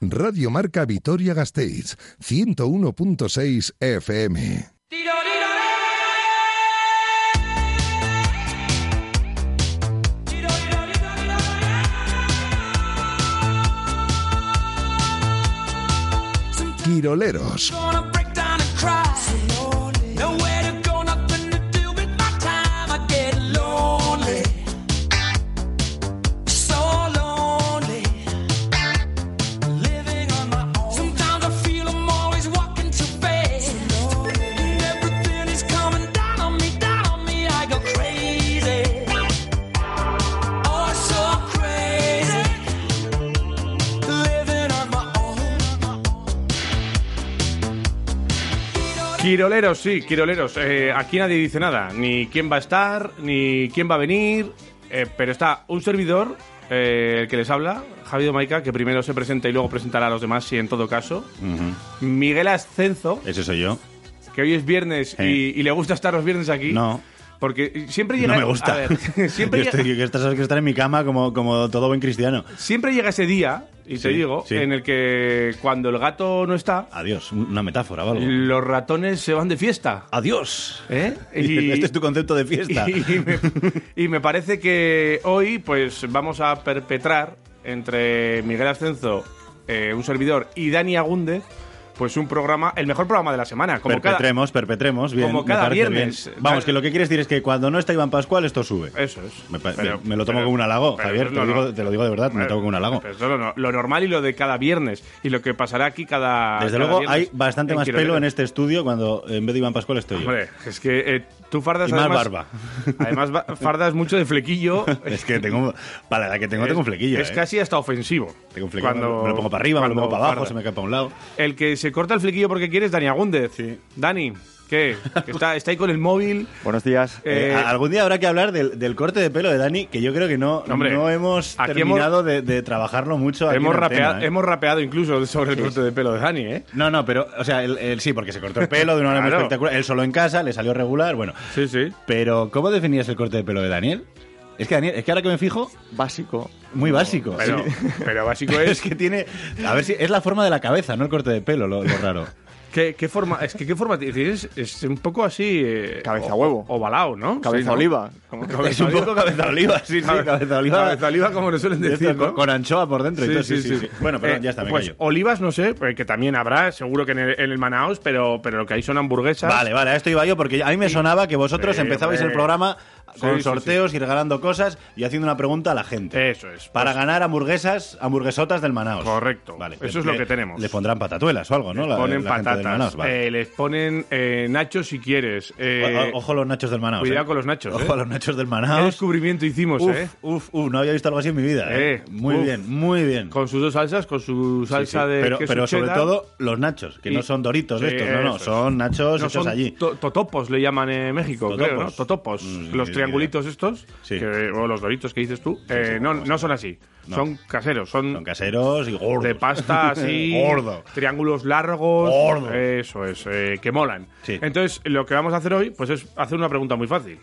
Radio Marca Vitoria Gasteiz, 101.6 FM. Quiroleros. Oh, Quiroleros, sí, quiroleros. Eh, aquí nadie dice nada, ni quién va a estar, ni quién va a venir, eh, pero está un servidor, eh, el que les habla, Javier Maica, que primero se presenta y luego presentará a los demás, si en todo caso. Ujú. Miguel Ascenzo, Ese soy yo. que hoy es viernes y, Eh. y le gusta estar los viernes aquí. No. Porque siempre llega... No me a gusta. ver, siempre, Yo llega- estoy, que estas horas que estar en mi cama como, como todo buen cristiano. siempre llega ese día, y te Sí, digo, sí. en el que cuando el gato no está, Adiós, una metáfora, o algo. los ratones se van de fiesta. Adiós. ¿Eh? Este es tu concepto de fiesta. Y me, y me parece que hoy pues vamos a perpetrar entre Miguel Ascenso, eh, un servidor, y Dani Agunde, pues un programa, el mejor programa de la semana. Como cada- perpetremos, perpetremos. Bien, como me cada parece viernes. bien. Vamos, que lo que quieres decir es que cuando no está Iván Pascual, esto sube. Eso es. Me, pa- Pero- me- me lo tomo pero- como un halago, pero Javier. eso Te, es lo lo digo, nor- te lo digo de verdad, me Bueno, tomo como un halago. pero eso es lo, no- lo normal y lo de cada viernes. Y lo que pasará aquí cada. Desde cada luego viernes hay bastante más Quiroleros. pelo en este estudio cuando en vez de Iván Pascual estoy yo. Hombre, es que eh, tú fardas. Y más además- barba. Además, va- fardas mucho de flequillo. Es que tengo. Para la que tengo, Es- tengo un flequillo. Es eh. casi hasta ofensivo. Tengo un flequillo. Cuando- me lo pongo para arriba, me lo cuando pongo para abajo, farda. se me cae para un lado. El que se corta el flequillo porque quiere es Dani Agúndez. Dani, ¿qué? Que está, está ahí con el móvil. Buenos días. Eh, Eh, a- algún día habrá que hablar del, del corte de pelo de Dani, que yo creo que no, Hombre, no hemos aquí terminado de, de trabajarlo mucho. aquí hemos, en antena, rapeado, ¿eh? hemos rapeado incluso sobre el corte de pelo de Dani, ¿eh? No, no, pero, o sea, él, él sí, porque se cortó el pelo de una manera muy Claro. espectacular. Él solo en casa, le salió regular, bueno. Sí, sí. Pero, ¿cómo definías el corte de pelo de Daniel? Es que Daniel, es que ahora que me fijo, Básico. muy básico. Pero, Sí. pero básico Pero es es. que tiene. A ver si. Es la forma de la cabeza, no el corte de pelo, lo, lo raro. ¿Qué, qué forma? Es que qué forma tienes? Es un poco así. eh, Cabeza o- huevo. Ovalado, ¿no? Cabeza Sí, ¿no? oliva. Cabeza Es un oliva. poco cabeza oliva, sí, sí, Cabe- cabeza oliva. Cabeza oliva, como le suelen De esto, decir. con, ¿no? con anchoa por dentro y todo. Sí, sí, sí. Bueno, perdón, Eh, ya está, me pues, callo. olivas, no sé, eh, que también habrá, seguro que en el, en el Manaos, pero, pero lo que hay son hamburguesas. Vale, vale, a esto iba yo porque a mí me sonaba que vosotros Sí, empezabais hombre. el programa con Sí, sí, sorteos y regalando cosas y haciendo una pregunta a la gente. Eso es. Para Pues, ganar hamburguesas, hamburguesotas del Manaos. Correcto. Eso es lo que tenemos. Le pondrán patatuelas o algo, ¿no? La- ponen la gente del patatas, Manaos, vale. eh, les ponen eh, nachos si quieres. eh, O- o- ojo a los nachos del Manaos. cuidado eh. con los nachos, Ojo eh. a los nachos del ¿Qué Manaos. descubrimiento hicimos, Uf, eh? uf, uf, no había visto algo así en mi vida. eh. Eh, Muy uf. bien, muy bien. Con sus dos salsas, con su Sí, salsa sí. de pero, queso pero sobre cheddar. todo los nachos, que Y- no son doritos de Sí, estos, no, no, eso es. son nachos No, hechos son allí. to- totopos le llaman en México, creo, ¿no? Totopos. Totopos. Mm, los ni triangulitos estos, Sí. que- o los doritos que dices tú, eh, no, no son así. No. Son caseros, Son caseros y gordos. de pasta así, Gordo. triángulos largos, Gordo. eso es, eh, que molan. Sí. Entonces, lo que vamos a hacer hoy, pues es hacer una pregunta muy fácil.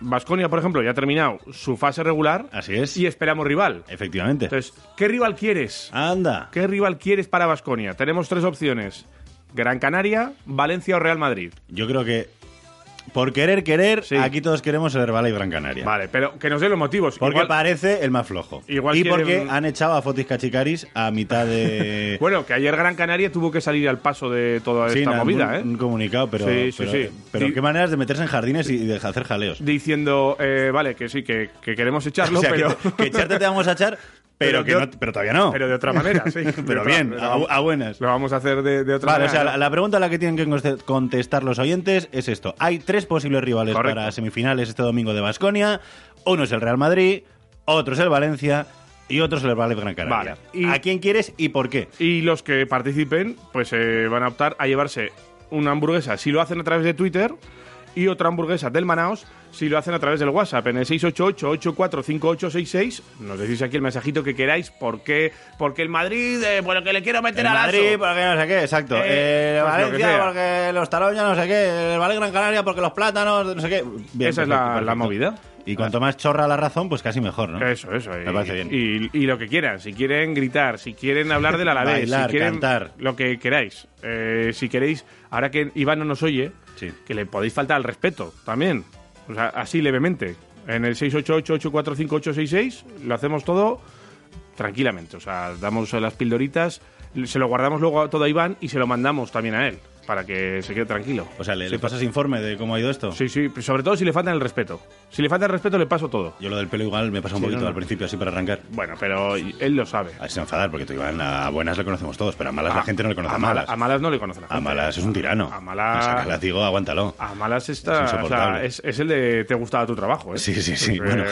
Vasconia, por ejemplo, ya ha terminado su fase regular Así es. y esperamos rival. Efectivamente. Entonces, ¿qué rival quieres? Anda. ¿Qué rival quieres para Vasconia? Tenemos tres opciones: Gran Canaria, Valencia o Real Madrid. Yo creo que por querer querer, Sí. aquí todos queremos el Herbala y Gran Canaria. Vale, pero que nos den los motivos. Porque Igual- parece el más flojo. Igual y quieren- porque han echado a Fotis Cachicaris a mitad de. Bueno, que ayer Gran Canaria tuvo que salir al paso de toda Sí, esta en algún- movida, ¿eh? Un comunicado, pero. Sí, sí, pero, sí. pero Di- qué maneras de meterse en jardines y de hacer jaleos. diciendo, eh, vale, que sí, que, que queremos echarlo, O sea, que pero, te- que, echarte te vamos a echar, Pero pero, que yo- no- pero todavía no. pero de otra manera, sí. De Pero otra- bien, a, Lo, a buenas. lo vamos a hacer de, de otra Vale, o manera. sea, la, la pregunta a la que tienen que conste- contestar los oyentes es esto. Hay tres posibles rivales Correcto. para semifinales este domingo de Basconia. Uno es el Real Madrid, otro es el Valencia y otro es el Vale Gran Canaria. Vale, y- ¿A quién quieres y por qué? Y los que participen, pues eh, van a optar a llevarse una hamburguesa si lo hacen a través de Twitter y otra hamburguesa del Manaos si lo hacen a través del WhatsApp en el 688-845866. Nos decís aquí el mensajito que queráis, por qué, porque el Madrid, eh, bueno, que le quiero meter El al Madrid, aso. porque no sé qué, exacto. Eh, el pues lo que Valencia, sea. porque los taroñas, no sé qué. El Vale Gran Canaria, porque los plátanos, no sé qué. Bien, Esa es perfecto, la- la perfecto. movida. Y cuanto más chorra la razón, pues casi mejor, ¿no? Eso, eso. Me y, parece bien. Y, y lo que quieran. Si quieren gritar, si quieren hablar del Alavés, Bailar, si quieren cantar. lo que queráis. Eh, si queréis, ahora que Iván no nos oye, Sí. que le podéis faltar al respeto también. O sea, así levemente. En el 688-845-866 lo hacemos todo tranquilamente. O sea, damos las pildoritas, se lo guardamos luego a todo a Iván y se lo mandamos también a él para que se quede tranquilo. O sea, ¿le, Sí, pues le pasas informe de cómo ha ido esto? Sí, sí, sobre todo si le faltan el respeto. Si le falta el respeto, le paso todo. Yo lo del pelo igual me pasa un Sí, poquito no, no. al principio, así para arrancar. Bueno, pero él lo sabe. Ah, Sin enfadar, porque tú, Iván, a buenas le conocemos todos, pero a malas A- la gente no le conoce. a A mala- malas. A malas no le conoce la A gente. malas es un tirano. A malas- Le sacas látigo, aguántalo. A malas está, Es o insoportable. sea, es, es el de te gustaba tu trabajo, ¿eh? Sí, sí, sí, Porque- bueno.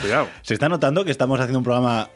Cuidado. ¿Se está notando que estamos haciendo un programa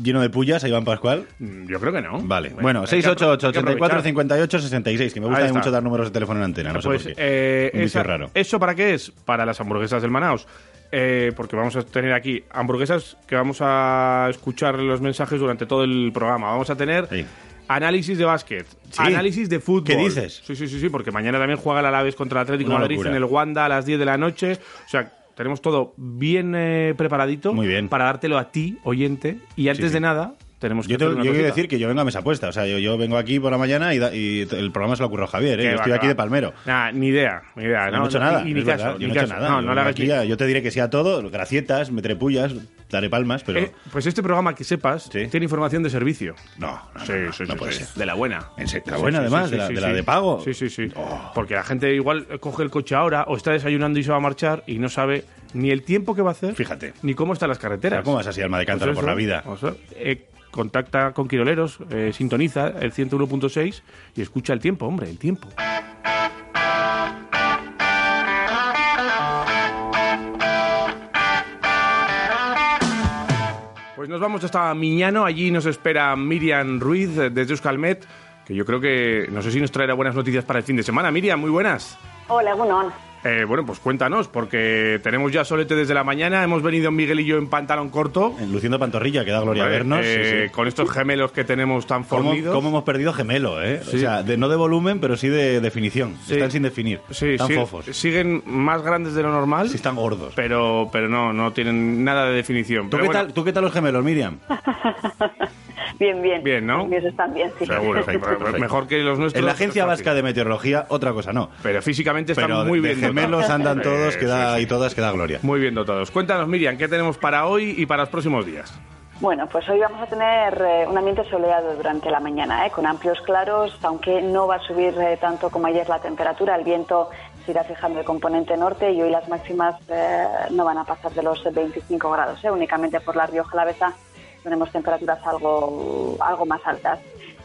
lleno de pullas a Iván Pascual? Mm, Yo creo que no. Vale. Bueno, hay que apro- hay que aprovechar. 688-84-58-66, que me Ahí gusta está. mucho dar números de teléfono en antena, no sé Pues por qué. eh, Un vicio esa- raro. ¿Eso para qué es? Para las hamburguesas del Manaos. Eh, porque vamos a tener aquí hamburguesas que vamos a escuchar los mensajes durante todo el programa. Vamos a tener Sí. análisis de básquet, Sí. análisis de fútbol. ¿Qué dices? Sí, sí, sí, sí, porque mañana también juega el Alaves contra el Atlético de Una Madrid locura. en el Wanda a las 10 de la noche. O sea, tenemos todo bien eh, preparadito Muy bien. para dártelo a ti, oyente. Y antes sí. de nada, tenemos que Yo, te- hacer una yo quiero cosita. decir que yo vengo a mesa puesta. O sea, yo, yo vengo aquí por la mañana y, da- y t- el programa se lo ocurrió a Javier. ¿eh? Que Yo va, estoy que aquí va. de palmero. Nah, ni idea, ni idea. No, he hecho no, nada. Y, y ni es caso, verdad, yo ni no he caso. hecho nada. No, Yo no le hagas aquí ni- ya- Yo te diré que sí a todo, gracietas, meteré pullas, daré palmas, pero. Eh, pues este programa que sepas Sí. tiene información de servicio. no, no, no, Sí, no, sí, no sí, puede sí. ser. De la buena. En serio, de la Sí, buena, sí, además, sí, de la, sí, de la sí. de pago. Sí, sí, sí. Oh. Porque la gente igual coge el coche ahora o está desayunando y se va a marchar y no sabe ni el tiempo que va a hacer, Fíjate. ni cómo están las carreteras. ¿Cómo vas así, alma de cántaro, Pues por eso, la vida? o sea, eh, contacta con Quiroleros, eh, sintoniza el 101.6 y escucha el tiempo, hombre, el tiempo. Pues nos vamos hasta Miñano, allí nos espera Miriam Ruiz eh, desde Euskalmet, que yo creo que no sé si nos traerá buenas noticias para el fin de semana. Miriam, muy buenas. Hola, Gunón. Eh, bueno, pues cuéntanos, porque tenemos ya solete desde la mañana, hemos venido Miguel y yo en pantalón corto. Luciendo Pantorrilla, que da gloria Hombre, vernos. sí, eh, sí. Con estos gemelos que tenemos tan ¿Cómo, fornidos. cómo hemos perdido gemelo, eh? Sí. O sea, de, no de volumen, pero sí de definición. Sí. Están sin definir. Sí, están sí, fofos. siguen más grandes de lo normal, Sí, están gordos. pero, pero no, no tienen nada de definición. ¿Tú Pero qué, bueno, tal, ¿Tú qué tal los gemelos, Miriam? Bien, bien. Bien, ¿no? Los míos están bien, sí. Seguro, Perfecto, pero perfecto. mejor que los nuestros. En la Agencia fácil. Vasca de Meteorología, otra cosa no. Pero físicamente están Pero muy de bien gemelos dotados. andan todos Eh, que da, sí, sí. y todas que da gloria. Muy bien dotados. Cuéntanos, Miriam, ¿qué tenemos para hoy y para los próximos días? Bueno, pues hoy vamos a tener eh, un ambiente soleado durante la mañana, ¿eh? con amplios claros, aunque no va a subir eh, tanto como ayer la temperatura. El viento se irá fijando el componente norte y hoy las máximas eh, no van a pasar de los 25 grados, ¿eh? únicamente por la Rioja Alavesa tenemos temperaturas algo, algo más altas.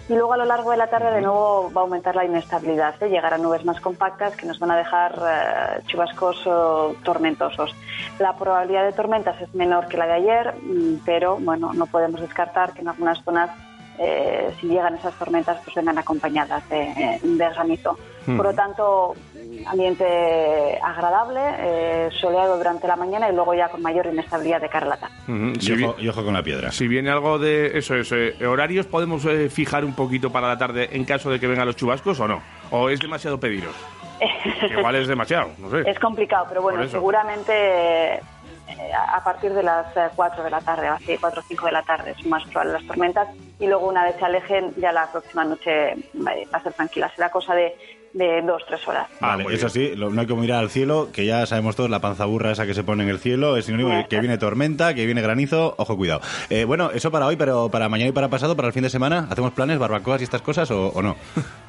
Y luego a lo largo de la tarde de nuevo va a aumentar la inestabilidad, ¿eh? llegarán nubes más compactas que nos van a dejar eh, chubascos eh, tormentosos. La probabilidad de tormentas es menor que la de ayer, mm, pero bueno, no podemos descartar que en algunas zonas eh, si llegan esas tormentas pues vengan acompañadas de, eh, de granizo. Por lo tanto, ambiente agradable, eh, soleado durante la mañana y luego ya con mayor inestabilidad de cara a la tarde. Ujú, Y si vi- ojo, y ojo con la piedra. Si viene algo de eso, eso eh, horarios, ¿podemos eh, fijar un poquito para la tarde en caso de que vengan los chubascos o no? ¿O es demasiado pediros? Que Igual es demasiado, no sé. Es complicado, pero Por bueno, eso. seguramente eh, a partir de las eh, 4 de la tarde, o así, 4 o 5 de la tarde, son más probables las tormentas. Y luego, una vez se alejen, ya la próxima noche eh, va a ser tranquila. Será cosa de, de 2-3 horas. Ah, Vale, muy eso sí, lo- no hay que mirar al cielo, que ya sabemos todos la panza burra esa que se pone en el cielo, es sinónimo de que viene tormenta, que viene granizo, ojo, cuidado. Eh, bueno, eso para hoy, pero para mañana y para pasado, para el fin de semana, ¿hacemos planes, barbacoas y estas cosas o, o no?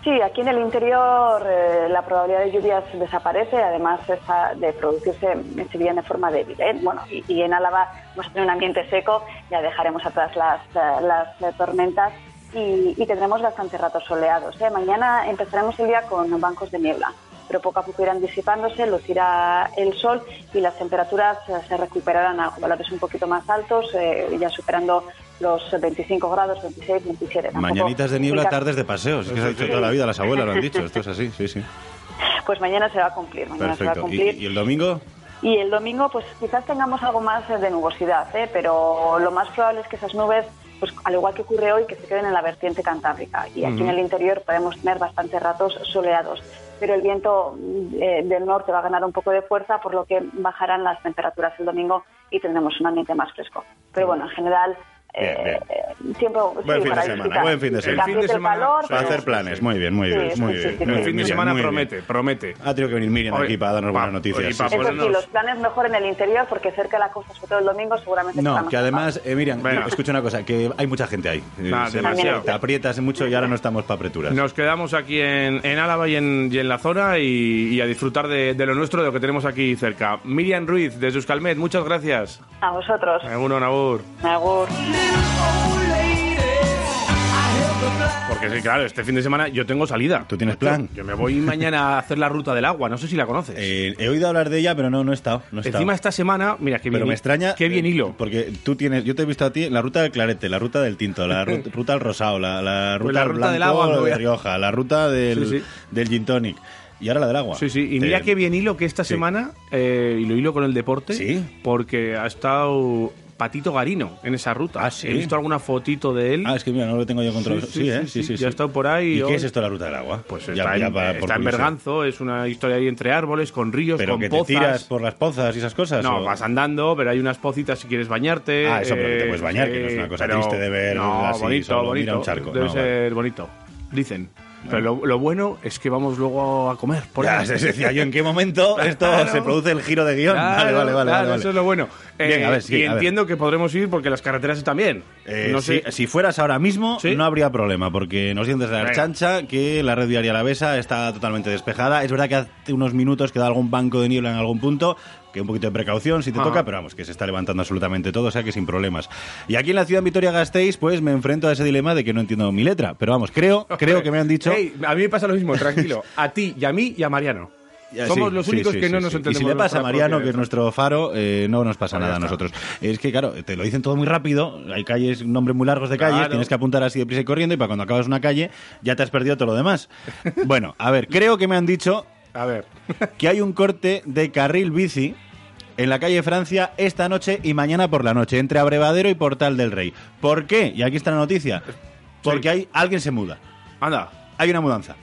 Sí, aquí en el interior eh, la probabilidad de lluvias desaparece, además esa de producirse se viene de forma débil. ¿eh? Bueno, y, y en Álava vamos a tener un ambiente seco, ya dejaremos atrás las, eh, las eh, tormentas y, y tendremos bastante ratos soleados. ¿eh? Mañana empezaremos el día con bancos de niebla, pero poco a poco irán disipándose, lucirá el sol y las temperaturas eh, se recuperarán a valores un poquito más altos, eh, ya superando los 25 grados, 26, 27. Tampoco Mañanitas de niebla, implica- tardes de paseos, es que se ha dicho toda la vida, las abuelas lo han dicho, esto es así, sí, sí. Pues mañana se va a cumplir, mañana se va a Perfecto. ¿Y, cumplir. y el domingo? Y el domingo, pues quizás tengamos algo más eh, de nubosidad, ¿eh? pero lo más probable es que esas nubes, pues al igual que ocurre hoy, que se queden en la vertiente cantábrica. Y aquí en el interior podemos tener bastantes ratos soleados. pero el viento eh, del norte va a ganar un poco de fuerza, por lo que bajarán las temperaturas el domingo y tendremos un ambiente más fresco. Pero bueno, en general. Bien, bien. eh, Siempre, Buen fin de semana, buen fin de semana. El fin de semana Para hacer planes, muy bien, muy Sí, bien, sí, muy sí, bien. sí, El Muy fin de bien, semana muy bien. promete, promete. Ha tenido que venir Miriam Oye, aquí para darnos pa- buenas noticias. oye, sí, pa- pues sí. Eso sí, ponernos- los planes mejor en el interior porque cerca de la costa, sobre todo el domingo, seguramente está No, más que además, eh, Miriam, Venga. no, escucha una cosa, que hay mucha gente ahí. Eh, Nah, se- demasiado. Te aprietas mucho y ahora no estamos para apreturas. Nos quedamos aquí en, en Álava y en, y en la zona y, y a disfrutar de, de lo nuestro, de lo que tenemos aquí cerca. Miriam Ruiz, de Euskalmet, muchas gracias. A vosotros. Egunon, agur. Agur. Porque sí, claro, este fin de semana yo tengo salida. ¿Tú tienes plan? Yo me voy mañana a hacer la ruta del agua, no sé si la conoces. Eh, he oído hablar de ella, pero no, no he estado. No he estado. Encima esta semana, mira, qué bien, pero me hi- extraña. qué bien eh, hilo. Porque tú tienes. Yo te he visto a ti en la ruta del clarete, la ruta del tinto, la ru- ruta al rosado, la, la ruta, Pues la al ruta del blanco agua, me voy de a- Rioja, la ruta del, Sí, sí. del gin tonic. Y ahora la del agua. Sí, sí, y Te- mira qué bien hilo que esta sí. semana, eh, y lo hilo con el deporte, Sí. porque ha estado Patito Garino en esa ruta. Ah, sí. He visto alguna fotito de él. Ah, es que mira, no lo tengo yo controlado. Sí, Sí, sí, ¿eh? sí, Sí, sí, sí, ya sí. ha estado por ahí ¿Y hoy. qué es esto de la ruta del agua? Pues Ya- está, ya en, para- por está en curiosidad. Berganzo, es una historia ahí entre árboles, con ríos, Pero con que te pozas. tiras por las pozas y esas cosas. No, ¿o? vas andando, pero hay unas pocitas si quieres bañarte. Ah, eso, pero que te eh, puedes bañar, que no es una cosa pero- triste de ver No, así, bonito, solo bonito. mira un charco. Debe No, vale. ser bonito, dicen. Pero lo, lo bueno es que vamos luego a comer. Por Ya, ahí. se decía yo en qué momento esto Claro. se produce el giro de guión. Claro, vale, vale, vale. claro, vale, vale. Eso es lo bueno. Eh, Bien, a ver, sí, y a ver. entiendo que podremos ir porque las carreteras están bien. Eh, no si, sé. si fueras ahora mismo, ¿Sí? no habría problema, porque nos dicen desde la Venga. chancha que la red diaria La Besa está totalmente despejada. Es verdad que hace unos minutos queda algún banco de niebla en algún punto, que un poquito de precaución si te Ajá. toca, pero vamos, que se está levantando absolutamente todo, o sea que sin problemas. Y aquí en la ciudad de Vitoria Gasteiz, pues me enfrento a ese dilema de que no entiendo mi letra, pero vamos, creo, creo que me han dicho. Ey, a mí me pasa lo mismo, tranquilo. A ti y a mí y a Mariano. Ya, Somos sí, los sí, únicos sí, que sí, no sí. nos Y entendemos. si le pasa a nuestra Mariano, propia que es letra. nuestro faro, eh, no nos pasa Ahí nada a está. nosotros. Es que, claro, te lo dicen todo muy rápido. Hay calles, nombres muy largos de calles, Claro. tienes que apuntar así deprisa y corriendo. Y para cuando acabas una calle, ya te has perdido todo lo demás. bueno, a ver, creo que me han dicho A ver. que hay un corte de carril bici en la calle Francia esta noche y mañana por la noche, entre Abrevadero y Portal del Rey. ¿Por qué? Y aquí está la noticia. Porque Sí. hay, alguien se muda. Anda. Hay una mudanza.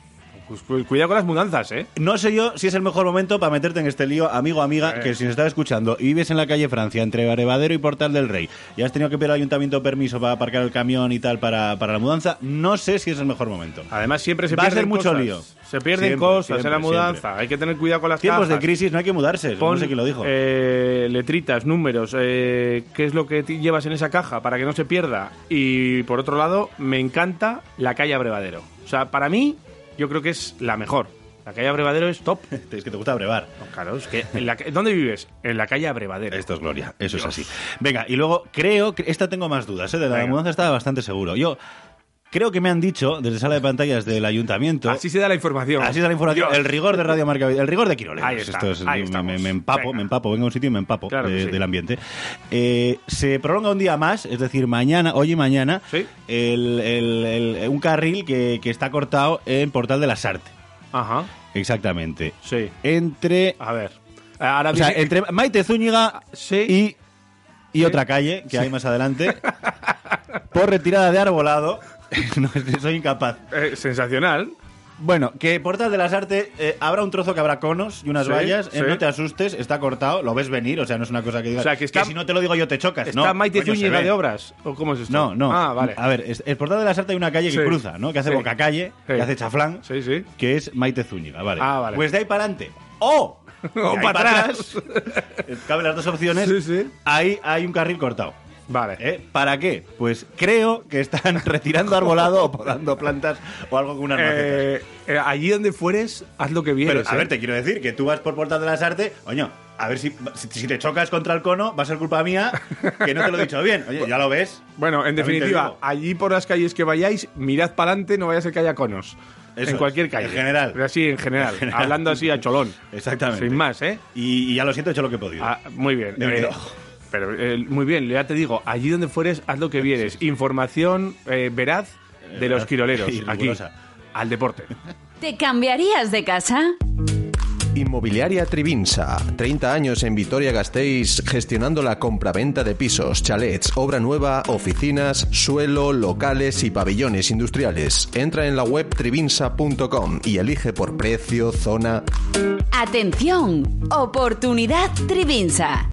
Pues, pues, cuidado con las mudanzas, ¿eh? No sé yo si es el mejor momento para meterte en este lío, amigo, amiga, Eh. que si nos estás escuchando y vives en la calle Francia, entre Barevadero y Portal del Rey, y has tenido que pedir al ayuntamiento permiso para aparcar el camión y tal para, para la mudanza, no sé si es el mejor momento. Además, siempre se Va a pierden ser mucho cosas. lío. Se pierden Siempre, cosas en la siempre, mudanza. siempre. Hay que tener cuidado con las Tiempos de cajas. crisis, no hay que mudarse, Pon, no sé quién lo dijo. eh, letritas, números, eh, qué es lo que ti- llevas en esa caja para que no se pierda. Y por otro lado, me encanta la calle Abrevadero. O sea, para mí, yo creo que es la mejor. La calle Abrevadero es top. Es que te gusta brevar. No, claro, es que. en la ca- ¿Dónde vives? En la calle Abrevadero. Esto es gloria, eso Dios. es así. Venga, y luego creo que esta tengo más dudas, ¿eh? de la Venga. mudanza estaba bastante seguro. Yo creo que me han dicho desde sala de pantallas del ayuntamiento Así se da la información. Así es la información. Dios. El rigor de Radio Marca, el rigor de Quiroleros. Ahí está, Esto es- ahí me- estamos. me, me empapo, Venga. me empapo. Vengo a un sitio y me empapo Claro que de- sí. del ambiente. Eh, se prolonga un día más, es decir, mañana, hoy y mañana, Sí. el- el- el- un carril que, que está cortado en Portal de las Artes. Ajá, Exactamente. sí. Entre, A ver. Ahora o sea, viene- entre Maite Zúñiga Sí. y, y otra calle que hay más adelante, por retirada de arbolado. No, es que soy incapaz. Eh, sensacional. Bueno, que Portal de las Artes eh, habrá un trozo que habrá conos y unas Sí, vallas. eh, sí. no te asustes, está cortado, lo ves venir, o sea, no es una cosa que digas. O sea, que está- si no te lo digo yo te chocas, ¿Está ¿no? Maite coño, se Zúñiga ve. de obras? ¿O cómo es esto? No, no. Ah, vale. A ver, es- el Portal de las Artes hay una calle que Sí. cruza, ¿no? Que hace Sí. boca calle, Sí. que hace chaflán, Sí, sí. que es Maite Zúñiga, vale. Ah, vale. Pues de ahí para adelante. ¡Oh! De O ahí para atrás. Caben las dos opciones. Sí, sí. Ahí hay un carril cortado. Vale. ¿Eh? ¿Para qué? Pues creo que están retirando arbolado o podando plantas o algo con unas macetas. Eh, eh, allí donde fueres, haz lo que Pero, vieres. a ¿eh? ver, te quiero decir que tú vas por Portal de las Artes, oño, a ver si, si, si te chocas contra el cono, va a ser culpa mía, que no te lo he dicho bien. Oye, ya lo ves. Bueno, en También te definitiva, digo. allí por las calles que vayáis, mirad para adelante, no vaya a ser que haya conos. Eso en es, cualquier calle. en general. Así, en general. Hablando así a cholón. Exactamente. Sin más, ¿eh? Y, y ya lo siento, he hecho lo que he podido. Ah, muy bien. De verdad. pero eh, muy bien, ya te digo, allí donde fueres, haz lo que vieres. Información eh, veraz de los veraz quiroleros. y Aquí, rigurosa. al deporte. ¿Te cambiarías de casa? Inmobiliaria Trivinsa, 30 años en Vitoria-Gasteiz gestionando la compraventa de pisos, chalets, obra nueva, oficinas, suelo, locales y pabellones industriales. Entra en la web trivinsa.com y elige por precio, zona. Atención, oportunidad Trivinsa.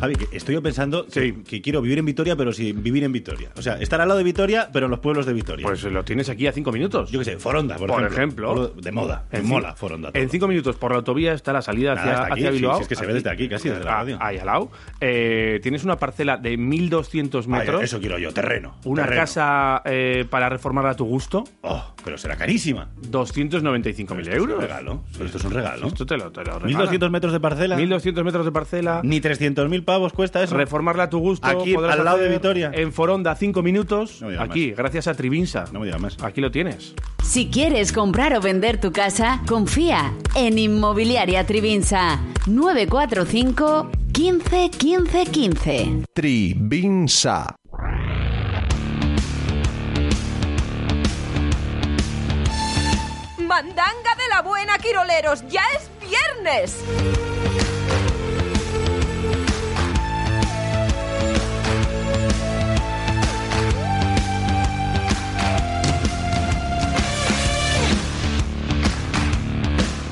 Javi, que estoy yo pensando que, que quiero vivir en Vitoria, pero sin vivir en Vitoria. O sea, estar al lado de Vitoria, pero en los pueblos de Vitoria. Pues lo tienes aquí a cinco minutos. yo qué sé, Foronda, Ah, por, Por ejemplo. ejemplo. Pueblo De moda. En En fin- mola, Foronda. todo. En cinco minutos por la autovía está la salida Nada, hacia, hasta aquí, hacia sí, Bilbao. sí, es que se ve desde aquí, casi, desde la Ah, radio. Ahí al lado. Eh, tienes una parcela de 1.200 Vaya, metros. eso quiero yo, terreno. una terreno. casa eh, para reformarla a tu gusto. Oh, pero será carísima. 295.000 Esto es un euros. regalo. Pero esto es un regalo. Esto te lo, te lo regalan. 1.200 metros de parcela. 1.200 metros de parcela. Ni 300.000 pavos cuesta eso. Reformarla a tu gusto. Aquí, podrás al lado de hacer Vitoria. En Foronda, cinco minutos. No me digas aquí, gracias a Trivinsa. No me digas más. Aquí lo tienes. Si quieres comprar o vender tu casa, confía en Inmobiliaria Trivinsa 945 15 15 15. Trivinsa. Mandanga de la buena, Quiroleros, ya es viernes.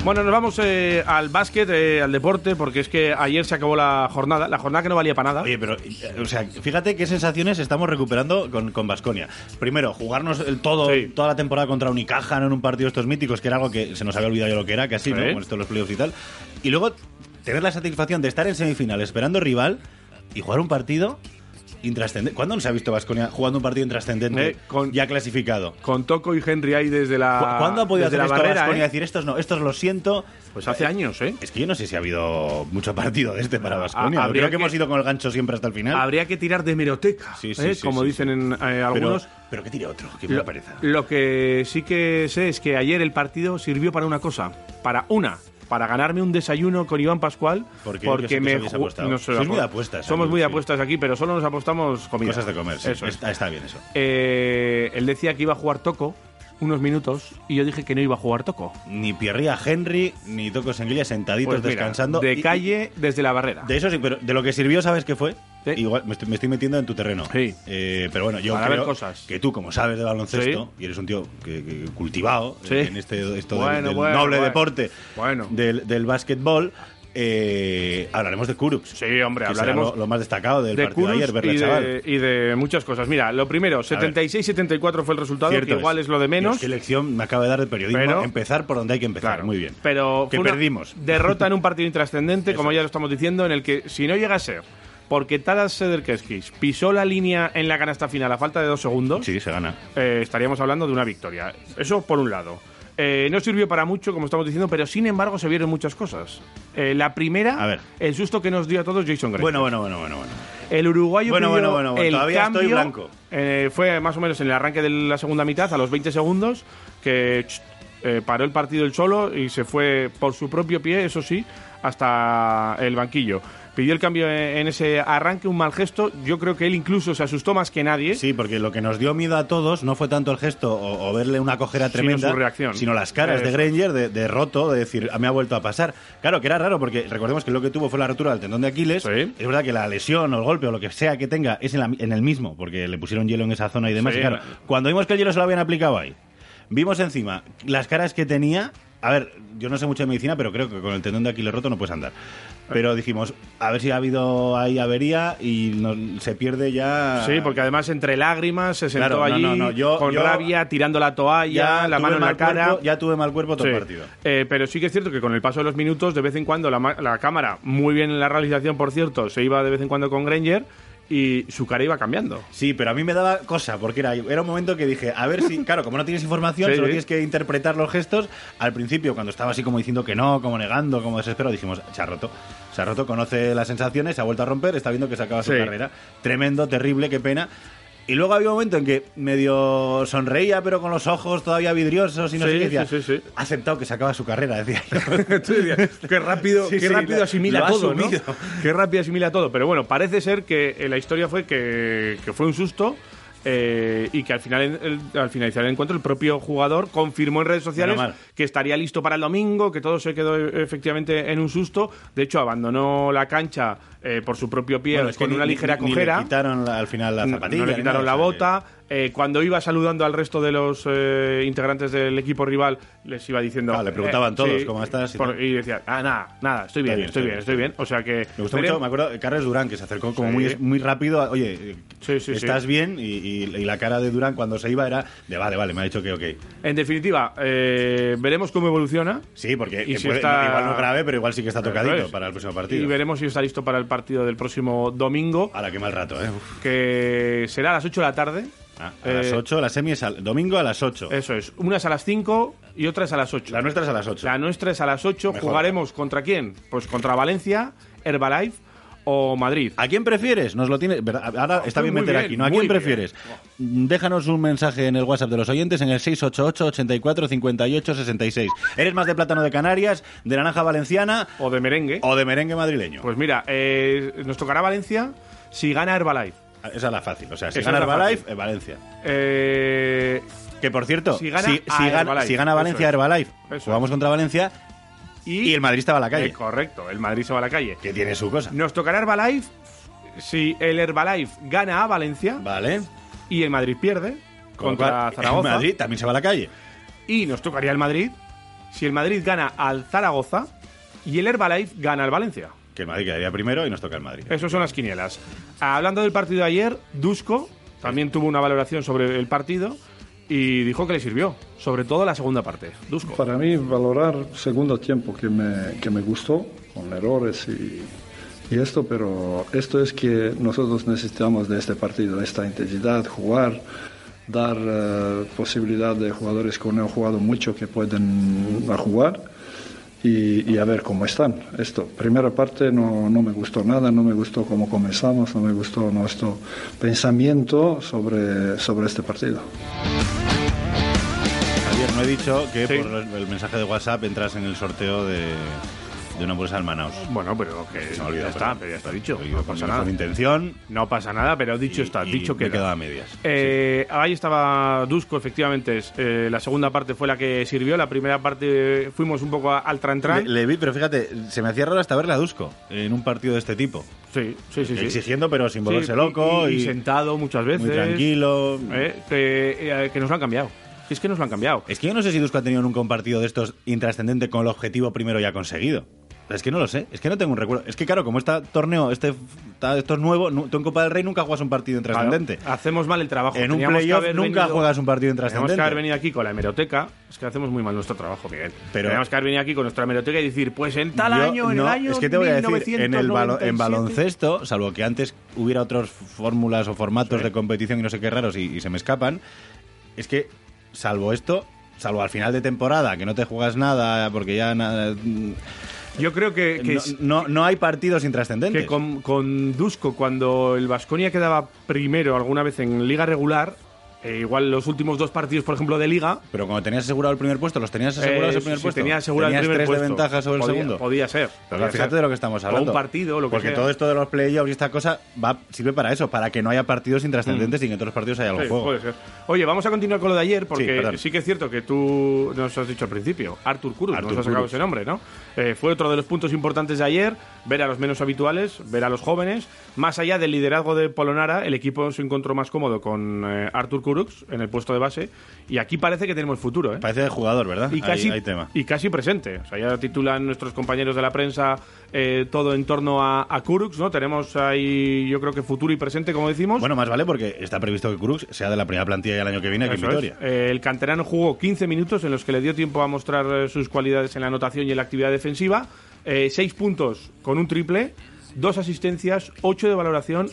Bueno, nos vamos eh, al básquet, eh, al deporte, porque es que ayer se acabó la jornada. La jornada que no valía para nada. Oye, pero, eh, o sea, fíjate qué sensaciones estamos recuperando con, con Basconia. Primero, jugarnos el todo, Sí. toda la temporada contra Unicaja ¿no? en un partido de estos míticos, que era algo que se nos había olvidado ya lo que era, casi, ¿no? Sí. Con esto de los playoffs y tal. Y luego, tener la satisfacción de estar en semifinal esperando rival y jugar un partido intrascendente. ¿Cuándo no se ha visto Basconia jugando un partido intrascendente Eh, con- ya clasificado? Con Toco y Henry ahí desde ¿Cu- la. ¿Cuándo ha podido Ah, desde hacer la esto barrera? Baskonia? eh? Decir, estos no, estos lo siento. Pues hace años, ¿eh? Es que yo no sé si ha habido mucho partido de este para Ah, Basconia. habría Creo que, que- hemos ido con el gancho siempre hasta el final. Habría que tirar de hemeroteca, Sí, sí, ¿eh? sí, como sí, dicen sí. en, eh, Pero- algunos. Pero, que tire otro, que me Lo, parece. lo que sí que sé es que ayer el partido sirvió para una cosa, para una, para ganarme un desayuno con Iván Pascual, Porque yo sé porque que me sois ju- apostados. sé, Sois muy de apo- apuestas, somos amigos, muy de sí. apuestas aquí, pero solo nos apostamos comida. Cosas de comer, sí. Eso es. está, está bien eso. Eh, él decía que iba a jugar Toco unos minutos y yo dije que no iba a jugar Toco. Ni Pierría Henry, ni Toco Senguilla sentaditos Pues mira, descansando. de Y- y- calle desde la barrera. De eso sí, pero de lo que sirvió, ¿sabes qué fue? Sí. Igual me estoy, me estoy metiendo en tu terreno. Sí. Eh, pero bueno, yo Para creo ver cosas. que tú, como sabes de baloncesto, Sí. y eres un tío que, que- cultivado Sí. eh, en este esto del- Bueno, del bueno, noble bueno. deporte Bueno. del, del básquetbol, eh, hablaremos de Kurups. Sí, hombre, que será hablaremos lo, lo más destacado del de partido de ayer, Kurus verle, y, chaval. de, y de muchas cosas. Mira, lo primero, 76-74 fue el resultado, que igual es. lo de menos. Dios, qué lección me acaba de dar el periodismo. Pero- empezar por donde hay que empezar. Muy bien. Pero Que fue una perdimos. Derrota en un partido intrascendente, como ya lo estamos diciendo, en el que si no llega a ser porque Tadas Sederkeskis pisó la línea en la canasta final a falta de dos segundos, Sí, se gana. eh, estaríamos hablando de una victoria. Eso por un lado. Eh, no sirvió para mucho, como estamos diciendo, pero sin embargo se vieron muchas cosas. Eh, la primera, A ver. el susto que nos dio a todos Jason Gray. Bueno, bueno, bueno, bueno, bueno. El uruguayo Bueno, pidió bueno, bueno, bueno, el todavía estoy cambio, blanco. eh, fue más o menos en el arranque de la segunda mitad, a los 20 segundos, que ch, eh, paró el partido el solo y se fue por su propio pie, eso sí, hasta el banquillo. Pidió el cambio en en ese arranque, un mal gesto. Yo creo que él incluso se asustó más que nadie. Sí, porque lo que nos dio miedo a todos no fue tanto el gesto o, o verle una cojera tremenda, su reacción. sino las caras de Eso. Granger de, de roto, de decir, "Ah, me ha vuelto a pasar. Claro, que era raro porque recordemos que lo que tuvo fue la rotura del tendón de Aquiles. Sí. Es verdad que la lesión o el golpe o lo que sea que tenga es en, la- en el mismo, porque le pusieron hielo en esa zona y demás. Sí, Y claro, en- cuando vimos que el hielo se lo habían aplicado ahí, vimos encima las caras que tenía. A ver, yo no sé mucho de medicina, pero creo que con el tendón de Aquiles roto no puedes andar. Pero dijimos, a ver si ha habido ahí avería y nos- se pierde ya. Sí, porque además entre lágrimas se sentó Claro, no, allí no, no, yo- con yo- rabia, tirando la toalla, la tuve mano en la mal cara. cuerpo- ya tuve mal cuerpo todo el Sí. partido. Eh, pero sí que es cierto que con el paso de los minutos, de vez en cuando, la, ma- la cámara, muy bien en la realización, por cierto, se iba de vez en cuando con Granger y su cara iba cambiando. Sí, pero a mí me daba cosa, porque era, era un momento que dije, a ver si, claro, como no tienes información, Sí, solo sí. tienes que interpretar los gestos. Al principio, cuando estaba así como diciendo que no, como negando, como desesperado, dijimos, se ha roto. Se ha roto, conoce las sensaciones, se ha vuelto a romper, está viendo que se acaba su Sí. carrera. Tremendo, terrible, qué pena. Y luego había un momento en que medio sonreía, pero con los ojos todavía vidriosos y no Sí, sé qué. sí, Decía, sí, sí. Ha aceptado que se acaba su carrera, decía yo. qué rápido, Sí, qué sí, rápido lo- asimila lo ha todo, ¿no? asumido. Qué rápido asimila todo. Pero bueno, parece ser que eh, la historia fue que, que fue un susto. eh, y que al, final, el- al finalizar el encuentro el propio jugador confirmó en redes sociales Menos mal. que estaría listo para el domingo, que todo se quedó eh, efectivamente en un susto. De hecho, abandonó la cancha eh, por su propio pie Bueno, es que con ni- una ni- ligera ni le cojera. quitaron la- al final la No- zapatilla. No le ni quitaron la nada, o sea que- bota. Eh, cuando iba saludando al resto de los eh, integrantes del equipo rival, les iba diciendo. Ah, le preguntaban todos, ¿cómo estás? Y, por- y decía, ah, nada, nada, estoy bien, estoy bien, estoy bien. O sea que. Me gustó veremos- mucho, me acuerdo, eh, de Carles Durán, que se acercó como Sí. muy, muy rápido. a- Oye, Sí, sí, ¿estás sí. bien? Y, y- y la cara de Durán cuando se iba era de vale, vale, me ha dicho que ok. En definitiva, eh, veremos cómo evoluciona. Sí, porque Y que si puede- está- igual no grave, pero igual sí que está tocadito Eso es. para el próximo Y partido. veremos si está listo para el partido del próximo domingo, Ahora, qué mal rato, ¿eh? Uf. que será a las 8 de la tarde. Ah, a Eh, las 8, la semi es al- domingo a las 8. Eso es. Una es a las 5 y otra es a las 8. La nuestra es a las 8. La nuestra es a las 8. Mejor. ¿Jugaremos contra quién? Pues contra Valencia, Herbalife o Madrid. ¿A quién prefieres? Nos lo tienes. ¿verdad? Ahora está bien muy meter bien, aquí, ¿no? ¿A muy quién bien. prefieres? Déjanos un mensaje en el WhatsApp de los oyentes en el 688 84 58 66. ¿Eres más de plátano de Canarias, de naranja valenciana O de merengue. o de merengue madrileño? Pues mira, eh, nos tocará Valencia si gana Herbalife. Ah, Esa es la fácil. O sea, si Esa gana es la fácil. Herbalife, eh, Valencia. Eh, Que por cierto, Si gana a gana- Herbalife. si gana Eso Valencia es. Herbalife, Eso es. jugamos contra Valencia y, el Madrid estaba a la calle. eh, correcto, el Madrid se va a la calle. que tiene su cosa. Nos tocará Herbalife si el Herbalife gana a Valencia Vale. y el Madrid pierde Con lo contra cual, Zaragoza. El Madrid también se va a la calle. Y nos tocaría el Madrid si el Madrid gana al Zaragoza y el Herbalife gana al Valencia. Que el Madrid quedaría primero y nos toca el Madrid. Esas son las quinielas. Hablando del partido de ayer, Dusko también tuvo una valoración sobre el partido y dijo que le sirvió, sobre todo la segunda parte. Dusko. Para mí, valorar segundo tiempo que me, que me gustó, con errores y, y esto, pero esto es que nosotros necesitamos de este partido, esta intensidad, jugar, dar eh, posibilidad de jugadores que no han jugado mucho que pueden a jugar. Y, y a ver cómo están. Esto, primera parte no, no me gustó nada, no me gustó cómo comenzamos, no me gustó nuestro pensamiento sobre, sobre este partido. Javier, no he dicho que Sí. por los- el mensaje de WhatsApp entras en el sorteo de, de una bolsa al Manaus. Bueno, pero que Se me ha olvidado, ya está, perdón. pero ya está dicho. Lo digo No con- pasa nada. Con intención. No pasa nada, pero dicho y- está, y dicho me he queda. quedado a medias. Eh, Ahí estaba Dusko, efectivamente. es, eh, la segunda parte fue la que sirvió. La primera parte eh, fuimos un poco a- al Le, tran-tran. le vi, pero fíjate, se me hacía raro hasta verla a Dusko en un partido de este tipo. sí, sí, sí. sí. Exigiendo, pero sin Sí, volverse y- loco. y, Y, y sentado muchas veces. muy tranquilo. Eh, que, eh, que nos lo han cambiado. Si Es que nos lo han cambiado. Es que yo no sé si Dusko ha tenido nunca un partido de estos intrascendente con el objetivo primero ya conseguido. Es que no lo sé, es que no tengo un recuerdo. Es que claro, como este torneo, este, esto es nuevo, nu- tú en Copa del Rey nunca juegas un partido intrascendente. Claro, hacemos mal el trabajo. En un Teníamos que playoff haber nunca venido- juegas un partido Teníamos que haber intrascendente. venido aquí con la hemeroteca. Es que hacemos muy mal nuestro trabajo, Miguel. Pero- Teníamos que haber venido aquí con nuestra hemeroteca y decir, pues en tal Yo año, en no- el año. es que te voy a decir, en, el balo- en 1997. baloncesto, salvo que antes hubiera otras fórmulas o formatos de competición y no sé qué raros y, y se me escapan, es que salvo esto, salvo al final de temporada, que no te juegas nada porque ya nada, Yo creo que, que no, es- no, no hay partidos que intrascendentes. con, con Dusko, cuando el Vasconia quedaba primero alguna vez en liga regular, eh, igual los últimos dos partidos, por ejemplo, de liga. Pero cuando tenías asegurado el primer puesto, ¿los tenías asegurados eh, el primer si puesto? Tenía asegurado ¿Tenías el primer tres puesto. de ventaja sobre Podía- el segundo. Podía ser. Pero podía fíjate ser. de lo que estamos O hablando. un partido, lo que Porque sea. todo esto de los playoffs y esta cosa va, sirve para eso, para que no haya partidos intrascendentes y que en todos los partidos haya algo Mm. en Sí, juego. puede ser. Oye, vamos a continuar con lo de ayer, Sí, porque sí, perdón. que es cierto que tú nos has dicho al principio, Artur Kurus, Artur nos has sacado Kurus. ese nombre, ¿no? Eh, fue otro de los puntos importantes de ayer, ver a los menos habituales, ver a los jóvenes. Más allá del liderazgo de Polonara, el equipo se encontró más cómodo con eh, Artur Kurux en el puesto de base, y aquí parece que tenemos futuro, ¿eh? Parece de jugador, ¿verdad? Y Ahí- casi, Ahí, tema. y casi presente. O sea, ya titulan nuestros compañeros de la prensa eh, todo en torno a, a Kurux, ¿no? Tenemos ahí, yo creo que futuro y presente, como decimos. Bueno, más vale porque está previsto que Crux sea de la primera plantilla ya el año que viene aquí en Eso Vitoria. es. Eh, el canterano jugó 15 minutos en los que le dio tiempo a mostrar eh, sus cualidades en la anotación y en la actividad defensiva. Eh, seis puntos con un triple, dos asistencias, ocho de valoración.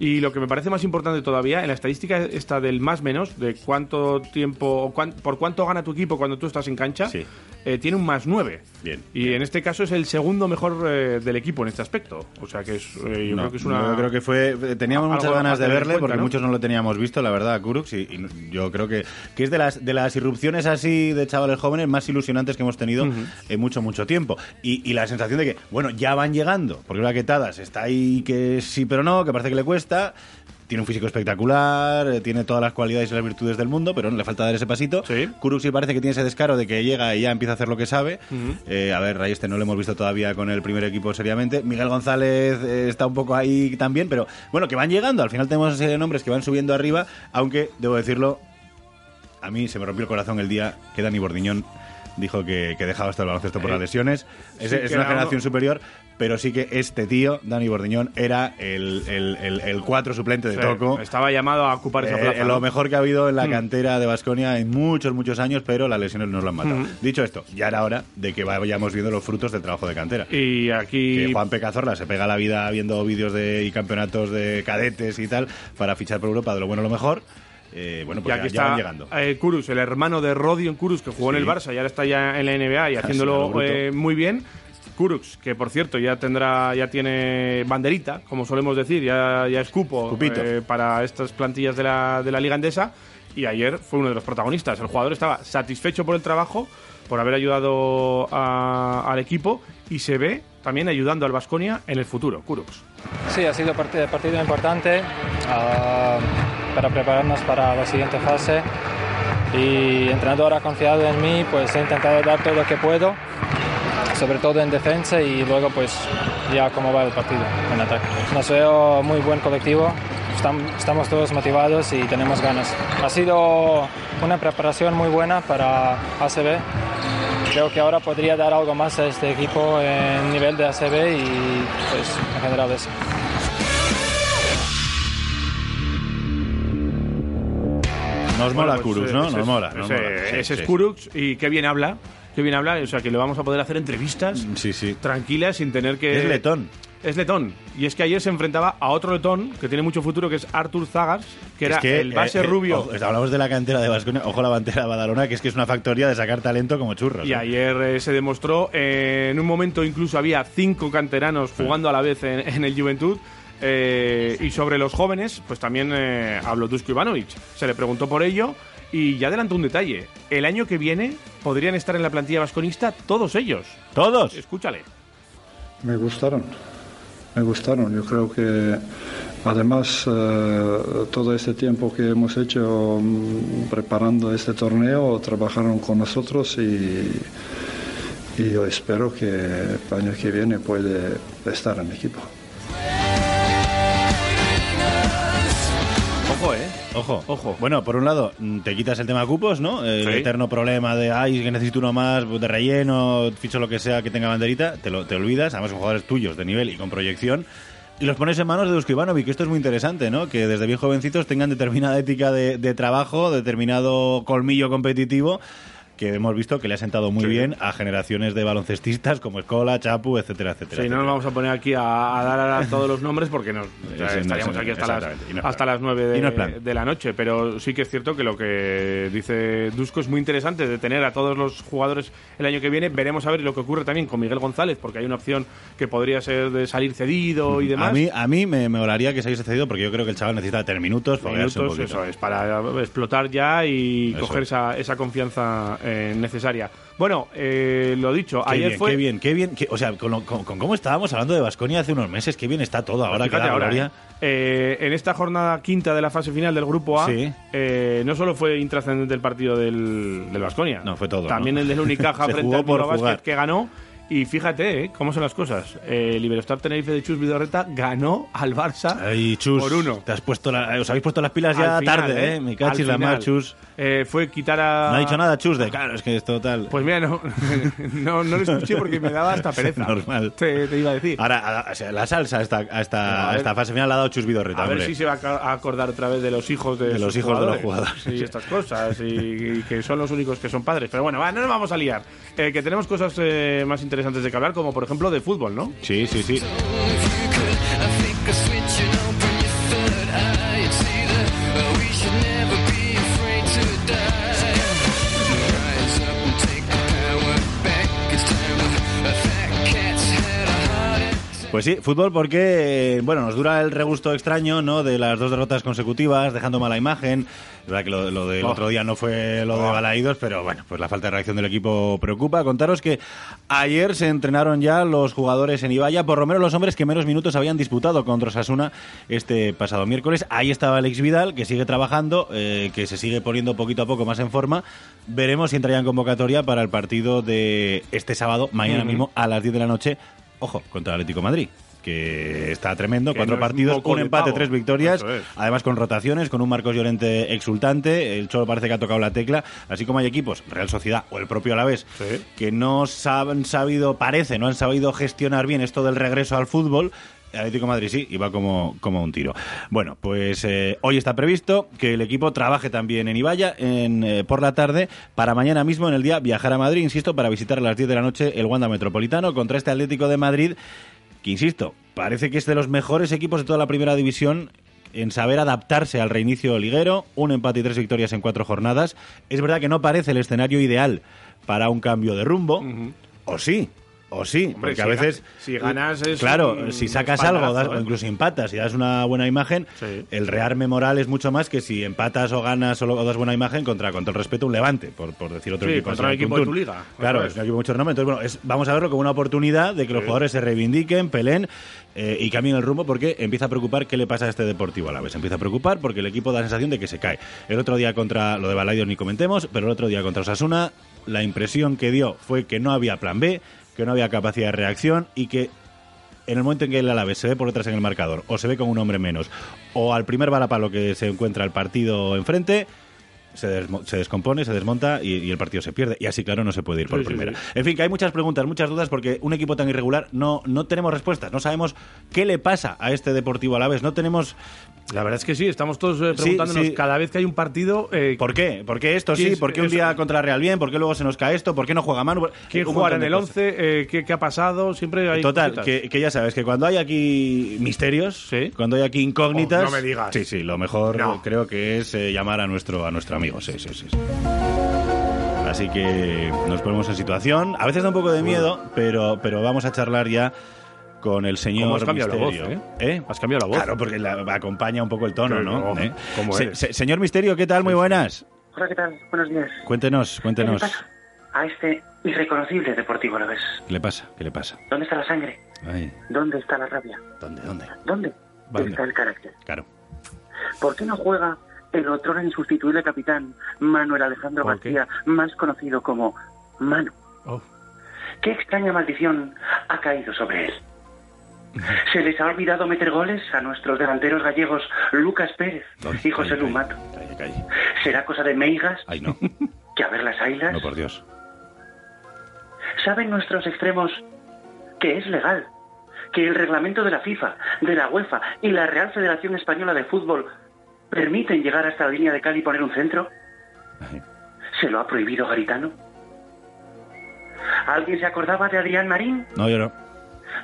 Y lo que me parece más importante todavía, en la estadística esta del más menos, de cuánto tiempo, o cuán- por cuánto gana tu equipo cuando tú estás en cancha, Sí. eh, tiene un más nueve. Bien. Y en este caso es el segundo mejor eh, del equipo en este aspecto. O sea que es, eh, yo No, creo que es una. yo creo que fue. eh, Teníamos algo muchas ganas a de tener en verle cuenta, porque ¿no? muchos no lo teníamos visto, la verdad, a Kurux. Y, y yo creo que, que es de las, de las irrupciones así de chavales jóvenes más ilusionantes que hemos tenido en mucho, mucho tiempo. Y, y la sensación de que, bueno, ya van llegando. Porque la que Tadas está ahí que sí, pero no, que parece que le cuesta. tiene un físico espectacular, eh, tiene todas las cualidades y las virtudes del mundo, pero no le falta dar ese pasito. Sí. Kuruc sí parece que tiene ese descaro de que llega y ya empieza a hacer lo que sabe. Eh, a ver, Rayeste no lo hemos visto todavía con el primer equipo seriamente. Miguel González eh, está un poco ahí también, pero bueno, que van llegando. Al final tenemos una serie de nombres que van subiendo arriba, aunque, debo decirlo, a mí se me rompió el corazón el día que Dani Bordiñón dijo que, que dejaba hasta el baloncesto por las lesiones. Es, Eh, sí es que una era generación uno- superior, pero sí que este tío, Dani Bordiñón, era el, el, el- el cuatro suplente de Sí, Toco. Estaba llamado a ocupar esa Eh, plaza. eh, lo ¿no? Mm. mejor que ha habido en la cantera de Basconia en muchos, muchos años, pero las lesiones nos lo han Mm. matado. Dicho esto, ya era hora de que vayamos viendo los frutos del trabajo de cantera. Y Que aquí Juan Pecazorla se pega la vida viendo vídeos de, y campeonatos de cadetes y tal para fichar por Europa de lo bueno a lo mejor. Eh, bueno, Y pues ya, aquí ya van está llegando. eh, Kurus, el hermano de Rodion Kurus, que jugó en Sí. el Barça y ahora está ya en la NBA y a lo haciéndolo bruto. eh, muy bien. Kurux, que por cierto ya tendrá, ya tiene banderita, como solemos decir, ya, ya es cupo Cupito. eh, para estas plantillas de la, de la Liga Andesa. Y ayer fue uno de los protagonistas. El jugador estaba satisfecho por el trabajo, por haber ayudado a- al equipo y se ve también ayudando al Vasconia en el futuro. Kurux. Sí, ha sido partido, partido importante ah, para prepararnos para la siguiente fase y entrenador ha confiado en mí, pues he intentado dar todo lo que puedo, sobre todo en defensa y luego pues ya cómo va el partido en ataque. Nos veo muy buen colectivo, estam- estamos todos motivados y tenemos ganas. Ha sido una preparación muy buena para ACB. Creo que ahora podría dar algo más a este equipo en nivel de ACB y pues en general eso. Bueno, Nos mola pues, Kurus, eh, ¿no? ese Nos es- mola. Ese, nos mola. Sí, ese es sí, Kurux y qué bien habla, qué bien habla. O sea, que le vamos a poder hacer entrevistas Mm, Sí, sí. tranquilas sin tener que... Es letón. Es letón. Y es que ayer se enfrentaba a otro letón que tiene mucho futuro, que es Artur Zagas, que era Es que, el base eh, eh, rubio. ojo, hablamos de la cantera de Vasconia. Ojo la bandera de Badalona, que es que es una factoría de sacar talento como churros. Y ¿eh? ayer eh, se demostró, eh, en un momento incluso había cinco canteranos jugando a la vez en, en el Juventud. eh, y sobre los jóvenes, pues también eh, habló Dusko Ivanovic. Se le preguntó por ello y ya adelantó un detalle. El año que viene podrían estar en la plantilla vasconista todos ellos. Todos. Escúchale. Me gustaron, me gustaron. Yo creo que además eh, todo este tiempo que hemos hecho mm, preparando este torneo trabajaron con nosotros y, y yo espero que el año que viene puede estar en mi equipo. Ojo, eh. Ojo. Ojo. Bueno, por un lado, mm, te quitas el tema cupos, ¿no? El Sí. eterno problema de, ay, que necesito uno más, pues, de relleno, ficho lo que sea que tenga banderita, te lo te olvidas. Además, son jugadores tuyos de nivel y con proyección. Y los pones en manos de Dusko Ivanovic, que esto es muy interesante, ¿no? Que desde bien jovencitos tengan determinada ética de, de trabajo, determinado colmillo competitivo, que hemos visto que le ha sentado muy Sí. bien a generaciones de baloncestistas como Escola, Chapu, etcétera, etcétera. Sí, no nos etcétera. vamos a poner aquí a, a dar a todos los nombres porque nos, o sea, sí, no, estaríamos sí, aquí hasta las, exactamente, y no es hasta plan. las 9 Y de, no es plan. de la noche. Pero sí que es cierto que lo que dice Dusko es muy interesante de tener a todos los jugadores el año que viene. Veremos a ver lo que ocurre también con Miguel González porque hay una opción que podría ser de salir cedido y demás. Mm, A mí, a mí me, me molaría que se hubiese cedido porque yo creo que el chaval necesita tener minutos, foguearse un minutos, poquito. eso es, para explotar ya y Eso coger es. esa, esa confianza eh, necesaria. Bueno, eh, lo dicho, Qué ayer bien, fue... qué bien, qué bien. qué- o sea, con, lo- con- con cómo estábamos hablando de Vasconia hace unos meses, qué bien está todo ahora. Pues que Fíjate da ahora, gloria. ¿eh? Eh, en esta jornada quinta de la fase final del grupo A, Sí. eh, no solo fue intrascendente el partido del, del Baskonia. No, fue todo, También ¿no? el del Unicaja Se frente jugó al por Bilbao Basket jugar. que ganó. Y fíjate, ¿eh? ¿Cómo son las cosas? Eh, Liberostar Tenerife de Chus Vidorreta ganó al Barça Ay, Chus, por uno. Te has puesto la- os habéis puesto las pilas Al ya final, tarde, ¿eh? Me cachis Al la mar, final. Chus. Eh, fue quitar a. No ha dicho nada, Chus, de claro, es que es total. Pues mira, no, no, no lo escuché porque me daba hasta pereza. Normal. Te, te iba a decir. Ahora, a- o sea, la salsa a esta, a Pero esta, a a ver. esta fase final la ha dado Chus Vidorreta, A ver hombre. si se va a ca- a acordar otra vez de los hijos de, De sus los hijos de los jugadores. Y estas cosas, y, y que son los únicos que son padres. Pero bueno, va, no nos vamos a liar. Eh, que tenemos cosas eh, más interesantes de que hablar, como por ejemplo de fútbol, ¿no? Sí, sí, sí. Pues sí, fútbol porque, eh, bueno, nos dura el regusto extraño, ¿no? De las dos derrotas consecutivas, dejando mala imagen. Es verdad que lo, lo del otro día no fue lo de Balaídos, pero bueno, pues la falta de reacción del equipo preocupa. Contaros que ayer se entrenaron ya los jugadores en Ibaya, por lo menos los hombres que menos minutos habían disputado contra Osasuna este pasado miércoles. Ahí estaba Alex Vidal, que sigue trabajando, eh, que se sigue poniendo poquito a poco más en forma. Veremos si entra ya en convocatoria para el partido de este sábado, mañana mismo, a las 10 de la noche, ojo, contra el Atlético de Madrid. Que está tremendo, Que cuatro no es partidos, moco un de empate, pavo. tres victorias, Eso es. además con rotaciones, con un Marcos Llorente exultante, el Cholo parece que ha tocado la tecla, así como hay equipos, Real Sociedad o el propio Alavés, Sí. que no sab- han sabido, parece, no han sabido gestionar bien esto del regreso al fútbol. El Atlético de Madrid sí, y va como, como un tiro. Bueno, pues eh, hoy está previsto que el equipo trabaje también en Ibaya en, eh, por la tarde para mañana mismo en el día viajar a Madrid, insisto, para visitar a las 10 de la noche el Wanda Metropolitano contra este Atlético de Madrid que insisto, parece que es de los mejores equipos de toda la primera división en saber adaptarse al reinicio liguero, un empate y tres victorias en cuatro jornadas. Es verdad que no parece el escenario ideal para un cambio de rumbo, o sí. O sí, Hombre, porque a si ga- veces. si ganas es Claro, un si sacas algo, das- espaldarazo, ¿eh? o incluso empatas y das una buena imagen, Sí. el rearme moral es mucho más que si empatas o ganas o, lo- o das buena imagen contra, con todo el respeto, un levante, por, por decir otro Sí, equipo. contra así, un equipo tuntún. de tu liga. Claro, Otra es vez. un equipo con mucho renombre. Entonces, bueno, es- vamos a verlo como una oportunidad de que los jugadores se reivindiquen, peleen eh, y cambien el rumbo porque empieza a preocupar qué le pasa a este Deportivo a la vez. Empieza a preocupar porque el equipo da la sensación de que se cae. El otro día contra lo de Balaidos ni comentemos, pero el otro día contra Osasuna la impresión que dio fue que no había plan B, que no había capacidad de reacción y que en el momento en que el Alavés se ve por detrás en el marcador o se ve con un hombre menos o al primer balapalo que se encuentra el partido enfrente se, desmo- se descompone, se desmonta y, y el partido se pierde. Y así, claro, no se puede ir por Sí, sí, primera. sí. En fin, que hay muchas preguntas, muchas dudas, porque un equipo tan irregular no, no tenemos respuestas. No sabemos qué le pasa a este Deportivo Alavés. No tenemos... La verdad es que sí, estamos todos eh, Sí, preguntándonos sí. cada vez que hay un partido. eh, ¿Por qué? ¿Por qué esto Sí, sí? es- ¿Por qué un es- día contra Real bien? ¿Por qué luego se nos cae esto? ¿Por qué no juega Manu? ¿Quién Un jugará montón en de el cosas. 11? Eh, ¿qué, qué ha pasado? Siempre hay. Total, cositas. que, que ya sabes que cuando hay aquí misterios, Sí. cuando hay aquí incógnitas, Oh, no me digas. Sí, sí, lo mejor No. creo que es eh, llamar a nuestro a nuestro amigo. Sí, sí, sí. sí. Así que nos ponemos en situación. A veces da un poco de miedo, pero pero vamos a charlar ya con el señor ¿Cómo has cambiado la Misterio. voz, ¿Eh? Has cambiado la voz. Claro, porque la- acompaña un poco el tono, Pero ¿no? no, ¿Eh? ¿cómo Se- eres? se- señor Misterio, ¿qué tal? Muy buenas. Hola, ¿qué tal? Buenos días. Cuéntenos, ¿Qué le cuéntenos. pasa a este irreconocible deportivo a la vez? ¿Qué le pasa? ¿Qué le pasa? ¿Dónde está la sangre? Ay, ¿Dónde está la rabia? ¿Dónde, dónde? ¿Dónde Vale. está el carácter? Claro. ¿Por qué no juega el otro insustituible capitán Manuel Alejandro ¿Por qué? García, más conocido como Manu? Oh. ¿Qué extraña maldición ha caído sobre él? Se les ha olvidado meter goles a nuestros delanteros gallegos Lucas Pérez y José Calle, Lumato. Calle, calle. ¿Será cosa de Meigas Ay, no. que a ver las ailas? No, por Dios. ¿Saben nuestros extremos que es legal? Que el reglamento de la FIFA, de la UEFA y la Real Federación Española de Fútbol permiten llegar hasta la línea de Cali y poner un centro? Ay. ¿Se lo ha prohibido Garitano? ¿Alguien se acordaba de Adrián Marín? No, yo no.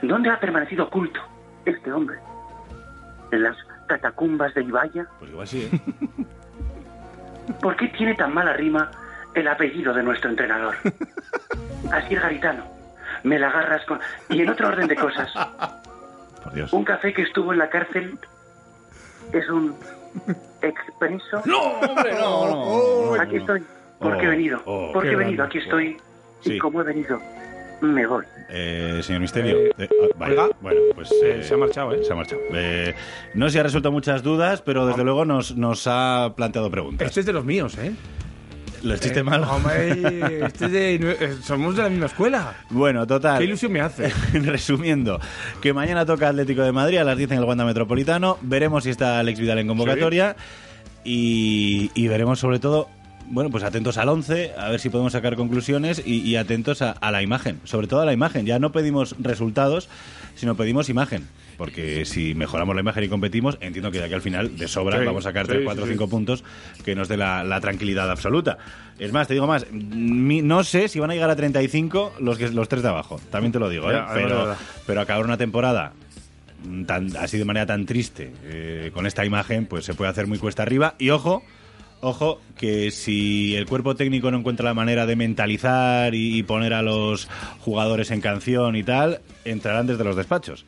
¿Dónde ha permanecido oculto este hombre? ¿En las catacumbas de Ibaya? Pues igual sí, ¿eh? ¿Por qué tiene tan mala rima el apellido de nuestro entrenador? Así el Garitano. Me la agarras con... Y en otro orden de cosas, Por Dios. Un café que estuvo en la cárcel es un expreso. hombre, no, no. aquí estoy, porque Oh, he venido, oh, porque qué he venido, grande. aquí estoy. Sí. Y como he venido, me voy. Eh, señor Misterio. eh, ah, vale. oiga. Bueno, pues. Eh, eh, se ha marchado, ¿eh? Se ha marchado. Eh, no sé si ha resuelto muchas dudas, pero desde luego nos, nos ha planteado preguntas. Este es de los míos, ¿eh? ¿Los chistes Eh, malos? hombre, este es de nue- eh, somos de la misma escuela. Bueno, total. Qué ilusión me hace. Resumiendo, que mañana toca Atlético de Madrid a las 10 en el Wanda Metropolitano. Veremos si está Alex Vidal en convocatoria. Y, y veremos sobre todo, bueno, pues atentos al 11, a ver si podemos sacar conclusiones y, y atentos a, a la imagen. Sobre todo a la imagen. Ya no pedimos resultados, sino pedimos imagen. Porque si mejoramos la imagen y competimos, entiendo que de aquí al final de sobra Sí, vamos a sacar sí, 3, 4, sí, sí. 5 puntos que nos dé la, la tranquilidad absoluta. Es más, te digo más, mi- no sé si van a llegar a 35 los, que, los tres de abajo, también te lo digo, ¿eh? Ya, es pero, verdad. pero acabar una temporada mm, tan, así de manera tan triste eh, con esta imagen, pues se puede hacer muy cuesta arriba. Y ojo, ojo, que si el cuerpo técnico no encuentra la manera de mentalizar y, y poner a los jugadores en canción y tal, entrarán desde los despachos.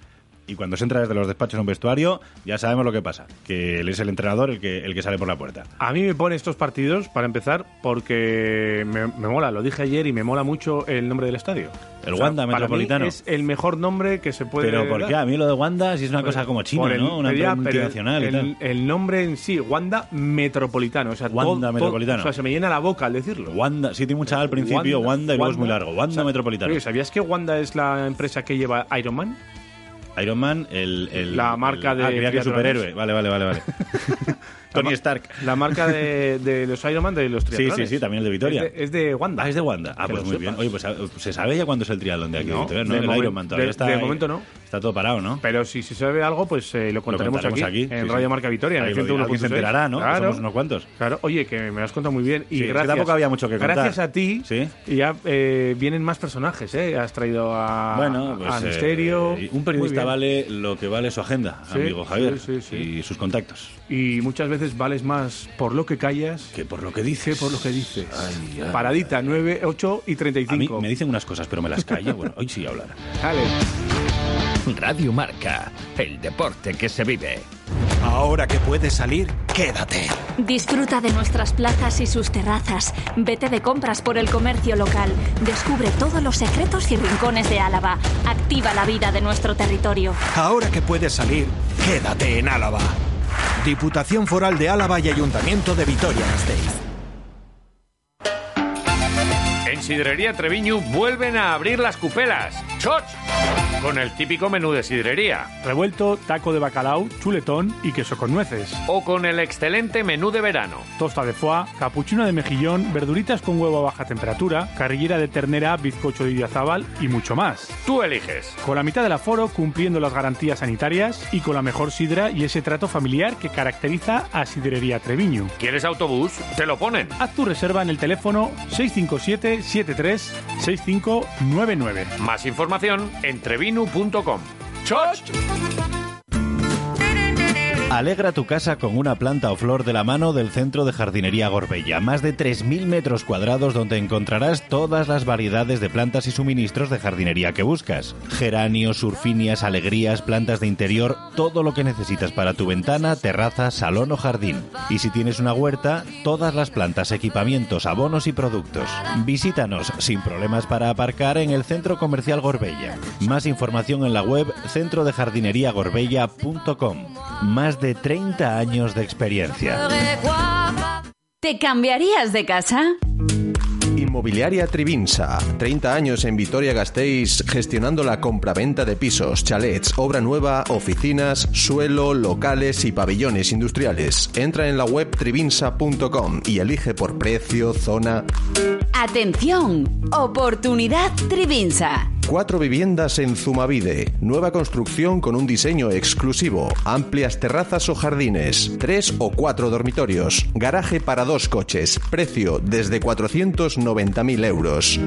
y cuando se entra desde los despachos a un vestuario, ya sabemos lo que pasa, que él es el entrenador el que, el que sale por la puerta. A mí me pone estos partidos, para empezar, porque me, me mola, lo dije ayer y me mola mucho el nombre del estadio. El Wanda para mí Metropolitano. es el mejor nombre que se puede Pero ¿por qué? dar. A mí lo de Wanda sí es una Por- cosa como china, por el- ¿no? Una pero ya, pero multinacional y el, tal. el nombre en sí, Wanda Metropolitano. O sea, Wanda todo- todo- Metropolitano. o sea, se me llena la boca al decirlo. Wanda, sí tiene mucha al principio, Wanda, y luego es muy largo. Wanda O sea, Metropolitano. oye, ¿Sabías que Wanda es la empresa que lleva Iron Man? Iron Man, el, el- La marca el- de Ah, creía que criaturas. superhéroe. Vale, vale, vale, vale. Tony Stark. La marca de, de los Iron Man de los Sí, triatlones. sí, sí, también el de Vitoria. Es de, es de Wanda. Ah, es de Wanda. Ah, Que pues lo muy bien. sepas. Oye, pues a- se sabe ya cuándo es el triatlón de aquí de No, Vitoria, ¿no? de el momen- Iron Man todavía de- está de ahí- momento no. Está todo parado, ¿no? Pero si se sabe algo, pues eh, lo, contaremos contaremos aquí, aquí, en sí, sí. Radio Marca Vitoria, en Ahí el lo- 101.6. alguien se enterará, ¿no? Que Claro, somos unos cuantos. claro. Oye, que me lo has contado muy bien. Y Sí, es que gracias. tampoco había mucho que contar. Gracias a ti, Sí. y ya eh, vienen más personajes, ¿eh? Has traído a, Bueno, pues, a eh, Misterio. un Muy periodista bien. vale lo que vale su agenda, Sí, amigo Javier, sí, sí, sí. y sus contactos. Y muchas veces vales más por lo que callas Que por lo que que dice, por lo que dices. Ay, ay, Paradita, 9, 8 y A mí 35. me dicen unas cosas, pero me las Ah, callo. Bueno, hoy sí hablar. Dale. Radio Marca, el deporte que se vive. Ahora que puedes salir, quédate. Disfruta de nuestras plazas y sus terrazas. Vete de compras por el comercio local. Descubre todos los secretos y rincones de Álava. Activa la vida de nuestro territorio. Ahora que puedes salir, quédate en Álava. Diputación Foral de Álava y Ayuntamiento de Vitoria-Gasteiz. En Sidrería Treviño vuelven a abrir las cupelas. ¡Choch! Con el típico menú de sidrería. Revuelto, taco de bacalao, chuletón y queso con nueces. O con el excelente menú de verano. Tosta de foie, capuchino de mejillón, verduritas con huevo a baja temperatura, carrillera de ternera, bizcocho de idiazábal y mucho más. Tú eliges. Con la mitad del aforo, cumpliendo las garantías sanitarias y con la mejor sidra y ese trato familiar que caracteriza a Sidrería Treviño. ¿Quieres autobús? Te lo ponen. Haz tu reserva en el teléfono 657 73 6599. Más información en trevinu.com. ¡Choch! Alegra tu casa con una planta o flor de la mano del Centro de Jardinería Gorbella. Más de 3.000 metros cuadrados donde encontrarás todas las variedades de plantas y suministros de jardinería que buscas. Geranios, surfinias, alegrías, plantas de interior, todo lo que necesitas para tu ventana, terraza, salón o jardín. Y si tienes una huerta, todas las plantas, equipamientos, abonos y productos. Visítanos sin problemas para aparcar en el Centro Comercial Gorbella. Más información en la web centrodejardineriagorbella.com. Más de 30 años de experiencia. ¿Te cambiarías de casa? Inmobiliaria Trivinsa, 30 años en Vitoria-Gasteiz gestionando la compraventa de pisos, chalets, obra nueva, oficinas, suelo, locales y pabellones industriales. Entra en la web trivinsa.com y elige por precio, zona, Atención, oportunidad Trivinsa. Cuatro viviendas en Zumavide. Nueva construcción con un diseño exclusivo. Amplias terrazas o jardines. Tres o cuatro dormitorios. Garaje para dos coches. Precio desde 490.000 euros.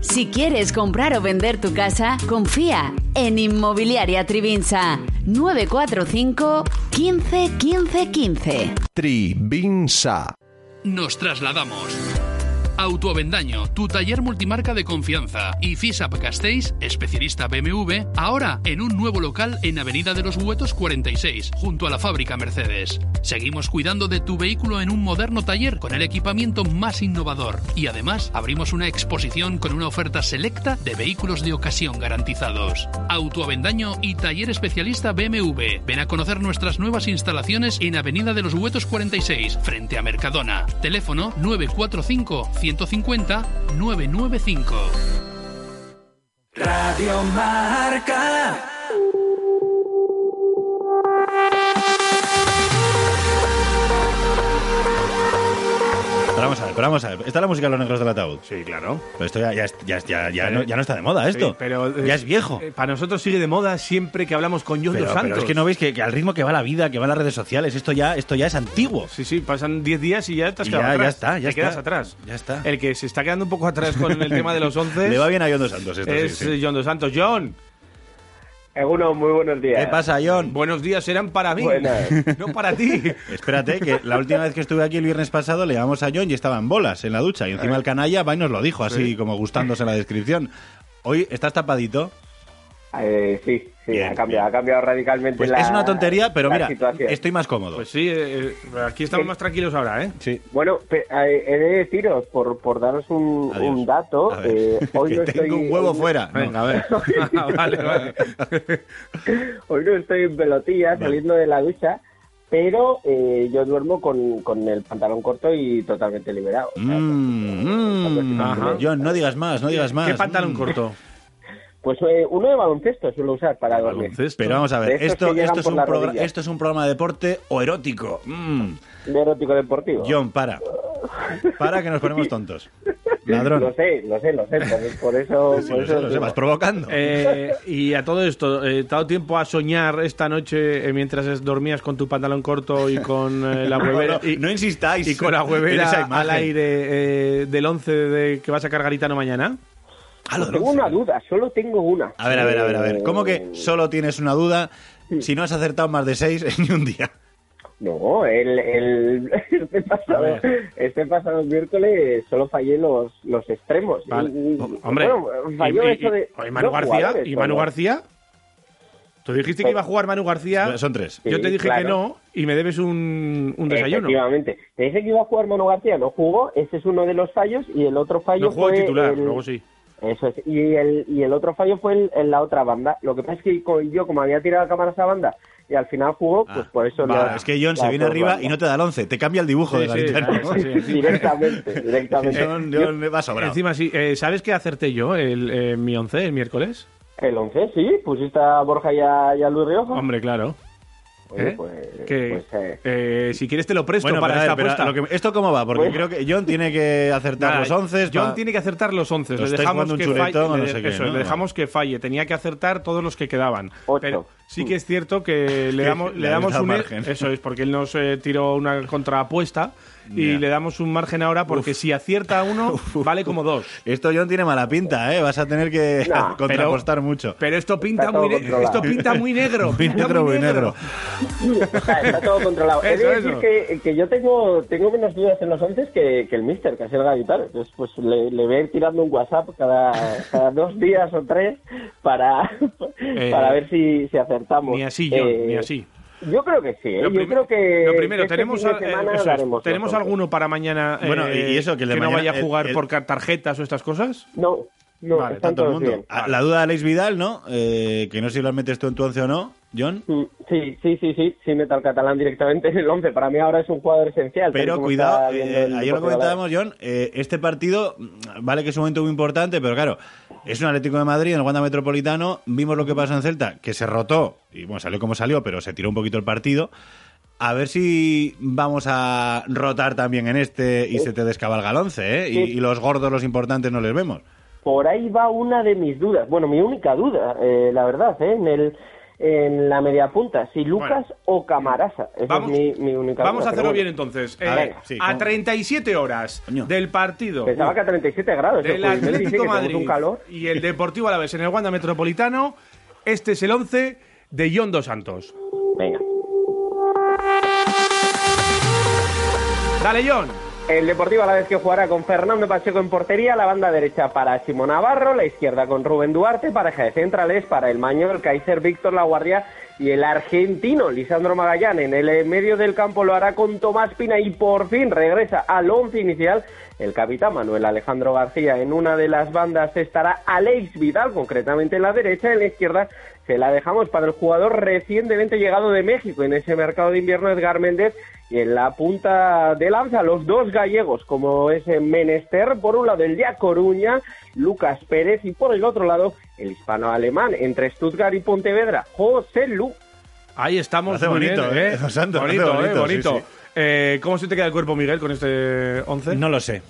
Si quieres comprar o vender tu casa, confía en Inmobiliaria Trivinsa 945 15 15 15. Tribinsa. Nos trasladamos. Autoavendaño, tu taller multimarca de confianza. Y FISAP Castells, especialista BMW, ahora en un nuevo local en Avenida de los Huetos 46, junto a la fábrica Mercedes. Seguimos cuidando de tu vehículo en un moderno taller con el equipamiento más innovador. Y además abrimos una exposición con una oferta selecta de vehículos de ocasión garantizados. Autoavendaño y taller especialista BMW. Ven a conocer nuestras nuevas instalaciones en Avenida de los Huetos 46, frente a Mercadona. Teléfono 945 150 995. Radio Marca. Pero vamos a ver, pero vamos a ver. ¿Está la música de los negros del ataúd? Sí, claro. Pero esto ya, ya, es- ya, es- ya- ya no, ya no está de moda, esto. Sí, pero, eh, ya es viejo. eh, para nosotros sigue de moda siempre que hablamos con Giorgio Pero, pero Santos. es que no veis que, que al ritmo que va la vida, que van las redes sociales, esto ya, esto ya es antiguo. Sí, sí, pasan 10 días y ya te has Y quedado ya- atrás. ya está, ya te quedas está. atrás. Ya está. El que se está quedando un poco atrás con el tema de los 11 Le va bien a John Dos Santos esto, sí, es sí. eh, John Dos Santos. John. muy buenos días. ¿Qué pasa, John? Buenos días eran para mí, Buenas. eh, no para ti. Espérate, que la última vez que estuve aquí el viernes pasado le llamamos a John y estaba en bolas en la ducha. Y Eh. encima el canalla va y nos lo dijo, así como gustándose la descripción. Hoy estás tapadito. Eh, sí, sí, ha cambiado, ha cambiado radicalmente Pues la es una tontería, pero la mira, este- situación. estoy más cómodo. Pues sí, eh, eh, aquí estamos más tranquilos ahora, ¿eh? Sí. Bueno, pe- eh, he de deciros, por, por daros un, un dato, eh, hoy no estoy... hoy no- Venga, a ver. Ah, vale, vale. Hoy no estoy en pelotilla saliendo de la ducha, pero eh, yo duermo con, con el pantalón corto y totalmente liberado. Mm, mm, Ajá. Uh-huh. John, no digas más, no digas más. Mm. ¿Qué pantalón corto? Pues eh, uno de baloncesto suelo usar para dormir. Pero vamos a De ver, estos esto, que llegan esto, es por un la progra- rodilla. esto es un programa de deporte o erótico. Mm. De erótico deportivo. John, para. Para que nos ponemos tontos. Ladrón. Lo sé, lo sé, lo sé. Por, por eso... Sí, por lo sé, eso lo sé, vas provocando. Eh, y a todo esto, eh, ¿te ha dado tiempo a soñar esta noche eh, mientras es- dormías con tu pantalón corto y con eh, la No, huevera? no, y, no insistáis Y con la en huevera esa imagen. al aire eh, del 11 de que vas a cargar gitano mañana. Tengo una duda, solo tengo una. A ver, a ver, a ver, a ver. ¿Cómo que solo tienes una duda si no has acertado más de seis en un día? No, el, el- este, pasado, este pasado miércoles solo fallé los, los extremos. Vale. Y- y- Hombre, bueno, falló y, y- eso de. y Manu dos García, jugadores, ¿y Manu ¿no? García? Tú dijiste que iba a jugar Manu García. Son tres. Yo te Sí, dije que claro. no y me debes un, un desayuno. Efectivamente. Te dije que iba a jugar Manu García, no jugó. Ese es uno de los fallos y el otro fallo No juego fue titular, el- luego sí. Eso es. Y el, y el otro fallo fue el- en la otra banda. Lo que pasa es que co- yo, como había tirado a cámara esa banda y al final jugó, pues por eso. Vale, la- es que John se las viene dos arriba bandas. y no te da el once, te cambia el dibujo Sí, de la sí, ventana. claro, sí, sí. Directamente, directamente. John, John le va sobrado. Encima, sí, eh, ¿sabes qué acerté yo el, eh, mi 11 el miércoles? El 11, sí. Pusiste a Borja y a, y a Luis Rioja. Hombre, claro. Oye, ¿Eh? pues, Que, pues, eh, eh, si quieres te lo presto Bueno, para pero a esta ver, pero apuesta. lo que- ¿Esto cómo va? Porque Pues, creo que John tiene que acertar Nada, los once. John tiene que acertar los 11. Os Le estáis dejamos jugando un que chuletón o falle. no le- sé qué, eso, ¿no? le dejamos que falle. Tenía que acertar todos los que quedaban. Pero sí que es cierto que le Que damos, le le habéis damos dado un e- margen. Eso es, porque él nos eh, tiró una contraapuesta y Ya. le damos un margen ahora porque si acierta uno, vale como dos. Esto John tiene mala pinta, ¿eh? Vas a tener que No, contrapostar mucho. Pero esto pinta, todo muy, ne- controlado. esto pinta muy negro. Muy pinta negro, muy muy negro. Está, está todo controlado. He Eso, de decir eso. que, que yo tengo, tengo menos dudas en los 11 que, que el Mister, que es el Gavitar. Entonces, pues le, le voy a ir tirando un WhatsApp cada, cada dos días o tres para, para ver si, si acertamos. Eh, Ni así, John, Eh, ni así. Yo creo que sí, ¿eh? Lo yo prim- creo que. Lo primero, que este tenemos, fin de al- eh, semana eso es, daremos ¿tenemos nosotros. alguno para mañana Bueno, eh, y eso, que el de no mañana- vaya a el- jugar el- por car- tarjetas o estas cosas? No, no, Vale, están Todo el todos mundo. bien. Ah, La duda de Alex Vidal, ¿no? Eh, que no sé si lo metes tú en tu once o no, John. Mm, Sí, sí, sí, sí, sí, meto al catalán directamente en el 11. Para mí ahora es un jugador esencial. tal y Pero como cuidado, está viendo eh, el ayer lo Deportivo Alavés. comentábamos, John, eh, este partido, mm, vale que es un momento muy importante, pero claro, es un Atlético de Madrid en el Wanda Metropolitano, vimos lo que pasó en Celta, que se rotó, y bueno, salió como salió, pero se tiró un poquito el partido. A ver si vamos a rotar también en este y se te descabalga el 11, ¿eh? Y, Sí. y los gordos, los importantes, no les vemos. Por ahí va una de mis dudas. Bueno, mi única duda, eh, la verdad, ¿eh? en, el, en la media punta. Si Lucas o Camarasa. Esa Vamos- es mi, mi única Vamos duda. a hacerlo pero bien bueno. entonces. A Eh, ver, sí, a ¿cómo? 37 horas del partido Pensaba que a 37 grados. del yo, pues, yo le dije que Atlético tenemos Madrid un calor. y el Deportivo Alavés en el Wanda Metropolitano, este es el 11 de John Dos Santos. Venga. Dale, John. El Deportivo a la vez que jugará con Fernando Pacheco en portería, la banda derecha para Simón Navarro, la izquierda con Rubén Duarte, pareja de centrales para el Mañol, Kaiser Víctor La Guardia y el argentino Lisandro Magallán. En el eh, medio del campo lo hará con Tomás Pina y por fin regresa al once inicial el capitán Manuel Alejandro García. En una de las bandas estará Alex Vidal, concretamente en la derecha, en la izquierda se la dejamos para el jugador recientemente llegado de México en ese mercado de invierno, Edgar Méndez. Y en la punta de lanza, los dos gallegos, como es en Menester, por un lado el día Coruña, Lucas Pérez, y por el otro lado el hispano-alemán, entre Stuttgart y Pontevedra, José Lu. Ahí estamos. Lo hace muy bonito, bien, ¿eh? Dos Santos, lo hace bonito, eh, bonito, bonito. sí, sí. Eh, ¿Cómo se te queda el cuerpo, Miguel, con este 11? No lo sé.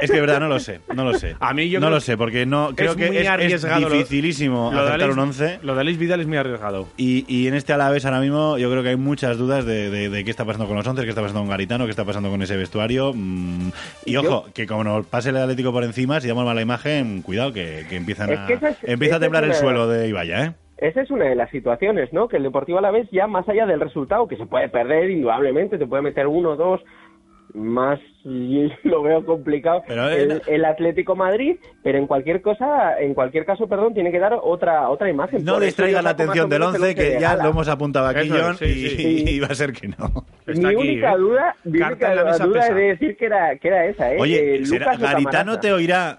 Es que de verdad no lo sé, no lo sé. A mí yo no creo lo Oh, que sé, porque no es creo que muy es- es, arriesgado lo- dificilísimo lo de acertar Alex- un 11. Lo de Alex Vidal es muy arriesgado. Y, y en este Alavés ahora mismo yo creo que hay muchas dudas de, de- de qué está pasando con los 11, qué está pasando con Garitano, qué está pasando con ese vestuario. mm, Y ojo, que como nos pase el Atlético por encima, si damos mala imagen, cuidado que, que empiezan Es a- que esa es- esa empieza a es temblar el una- suelo de Ibaya, ¿eh? Esa es una de las situaciones, ¿no? Que el Deportivo a la vez, ya más allá del resultado, que se puede perder indudablemente, te puede meter uno, dos, más y lo veo complicado Pero el, él- el Atlético Madrid, pero en cualquier cosa, en cualquier caso, perdón, tiene que dar otra otra imagen. No Por eso distraiga yo la saco más atención o del menos el 11, que de ya Ala. lo hemos apuntado aquí, Eso es, John, sí, y, sí. y va a ser que no. mi única ¿eh? duda, mi ¿eh? Carta única en la mesa duda pesa. es de decir que era, que era esa, ¿eh? Oye, Eh, Lucas será- Garitano Ocamarasa. te oirá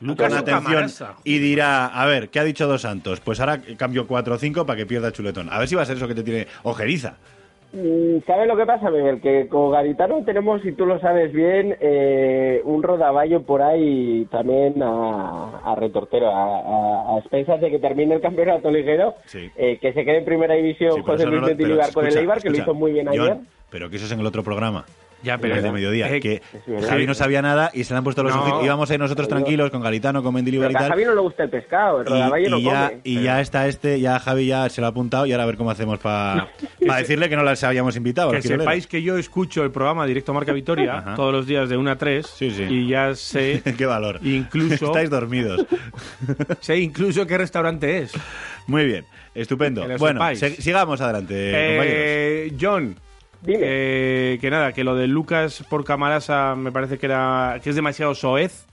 Lucas con atención Ocamarasa, joder. y dirá, a ver, ¿qué ha dicho Dos Santos? Pues ahora cambio 4 o 5 para que pierda Chuletón. A ver si va a ser eso que te tiene ojeriza. Mm, ¿Sabes lo que pasa, Miguel? Que con Garitano tenemos, si tú lo sabes bien, eh, un rodaballo por ahí también a, a retortero, a, a- a expensas de que termine el campeonato ligero, Sí. eh, que se quede en primera división Sí, por José eso no Luis lo- Betín pero Ibar con el escucha, Eibar, que lo escucha, hizo muy bien John, ayer. Pero que eso es en el otro programa. Ya, pero- El de mediodía. Eh, que verdad. Javi nos había nada y se le han puesto los No. ojitos. Íbamos a ir nosotros Pero yo- tranquilos con Garitano, con Mendilibar Pero y que a tal. Javi no le gusta el pescado, el rodaballo y, no y ya, come. y ya está este, ya Javi ya se lo ha apuntado y ahora a ver cómo hacemos para decirle que no las habíamos invitado. Que al Quirolero. sepáis que yo escucho el programa Directo Marca Victoria Ajá. todos los días de 1 a 3 y ya sé... ¡Qué valor! Incluso... Estáis dormidos. sé incluso qué restaurante es. Muy bien, estupendo. Que lo Bueno, sepáis. se- sigamos adelante, compañeros. Eh, John, eh, que nada, que lo de Lucas por Camarasa me parece que era que es demasiado soez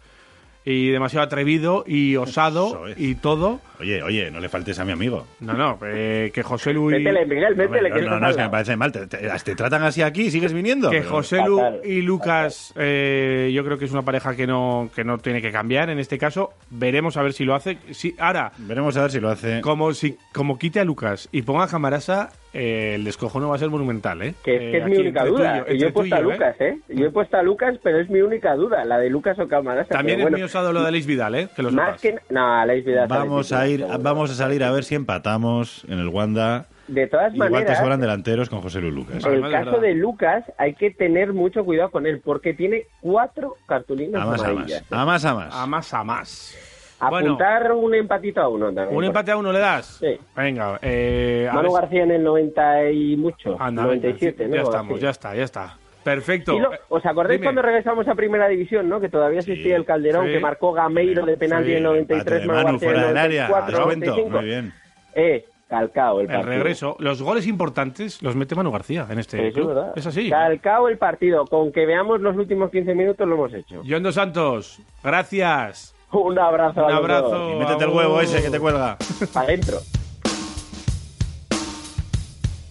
y demasiado atrevido y osado y todo. Oye, oye, no le faltes a mi amigo. No, no, eh, que José Luis Métele, Miguel, Hombre, métele, no, que no, estás no, es que me hablando. parece mal. Te, te- te tratan así aquí y sigues viniendo. que Pero- José Lu y Lucas eh, yo creo que es una pareja que no que no tiene que cambiar en este caso. Veremos a ver si lo hace. Si ahora veremos a ver si lo hace. Como si como quite a Lucas y ponga a Camarasa, eh, el descojono va a ser monumental, ¿eh? Que es, que es mi única duda. que este yo he puesto a Lucas, ¿eh? Yo he puesto a Lucas, pero es mi única duda, la de Lucas o Camarasa. También pero es bueno, muy osado lo de Alex Vidal, ¿eh? Que lo Más sepas. que no, Aleix Vidal, Aleix Vamos Vidal, a ir, seguro. vamos a salir a ver si empatamos en el Wanda. De todas Igual te maneras, sobran delanteros con José Lu Lucas. el caso de Lucas hay que tener mucho cuidado con él porque tiene cuatro cartulinas A más a más. amarillas. A más a más. A más a más. Ah, Bueno, Apuntar un empatito a uno también. un porque- empate a uno le das. Venga, eh, a Manu ver si- García en el 90 y mucho. Anda, venga, 97, ¿no? ya Algo estamos, así. ya está, ya está. Perfecto. Y lo- ¿Os acordáis Dime. cuando regresamos a Primera División, no? Que todavía existía el Calderón Sí. que marcó Gameiro de penalti Sí, en el el 93, empate de Manu Manu García en fuera del área, 94, al momento, 95. muy bien. Eh, calcao el El partido. regreso, los goles importantes los mete Manu García en este Eso es club. verdad. Es así. Calcao el partido. Con que veamos los últimos 15 minutos lo hemos hecho. John Dos Santos, gracias. Un abrazo. a Un los abrazo. dos. Y métete el huevo ese que te cuelga. Para adentro.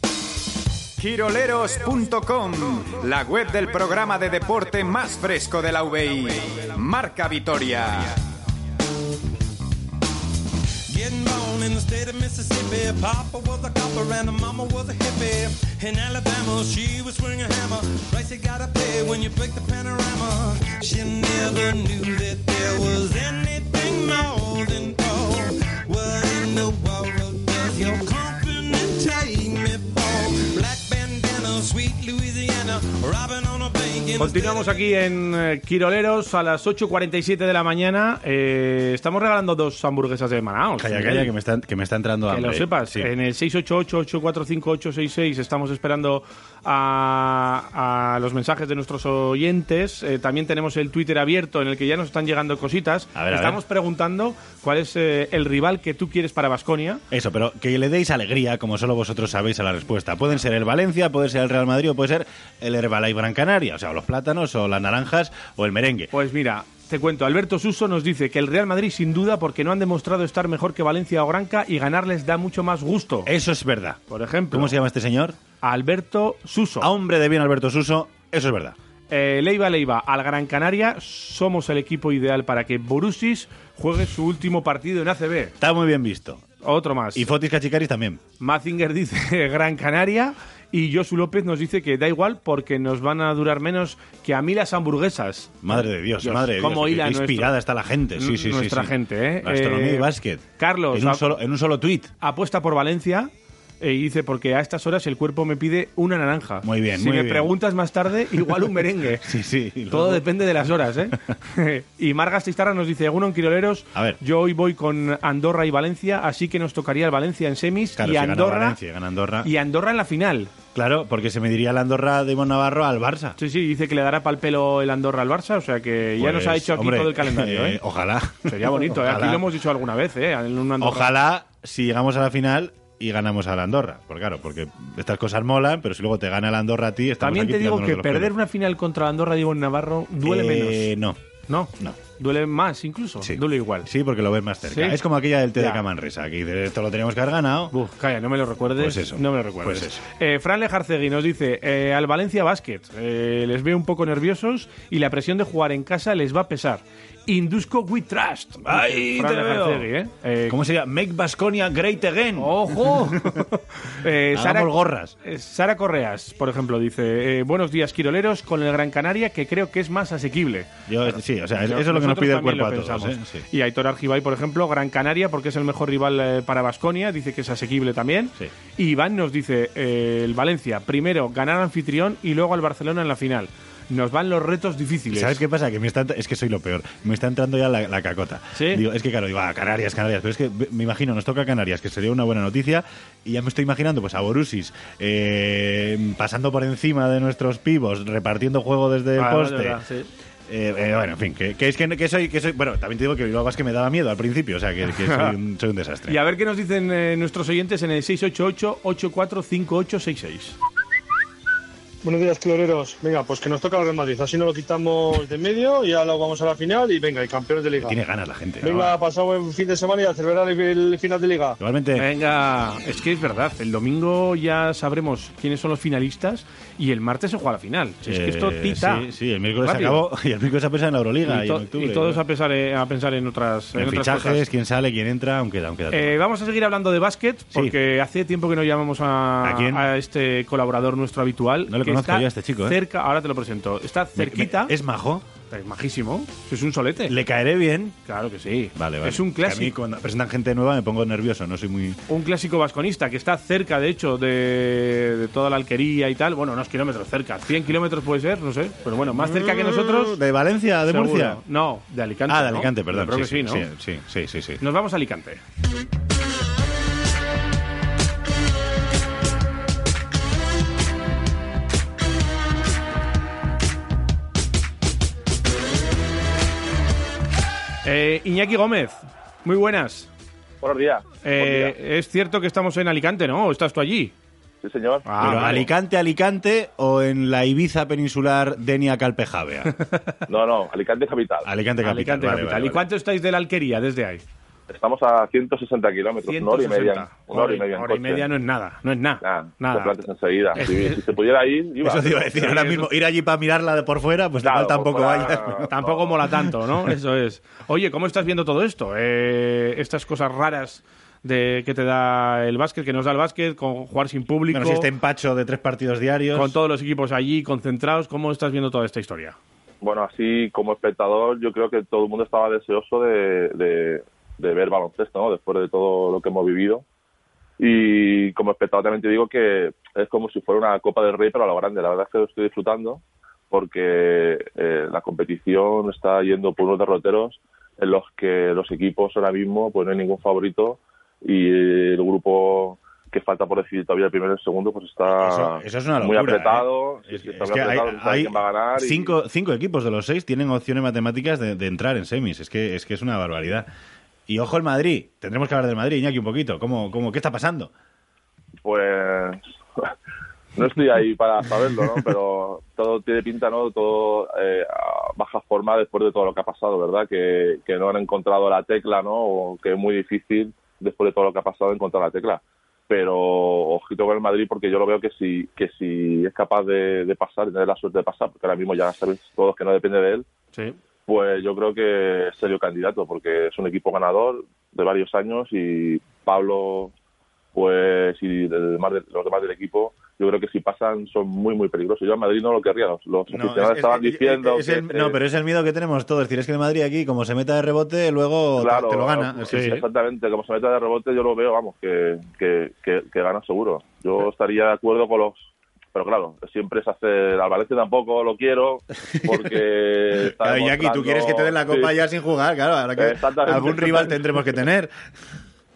Ah, Quiroleros.com, la web del programa de deporte más fresco de la UBI. Marca Vitoria. Getting born in the state of Mississippi. Papa was a copper and her mama was a hippie. In Alabama, she was swinging a hammer. Price you gotta pay when you break the panorama. She never knew that there was anything more than gold. What in the world does your company take me for? Black bandana, sweet Louisiana, robbing on a bank in the Continuamos aquí en eh, Quiroleros a las 8.47 de la mañana. Eh, estamos regalando dos hamburguesas de Manaos. Calla, calla, que me está, que me está entrando Que hambre. lo sepas, eh, Sí. en el 688-845-866 estamos esperando a, a los mensajes de nuestros oyentes. Eh, también tenemos el Twitter abierto en el que ya nos están llegando cositas. ver, a estamos preguntando cuál es eh, el rival que tú quieres para Basconia. Eso, pero que le deis alegría, como solo vosotros sabéis a la respuesta. Pueden ser el Valencia, puede ser el Real Madrid o puede ser el Herbalife Gran Canaria, o sea, o los plátanos o las naranjas o el merengue. Pues mira, te cuento, Alberto Suso nos dice que el Real Madrid sin duda porque no han demostrado estar mejor que Valencia o Granca y ganarles da mucho más gusto. Eso es verdad. Por ejemplo, ¿Cómo se llama este señor? Alberto Suso. A hombre de bien Alberto Suso, eso es verdad. Eh, Leiva Leiva, al Gran Canaria somos el equipo ideal para que Borussis juegue su último partido en ACB. Está muy bien visto. Otro más. Y Fotis Cachicaris también. Mazinger dice Gran Canaria y Josu López nos dice que da igual porque nos van a durar menos que a mí las hamburguesas. Madre de Dios, madre de Dios. cómo qué hila nuestro- inspirada está la gente. Sí, sí, sí. nuestra sí. gente, ¿eh? Gastronomía Eh, y básquet. Carlos, En un a- solo, en un solo tuit. Apuesta por Valencia eh, y dice porque a estas horas el cuerpo me pide una naranja. Muy bien, Si muy me bien. preguntas más tarde, igual un merengue. Sí, sí. y Todo luego- depende de las horas, ¿eh? y Margas Tistarra nos dice, en Quiroleros, A ver. yo hoy voy con Andorra y Valencia, así que nos tocaría el Valencia en semis Claro, y, si gana Andorra, Valencia, gana Andorra. y Andorra en la final. Ah. Claro, porque se mediría la Andorra de Iván Navarro al Barça. Sí, sí, dice que le dará pal pelo el Andorra al Barça, o sea que ya nos Pues, ha hecho aquí hombre, todo el calendario, ¿eh? eh, ojalá. Sería bonito, ¿eh? Aquí Ojalá. lo hemos dicho alguna vez, ¿eh? En un Andorra- Ojalá, si llegamos a la final, y ganamos a la Andorra. Pues claro, porque estas cosas molan, pero si luego te gana la Andorra a ti, estamos También aquí te digo tirándonos que de los perder pelos. una final contra Andorra, Diego Navarro, duele Eh, menos. No. No. Duele más incluso. Duele igual. Sí, porque lo ves más cerca. ¿Sí? Es como aquella del TDK Ya. Manresa, que dices, esto lo teníamos que haber ganado. calla, no me lo recuerdes. Pues eso. No me lo recuerdes. Pues eso. Eh, Fran Lejarcegui nos dice, eh, al Valencia Basket, eh, les veo un poco nerviosos y la presión de jugar en casa les va a pesar. Indusco We Trust. Ahí Fran te veo. Lejarcegui, ¿eh? Eh, ¿Cómo sería? Make Basconia great again. ¡Ojo! Eh, Hagamos gorras. eh, Sara Correas, por ejemplo, dice: eh, Buenos días, Quiroleros, con el Gran Canaria, que creo que es más asequible. Yo- sí, o sea, Yo- eso es lo que nos nosotros pide el también cuerpo a lo todos. pensamos. ¿eh? Sí. Y Aitor Argibay, por ejemplo, Gran Canaria, porque es el mejor rival eh, para Vasconia, dice que es asequible también. Y Iván nos dice: eh, el Valencia, primero ganar al anfitrión y luego al Barcelona en la final. Nos van los retos ¿Y difíciles. ¿Sabes qué pasa? Que me está, es que soy lo peor. Me está entrando ya la, la cacota. Digo, es que claro, digo, ah, Canarias, Canarias. Pero es que ve- me imagino, nos toca Canarias, que sería una buena noticia. Y ya me estoy imaginando, pues, a Borussis eh, pasando por encima de nuestros pibos, repartiendo juego desde el Ah, poste. de verdad, sí. Eh, eh, bueno, en fin, que, que es que, que soy, que soy. Bueno, también te digo que Bilbao que me daba miedo al principio, o sea, que, que soy, un, soy un desastre. Y a ver qué nos dicen eh, nuestros oyentes en el 688-845866. Buenos días, cloreros. Venga, pues que nos toca el Real Madrid. Así no lo quitamos de en medio y ahora lo vamos a la final y venga, y campeones de liga. Tiene ganas la gente. ¿no? Venga, pasado buen fin de semana y a celebrar el, el final de liga. Igualmente. Venga, es que es verdad. El domingo ya sabremos quiénes son los finalistas y el martes se juega la final. Si es que esto Eh, tita. Sí, sí, el miércoles Rápido. se acabó. Y el miércoles se pesa en la Euroliga. Y, Y, to- en octubre, y todos a, pesar, eh, a pensar en otras, en En otras fichajes, cosas. quién sale, quién entra, aunque da, aunque da. Eh, vamos a seguir hablando de básquet porque hace tiempo que no llamamos a, ¿A quién? a este colaborador nuestro habitual. No le que conozco está yo a este chico, ¿eh? Cerca, ahora te lo presento. Está Me- me- cerquita. ¿Es majo? Es majísimo. Es un solete. ¿Le caeré bien? Claro que sí. Vale, vale. Es un Que a mí clásico. cuando presentan gente nueva me pongo nervioso, no soy muy... un clásico vasconista que está cerca, de hecho, de, de toda la alquería y tal. Bueno, unos kilómetros cerca. 100 kilómetros puede ser, no sé. Pero bueno, más cerca que nosotros. Mm, ¿De Valencia, de seguro. Murcia? No, de Alicante. Ah, de ¿no? Alicante, perdón. Yo Creo sí, que sí, ¿no? Sí, sí, sí, sí, sí. Nos vamos a Alicante. Eh, Iñaki Gómez, muy buenas. Buenos días. Eh, es cierto que estamos en Alicante, ¿no? ¿O estás tú allí? Sí, señor. Pero Ah, vale. Alicante, Alicante o en la Ibiza peninsular Denia Calpejavea. No, no, Alicante capital. Alicante capital. Alicante capital. vale, vale, ¿Y vale. cuánto estáis de la alquería desde ahí? Estamos a 160 kilómetros, una hora y media. en- 160. Una hora y media. en Hora y coche. media no es nada, no es nada. Te nada. plantas enseguida. Si, si se pudiera ir, iba. Eso te iba a decir. Ahora mismo ir allí para mirarla de por fuera, pues igual tampoco vayas. Tampoco mola tanto, ¿no? Eso es. Oye, ¿cómo estás viendo todo esto? Eh, estas cosas raras de que te da el básquet, que nos da el básquet, con jugar sin público, Bueno, si este empacho de tres partidos diarios... con todos los equipos allí concentrados, ¿cómo estás viendo toda esta historia? Bueno, así como espectador, yo creo que todo el mundo estaba deseoso de, de- de ver baloncesto, ¿no? Después de todo lo que hemos vivido. Y como espectador también te digo que es como si fuera una Copa del Rey, pero a lo grande. La verdad es que lo estoy disfrutando porque eh, la competición está yendo por unos derroteros en los que los equipos ahora mismo pues no hay ningún favorito y el grupo que falta por decidir todavía el primero y el segundo pues está Eso- eso es una muy locura, apretado. ¿eh? Sí, sí, está Es muy que hay, apretado, no sabe hay quién va a ganar y- cinco, cinco equipos de los seis tienen opciones matemáticas de, de entrar en semis. Es que, es que es una barbaridad. Y ojo el Madrid. Tendremos que hablar del Madrid, Iñaki, un poquito. ¿Cómo, cómo, ¿Qué está pasando? Pues no estoy ahí para saberlo, ¿no? Pero todo tiene pinta, ¿no? Todo eh, a baja forma después de todo lo que ha pasado, ¿verdad? Que, que no han encontrado la tecla, ¿no? O que es muy difícil después de todo lo que ha pasado encontrar la tecla. Pero ojito con el Madrid porque yo lo veo que si, que si es capaz de, de pasar, de tener la suerte de pasar, porque ahora mismo ya sabéis todos que no depende de él, Sí. pues yo creo que es serio candidato, porque es un equipo ganador de varios años y Pablo, pues, y del- más de- los demás del equipo, yo creo que si pasan son muy, muy peligrosos. Yo a Madrid no lo querría, los, los No, aficionados es- es- estaban es- diciendo. es el- que- no, pero es el miedo que tenemos todos. Es decir, es que el Madrid aquí, como se meta de rebote, luego te- Claro, te lo gana. eh, Sí, sí. exactamente. Como se meta de rebote, yo lo veo, vamos, que, que, que- que gana seguro. Yo estaría de acuerdo con los. Pero claro, siempre se hace. Al Valencia tampoco lo quiero, porque. está Claro, Iñaki, tú demostrando- quieres que te den la copa Sí. ya sin jugar. Claro, ahora que Exactamente. algún rival tendremos que tener.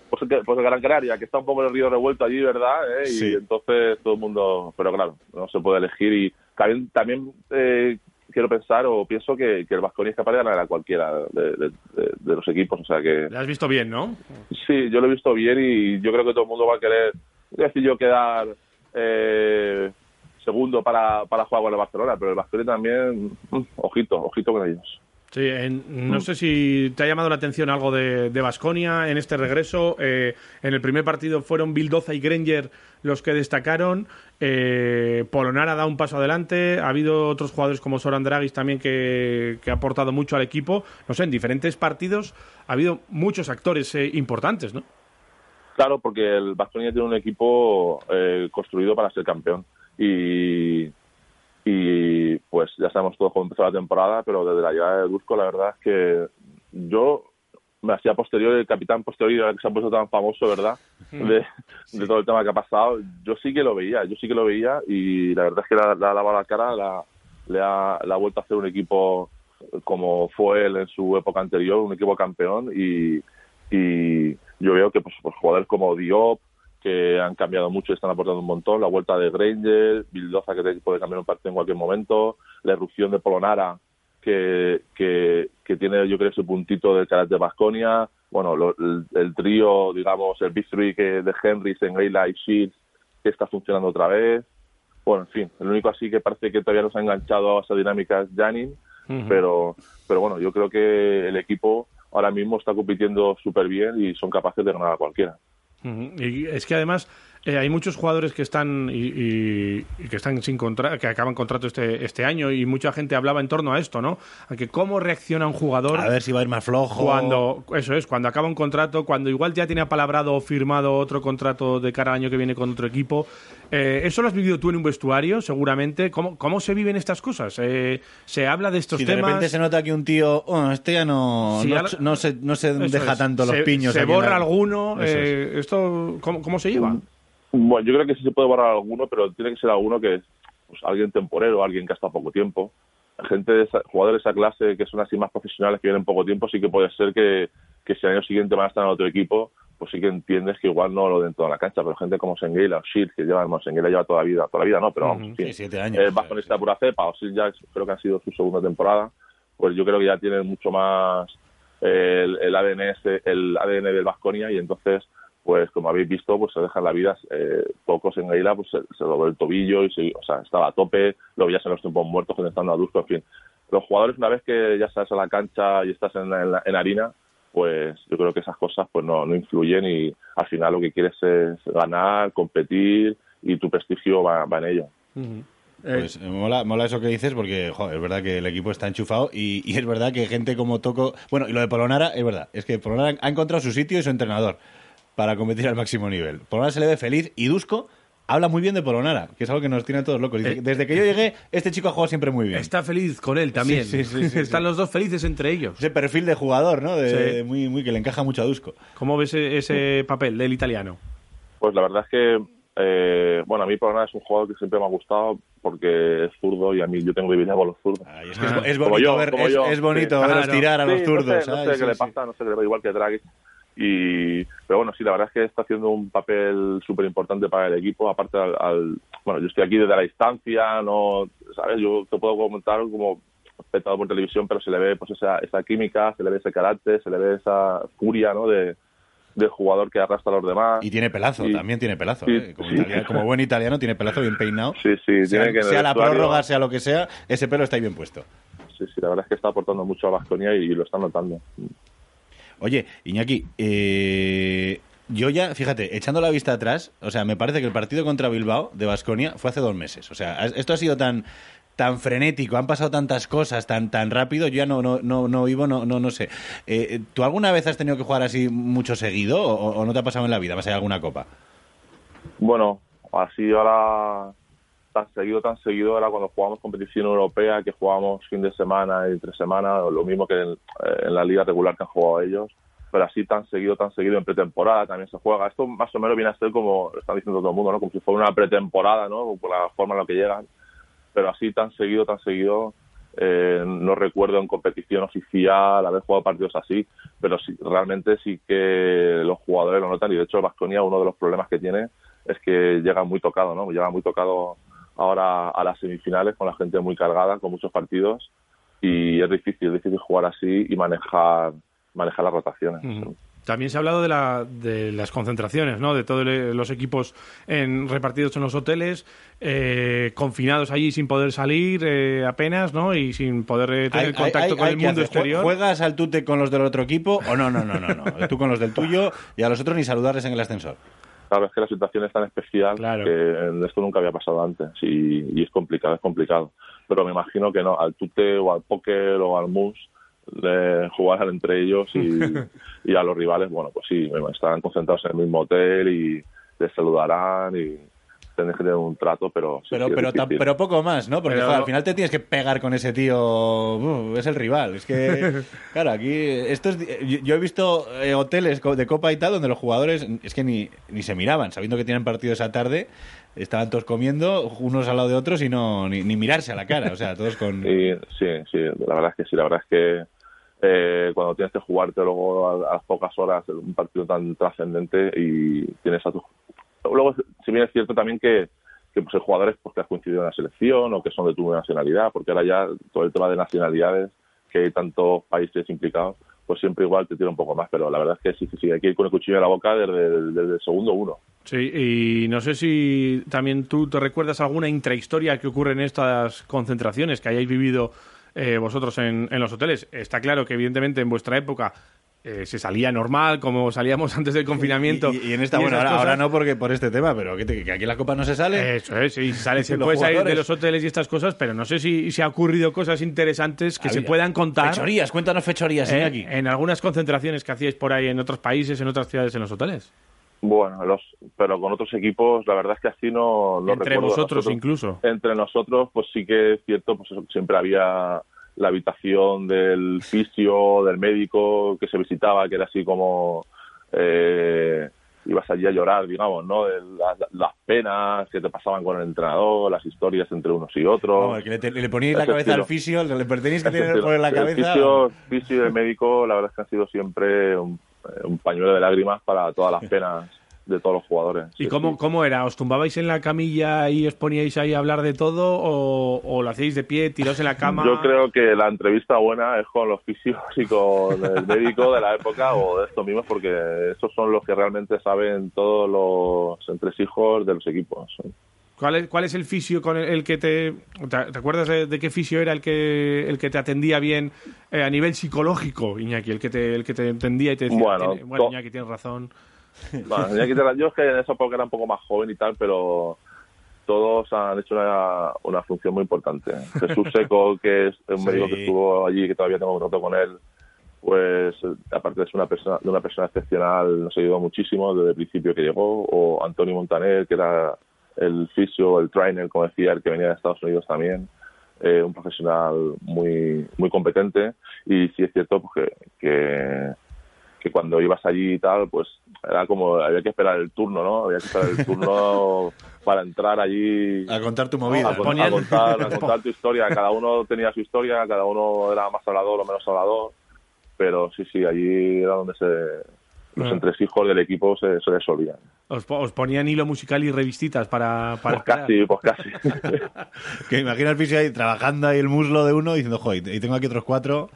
Pues, el que- pues el Gran Canaria, que está un poco el río revuelto allí, ¿verdad? ¿Eh? Y Sí. entonces todo el mundo, pero claro, no se puede elegir y también, también eh, quiero pensar o pienso que, que el Vasconia es capaz de ganar a cualquiera de, de- de- de los equipos. O sea que Lo has visto bien, ¿no? sí, yo lo he visto bien y yo creo que todo el mundo va a querer, voy a decir yo, quedar eh, segundo para, para jugar con el Barcelona, pero el Vasconia también, mm, ojito, ojito con ellos. Sí, en- no sé si te ha llamado la atención algo de Vasconia en este regreso. Eh, en el primer partido fueron Bildoza y Granger los que destacaron. Eh, Polonara da un paso adelante. Ha habido otros jugadores como Soran Dragis también que, que ha aportado mucho al equipo. No sé, en diferentes partidos ha habido muchos actores eh, importantes, ¿no? Claro, porque el Baskonia tiene un equipo eh, construido para ser campeón. Y, y, pues ya sabemos todos cómo empezó la temporada, pero desde la llegada de Dusko, la verdad es que yo me hacía posterior, el capitán posterior, ahora que se ha puesto tan famoso, ¿verdad? De, de todo el tema que ha pasado. Yo sí que lo veía, yo sí que lo veía y la verdad es que le ha le ha lavado la cara, la- le, ha, le ha vuelto a hacer un equipo como fue él en su época anterior, un equipo campeón y, y yo veo que pues, pues, jugadores como Diop que han cambiado mucho y están aportando un montón, la vuelta de Granger, Bildoza que te puede cambiar un partido en cualquier momento, la erupción de Polonara que, que, que tiene yo creo su puntito del carácter Vasconia, bueno, lo- el, el trío, digamos, el Big Three que de Henry, Sengeila y Shields que está funcionando otra vez, bueno, en fin, el único así que parece que todavía nos ha enganchado a esa dinámica es Janin, pero, pero bueno, yo creo que el equipo ahora mismo está compitiendo súper bien y son capaces de ganar a cualquiera. Ujú. Y es que además eh, hay muchos jugadores que están y, y- y que están sin contra que acaban contrato este, este año y mucha gente hablaba en torno a esto, ¿no? A que cómo reacciona un jugador A ver si va a ir más flojo. cuando eso es cuando acaba un contrato, cuando igual ya tiene apalabrado o firmado otro contrato de cara al año que viene con otro equipo. Eh, eso lo has vivido tú en un vestuario, seguramente. ¿Cómo, cómo se viven estas cosas? Eh, se habla de estos Si de temas. repente se nota que un tío, "Oh, este ya no, Sí, no, ahora- no se, no se Eso deja es. tanto los Se- piños. Se aquí en borra la- alguno. Eso es. eh, esto, ¿cómo, ¿Cómo se lleva? Bueno, yo creo que sí se puede borrar alguno, pero tiene que ser alguno que es pues, alguien temporero, alguien que ha estado poco tiempo. Gente de esa- jugadores de esa clase que son así más profesionales, que vienen poco tiempo, sí que puede ser que, que si al año siguiente van a estar en otro equipo, pues sí que entiendes que igual no lo den toda la cancha, pero gente como Senguela o Shield, que llevan, bueno, Senguela lleva toda la vida, toda la vida no, pero vamos, Ujú. sí, Sí, siete años. eh, Vasconia está pura cepa, o Shield ya es- creo que ha sido su segunda temporada, pues yo creo que ya tienen mucho más eh, el, el ADN ese- el ADN del Vasconia y entonces pues como habéis visto, pues se dejan la vida eh, pocos en Gaila, pues se, se dobló el tobillo y se- o sea, estaba a tope, lo veías en los tiempos muertos conectando a Dusko, en fin. Los jugadores una vez que ya sales a la cancha y estás en, la- en la- en harina, pues yo creo que esas cosas pues no, no influyen y al final lo que quieres es ganar, competir y tu prestigio va, va en ello. Pues eh, mola, mola eso que dices porque joder, es verdad que el equipo está enchufado y, y es verdad que gente como Toco... Bueno, y lo de Polonara es verdad. Es que Polonara ha encontrado su sitio y su entrenador para competir al máximo nivel. Polonara se le ve feliz y Dusko habla muy bien de Polonara, que es algo que nos tiene a todos locos. Dice, Eh. Desde que yo llegué, este chico ha jugado siempre muy bien. Está feliz con él también. Sí, sí, sí, sí, Están los dos felices entre ellos. Ese perfil de jugador, ¿no? De- Sí. de muy, muy que le encaja mucho a Dusko. ¿Cómo ves e- ese papel del italiano? Pues la verdad es que, eh, bueno, a mí Polonara es un jugador que siempre me ha gustado porque es zurdo y a mí yo tengo debilidad por los zurdos. Ah, es que es bo- es bonito ver- es- es bonito veros tirar a los No zurdos, sé, no ¿sabes? sé Sí, qué le sí. pasa, no sé qué le pasa, igual que Draghi. Y, pero bueno, sí, la verdad es que está haciendo un papel súper importante para el equipo. Aparte, al, al- bueno, yo estoy aquí desde la distancia, no, ¿sabes? Yo te puedo comentar como espectador por televisión, pero se le ve pues esa, esa química, se le ve ese carácter, se le ve esa furia, ¿no? De, del jugador que arrastra a los demás. Y tiene pelazo, Y- también tiene pelazo. sí, ¿eh? Como, sí. italiano- como buen italiano tiene pelazo bien peinado. Sí, sí, sea, tiene que en el sea la vestuario- prórroga, sea lo que sea, ese pelo está ahí bien puesto. Sí, sí, la verdad es que está aportando mucho a Vasconia y, lo está notando. Oye, Iñaki, eh, yo ya, fíjate, echando la vista atrás, o sea, me parece que el partido contra Bilbao de Vasconia fue hace dos meses. O sea, has- esto ha sido tan tan frenético, han pasado tantas cosas tan tan rápido, yo ya no no no no vivo, no no no sé. Eh, ¿Tú alguna vez has tenido que jugar así mucho seguido o, o no te ha pasado en la vida, más allá de alguna copa? Bueno, así ahora tan seguido, tan seguido era cuando jugábamos competición europea, que jugábamos fin de semana y tres semanas, o lo mismo que en, eh, en la liga regular que han jugado ellos, pero así tan seguido, tan seguido en pretemporada también se juega. Esto más o menos viene a ser como lo están diciendo todo el mundo, ¿no? Como si fuera una pretemporada, ¿no? Por la forma en la que llegan, pero así tan seguido, tan seguido. eh, no recuerdo en competición oficial haber jugado partidos así, pero sí, realmente sí que los jugadores lo notan y de hecho el Vasconia uno de los problemas que tiene es que llega muy tocado, ¿no? Llega muy tocado ahora a las semifinales con la gente muy cargada, con muchos partidos y es difícil, es difícil jugar así y manejar manejar las rotaciones. Mm. También se ha hablado de, la, de las concentraciones, ¿no? De todos le- los equipos en, repartidos en los hoteles, eh, confinados allí sin poder salir eh, apenas, ¿no? Y sin poder eh, tener Hay- contacto hay- con hay el que mundo hacer. exterior. ¿Juegas al tute con los del otro equipo o no? No, no, no, no. Tú con los del tuyo y a los otros ni saludarles en el ascensor. Claro, es que la situación es tan especial que esto nunca había pasado antes y, y es complicado, es complicado. Pero me imagino que no, al tute o al póker o al mus le jugar entre ellos y, y a los rivales, bueno, pues sí, me- estarán concentrados en el mismo hotel y les saludarán y tendrán que tener un trato, pero sí, Pero, sí, es pero, tam- difícil. pero poco más, ¿no? Porque Pero- joder, al final te tienes que pegar con ese tío. uh, es el rival. Es que, claro, aquí. Esto es di- yo, yo he visto eh, hoteles co- de Copa y tal donde los jugadores es que ni, ni se miraban, sabiendo que tienen partido esa tarde. Estaban todos comiendo, unos al lado de otros y no ni, ni mirarse a la cara. O sea, todos con. Y, sí, sí, la verdad es que sí, la verdad es que eh, cuando tienes que jugarte luego a, a las pocas horas un partido tan trascendente y tienes a tus... Luego, si bien es cierto también que, que pues, hay jugadores pues, que has coincidido en la selección o que son de tu nacionalidad, porque ahora ya todo el tema de nacionalidades, que hay tantos países implicados, pues siempre igual te tira un poco más, pero la verdad es que sí, sí, sí, hay que ir con el cuchillo en la boca desde, el- desde el segundo uno. Sí, y no sé si también tú te recuerdas alguna intrahistoria que ocurre en estas concentraciones que hayáis vivido eh, vosotros en, en los hoteles. Está claro que evidentemente en vuestra época eh, se salía normal, como salíamos antes del confinamiento. Y, y en esta, y bueno, esas ahora, ahora cosas. no porque por este tema, pero que, te- que aquí la copa no se sale. Eso es, y sale, se Los puede salir de jugadores. los hoteles y estas cosas, pero no sé si, si ha ocurrido cosas interesantes que se Había- puedan contar. Fechorías, cuéntanos fechorías, eh, Iñaki. En algunas concentraciones que hacíais por ahí en otros países, en otras ciudades, en los hoteles. Bueno, los, pero con otros equipos, la verdad es que así no, no Entre recuerdo. vosotros Nosotros- incluso. Entre nosotros, pues sí que es cierto, pues eso, siempre había la habitación del fisio, del médico que se visitaba, que era así como eh, ibas allí a llorar, digamos, ¿no? De la- la- las penas que te pasaban con el entrenador, las historias entre unos y otros. Vamos, que le, te- le poníais la Ese cabeza al estilo. fisio, le le tenéis que Ese tener estilo. por la El cabeza. fisio, fisio y el médico, la verdad es que han sido siempre un, eh, un pañuelo de lágrimas para todas las penas de todos los jugadores. ¿Y Sí, cómo, sí. cómo era? ¿Os tumbabais en la camilla y os poníais ahí a hablar de todo? ¿O, o lo hacíais de pie, tirados en la cama? Yo creo que la entrevista buena es con los fisios y con el médico de la época o de estos mismos, porque esos son los que realmente saben todos los entresijos de los equipos. ¿Cuál, es, ¿Cuál es el fisio con el, el que te... ¿Te, te acuerdas de, de qué fisio era el que, el que te atendía bien eh, a nivel psicológico, Iñaki? El que te, el que te entendía y te decía, Bueno, "Tiene- bueno to- Iñaki, tienes razón. Bueno, tenía que quitar- yo es que en esa época era un poco más joven y tal, pero todos han hecho una, una función muy importante. Jesús Seco, que es un Sí. médico que estuvo allí, que todavía tengo contacto con él, pues eh, aparte de ser una persona, de una persona excepcional, nos ayudó muchísimo desde el principio que llegó, o Antonio Montaner, que era el fisio, el trainer, como decía, el que venía de Estados Unidos también, eh, un profesional muy, muy competente, y sí es cierto pues, que- que que cuando ibas allí y tal, pues era como, había que esperar el turno, ¿no? Había que esperar el turno para entrar allí. A contar tu movida. A, con- a Ponían- contar, a contar tu historia. Cada uno tenía su historia, cada uno era más hablador o menos hablador. Pero sí, sí, allí era donde se, los Ah. entresijos del equipo se, se resolvían. Os, po- os ponían hilo musical y revistitas para... para esperar. Casi, pues casi. Que imagina el fisio ahí trabajando ahí el muslo de uno diciendo, joder, y tengo aquí otros cuatro.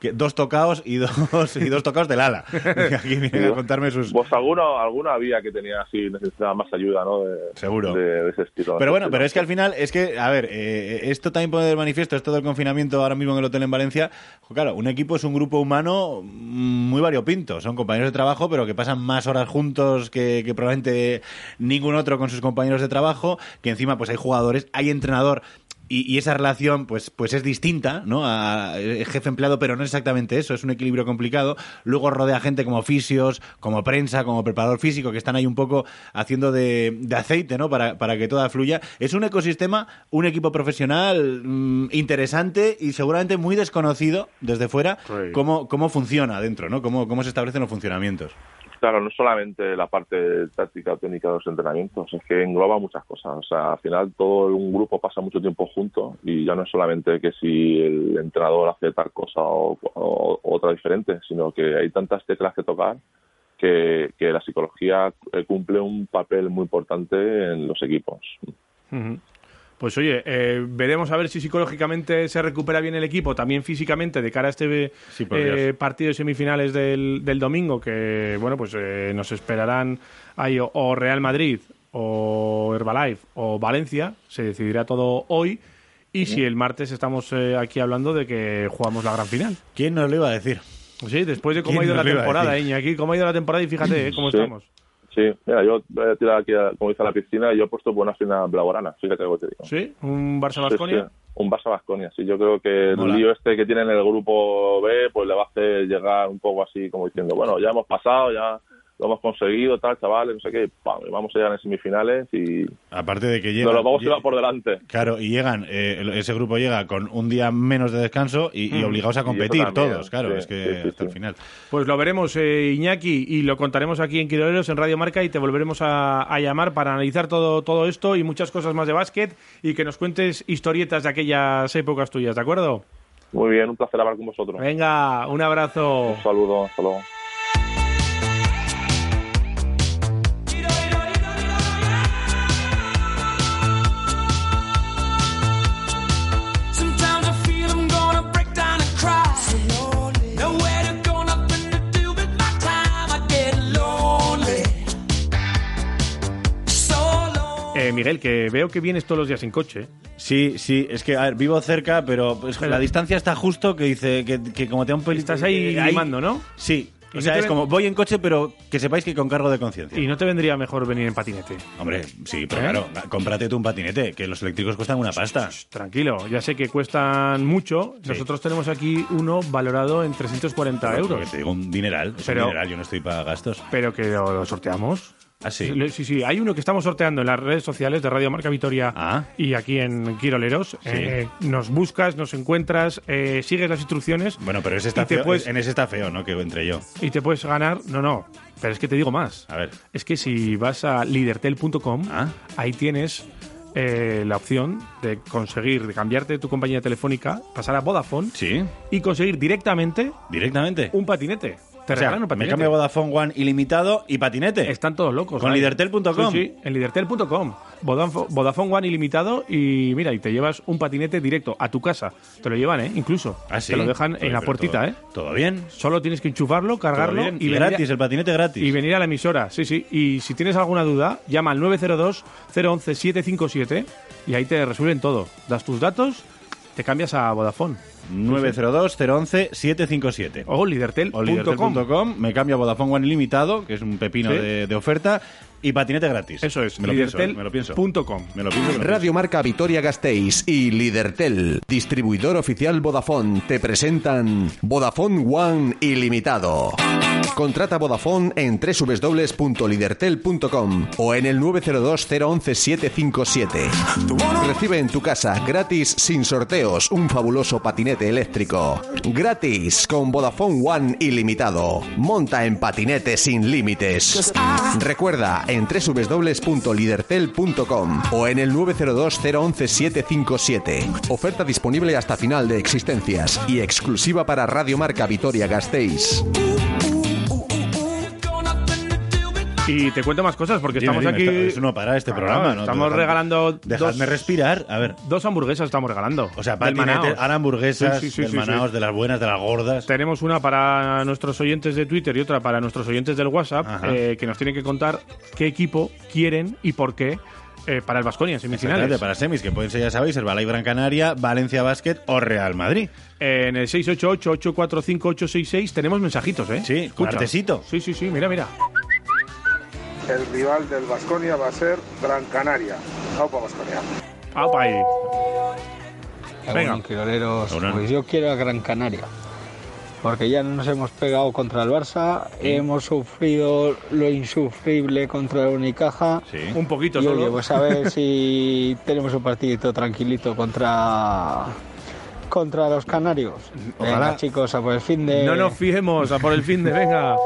Que, dos tocaos y dos y dos tocaos del ala. Y aquí vienen a contarme sus. Pues alguno, alguna había que tenía así, necesitaba más ayuda, ¿no? Seguro. De, de ese estilo. Pero bueno, Ese estilo. pero es que al final, es que, a ver, eh, esto también pone de manifiesto, esto del confinamiento ahora mismo en el hotel en Valencia. jo, Claro, un equipo es un grupo humano mm, muy variopinto. Son compañeros de trabajo, pero que pasan más horas juntos que, que probablemente ningún otro con sus compañeros de trabajo. Que encima, pues hay jugadores, hay entrenador. Y, y esa relación, pues, pues es distinta, ¿no? A, a- eh, jefe empleado, pero no es exactamente eso, es un equilibrio complicado. Luego rodea gente como fisios, como prensa, como preparador físico, que están ahí un poco haciendo de, de aceite, ¿no? Para, para que toda fluya. Es un ecosistema, un equipo profesional mm, interesante y seguramente muy desconocido desde fuera, cómo, cómo funciona adentro, ¿no? Cómo, cómo se establecen los funcionamientos. Claro, no solamente la parte táctica o técnica de los entrenamientos, es que engloba muchas cosas. O sea, al final todo un grupo pasa mucho tiempo junto y ya no es solamente que si el entrenador hace tal cosa o, o- o otra diferente, sino que hay tantas teclas que tocar que, que la psicología eh, cumple un papel muy importante en los equipos. Ujú. Pues oye, eh, veremos a ver si psicológicamente se recupera bien el equipo, también físicamente, de cara a este Sí, por eh, Dios. partido de semifinales del, del domingo, que bueno, pues eh, nos esperarán ahí o, o Real Madrid, o Herbalife, o Valencia, se decidirá todo hoy. Y si el martes estamos eh, aquí hablando de que jugamos la gran final. ¿Quién nos lo iba a decir? Sí, después de cómo ¿Quién ha ido la nos lo iba a temporada, decir? Iñaki, cómo ha ido la temporada y fíjate eh, cómo Sí. estamos. Sí, mira, yo voy a tirar aquí, a- como dice la piscina, y yo he puesto por una final blaugrana, fíjate lo que te digo. ¿Sí? ¿Un Barça-Basconia? Sí, sí, Un Barça Basconia, sí. Yo creo que el Mola. lío este que tiene en el grupo B, pues le va a hacer llegar un poco así, como diciendo, bueno, ya hemos pasado, ya lo hemos conseguido, tal, chavales, no sé qué, y pam, y vamos a llegar en semifinales y Aparte de que llega. nos lo vamos a lle- llevar por delante. Claro, y llegan, eh, el- ese grupo llega con un día menos de descanso y, y Mm. obligados Y a eso competir también, todos, claro, sí, es que sí, sí, hasta el final. Pues lo veremos, eh, Iñaki, y lo contaremos aquí en Quiroleros, en Radio Marca, y te volveremos a, a llamar para analizar todo, todo esto y muchas cosas más de básquet y que nos cuentes historietas de aquellas épocas tuyas, ¿de acuerdo? Muy bien, un placer hablar con vosotros. Venga, un abrazo. Un saludo, hasta luego. Sometimes I feel I'm gonna break down and cry. Nowhere to go, nothing to do but my time. I get lonely. So lonely. Eh, Miguel, que veo que vienes todos los días en coche. ¿eh? Sí, sí, es que a ver, vivo cerca, pero pues, Pero- la distancia está justo que dice que, que como te da un pelito. Estás ahí limando, ¿no? Sí. ¿Y O sea, no te es ven- como voy en coche, pero que sepáis que con cargo de conciencia. ¿Y no te vendría mejor venir en patinete? Hombre, sí, pero ¿Eh? claro, cómprate tú un patinete, que los eléctricos cuestan una pasta. Tranquilo, ya sé que cuestan mucho. Sí. Nosotros tenemos aquí uno valorado en 340 Porque euros. Te digo un dineral, es Pero- un dineral, yo no estoy para gastos. Pero que lo, lo sorteamos. Ah, sí. Lo- Sí, sí, hay uno que estamos sorteando en las redes sociales de Radio Marca Vitoria Ah. y aquí en Quiroleros. Eh, nos buscas, nos encuentras, eh, sigues las instrucciones. Bueno, pero ese está Y te feo, puedes- en ese está feo, ¿no? Que entre yo. Y te puedes ganar. No, no. Pero es que te digo más. A ver. Ah. Es que si vas a lidertel.com, ahí tienes eh, la opción de conseguir, de cambiarte tu compañía telefónica, pasar a Vodafone y conseguir directamente. ¿Directamente? Un patinete. Te O sea, regalan un me patinete. cambio a Vodafone One ilimitado y patinete. Están todos locos. Pues Con ahí. lidertel.com. Sí, sí, en lidertel.com. Vodafone, Vodafone One ilimitado y mira, y te llevas un patinete directo a tu casa. Te lo llevan, ¿eh? Incluso. Ah, sí. Te lo dejan Oye, en la pero puertita, todo- ¿eh? Todo bien. Solo tienes que enchufarlo, cargarlo bien. y Y venir gratis, el patinete gratis. Y venir a la emisora, sí, sí. Y si tienes alguna duda, llama al 902-011-757 y ahí te resuelven todo. Das tus datos, te cambias a Vodafone. 902-011-757. O lidertel.com. O lidertel.com. Me cambio a Vodafone One ilimitado, que es un pepino Sí. de, de oferta, y patinete gratis. Eso es. Me lo pienso, eh, lidertel me lo pienso. punto com. Me lo pienso, me lo Radio Marca Vitoria Gasteiz y Lidertel, distribuidor oficial Vodafone, te presentan Vodafone One Ilimitado. Contrata Vodafone en www.lidertel.com o en el 902 011 757. Recibe en tu casa gratis sin sorteos un fabuloso patinete eléctrico. Gratis con Vodafone One Ilimitado. Monta en patinete sin límites. Recuerda en www.lidertel.com o en el 902 011 757. Oferta disponible hasta final de existencias y exclusiva para Radio Marca Vitoria Gasteiz. Y te cuento más cosas porque Dime, estamos dime, aquí. Ah, está- eso no para este programa, ¿no? Estamos Dejadme- regalando. dejadme respirar, a ver. Dos hamburguesas estamos regalando. O sea, patinetes, ahora hamburguesas, del Manaos, de las buenas, de las gordas. Tenemos una para nuestros oyentes de Twitter y otra para nuestros oyentes del WhatsApp Ajá. eh, que nos tienen que contar qué equipo quieren y por qué eh, para el Vasconia en Exactamente, semifinales. para semis, que pueden ser, ya sabéis, el Balay Gran Canaria, Valencia Basket o Real Madrid. Eh, En el 688-845-866 tenemos mensajitos, ¿eh? Sí, con artesito. Sí, sí, sí, mira, mira. El rival del Vasconia va a ser Gran Canaria. Opa, Vasconia. ¡Apa ahí! Venga. pues yo quiero a Gran Canaria. Porque ya nos hemos pegado contra el Barça, eh, hemos sufrido lo insufrible contra el Unicaja. Un poquito Y, oye, solo. pues a ver si tenemos un partidito tranquilito contra contra los canarios. Ojalá. Venga, chicos, a por el fin de No nos fijemos a por el fin de venga.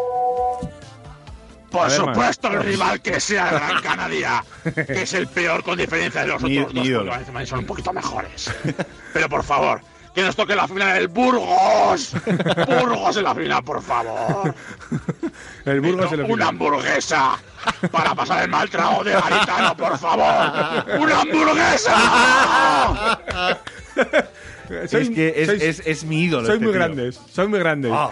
Por A ver, man. supuesto, el rival que sea Gran Canaria, que es el peor con diferencia de los Ni- otros ni dos, ídolo. porque Valencia y Madrid son un poquito mejores. Pero por favor, que nos toque la final del Burgos. Burgos en la final, por favor. El Burgos se lo Una hamburguesa para pasar el mal trago de Garitano, por favor. ¡Una hamburguesa! Eh, es que es, es- es mi ídolo. Soy este muy tío. grandes, soy muy grandes. Ah.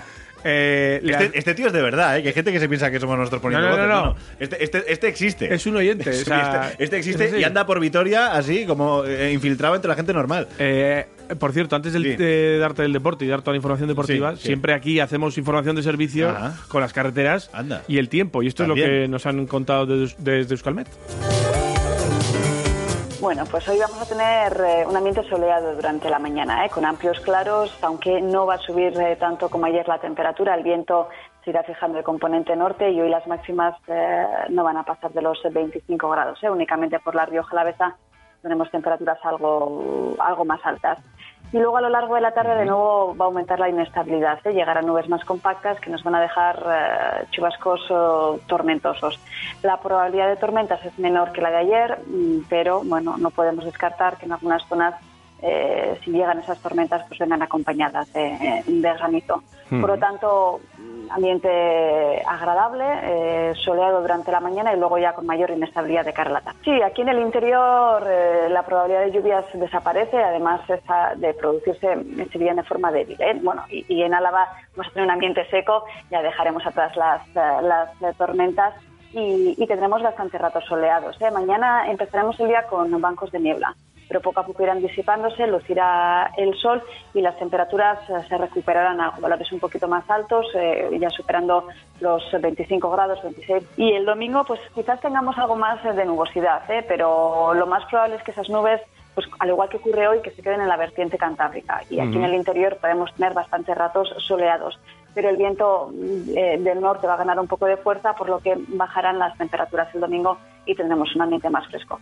Eh, le Este, este tío es de verdad, ¿eh? que hay gente que se piensa que somos nosotros poniendo No, no, no, voces. no. Este, este- este existe. Es un oyente, Es o sea, este, este es existe así. y anda por Vitoria así, como eh, infiltrado entre la gente normal. Eh, por cierto, antes del- Sí. de darte el deporte y dar toda la información deportiva, Sí, sí. siempre aquí hacemos información de servicio Ajá. con las carreteras y el tiempo. Y esto es lo También. que nos han contado desde, desde Euskalmet. Bueno, pues hoy vamos a tener eh, un ambiente soleado durante la mañana, ¿eh? con amplios claros, aunque no va a subir eh, tanto como ayer la temperatura. El viento se irá fijando el componente norte y hoy las máximas eh, no van a pasar de los 25 grados. ¿eh? Únicamente por la Rioja Alavesa tenemos temperaturas algo, algo más altas. Y luego a lo largo de la tarde de nuevo va a aumentar la inestabilidad, ¿eh? llegarán nubes más compactas que nos van a dejar eh, chubascos eh, tormentosos. La probabilidad de tormentas es menor que la de ayer, mm, pero bueno, no podemos descartar que en algunas zonas eh, si llegan esas tormentas pues vengan acompañadas de, eh, de granizo. Hmm. Por lo tanto, mm, ambiente agradable, eh, soleado durante la mañana y luego ya con mayor inestabilidad de cara a la tarde. Sí, aquí en el interior eh, la probabilidad de lluvias desaparece, además esa de producirse mm, sería de forma débil. ¿eh? Bueno, y, y en Álava vamos a tener un ambiente seco, ya dejaremos atrás las, eh, las eh, tormentas y, y tendremos bastante ratos soleados. ¿eh? Mañana empezaremos el día con bancos de niebla, pero poco a poco irán disipándose, lucirá el sol y las temperaturas eh, se recuperarán a valores un poquito más altos, eh, ya superando los 25 grados, 26. Y el domingo, pues quizás tengamos algo más eh, de nubosidad, ¿eh? pero lo más probable es que esas nubes pues al igual que ocurre hoy, que se queden en la vertiente cantábrica. Y aquí Ujú. en el interior podemos tener bastantes ratos soleados. Pero el viento mm, eh, del norte va a ganar un poco de fuerza, por lo que bajarán las temperaturas el domingo y tendremos un ambiente más fresco.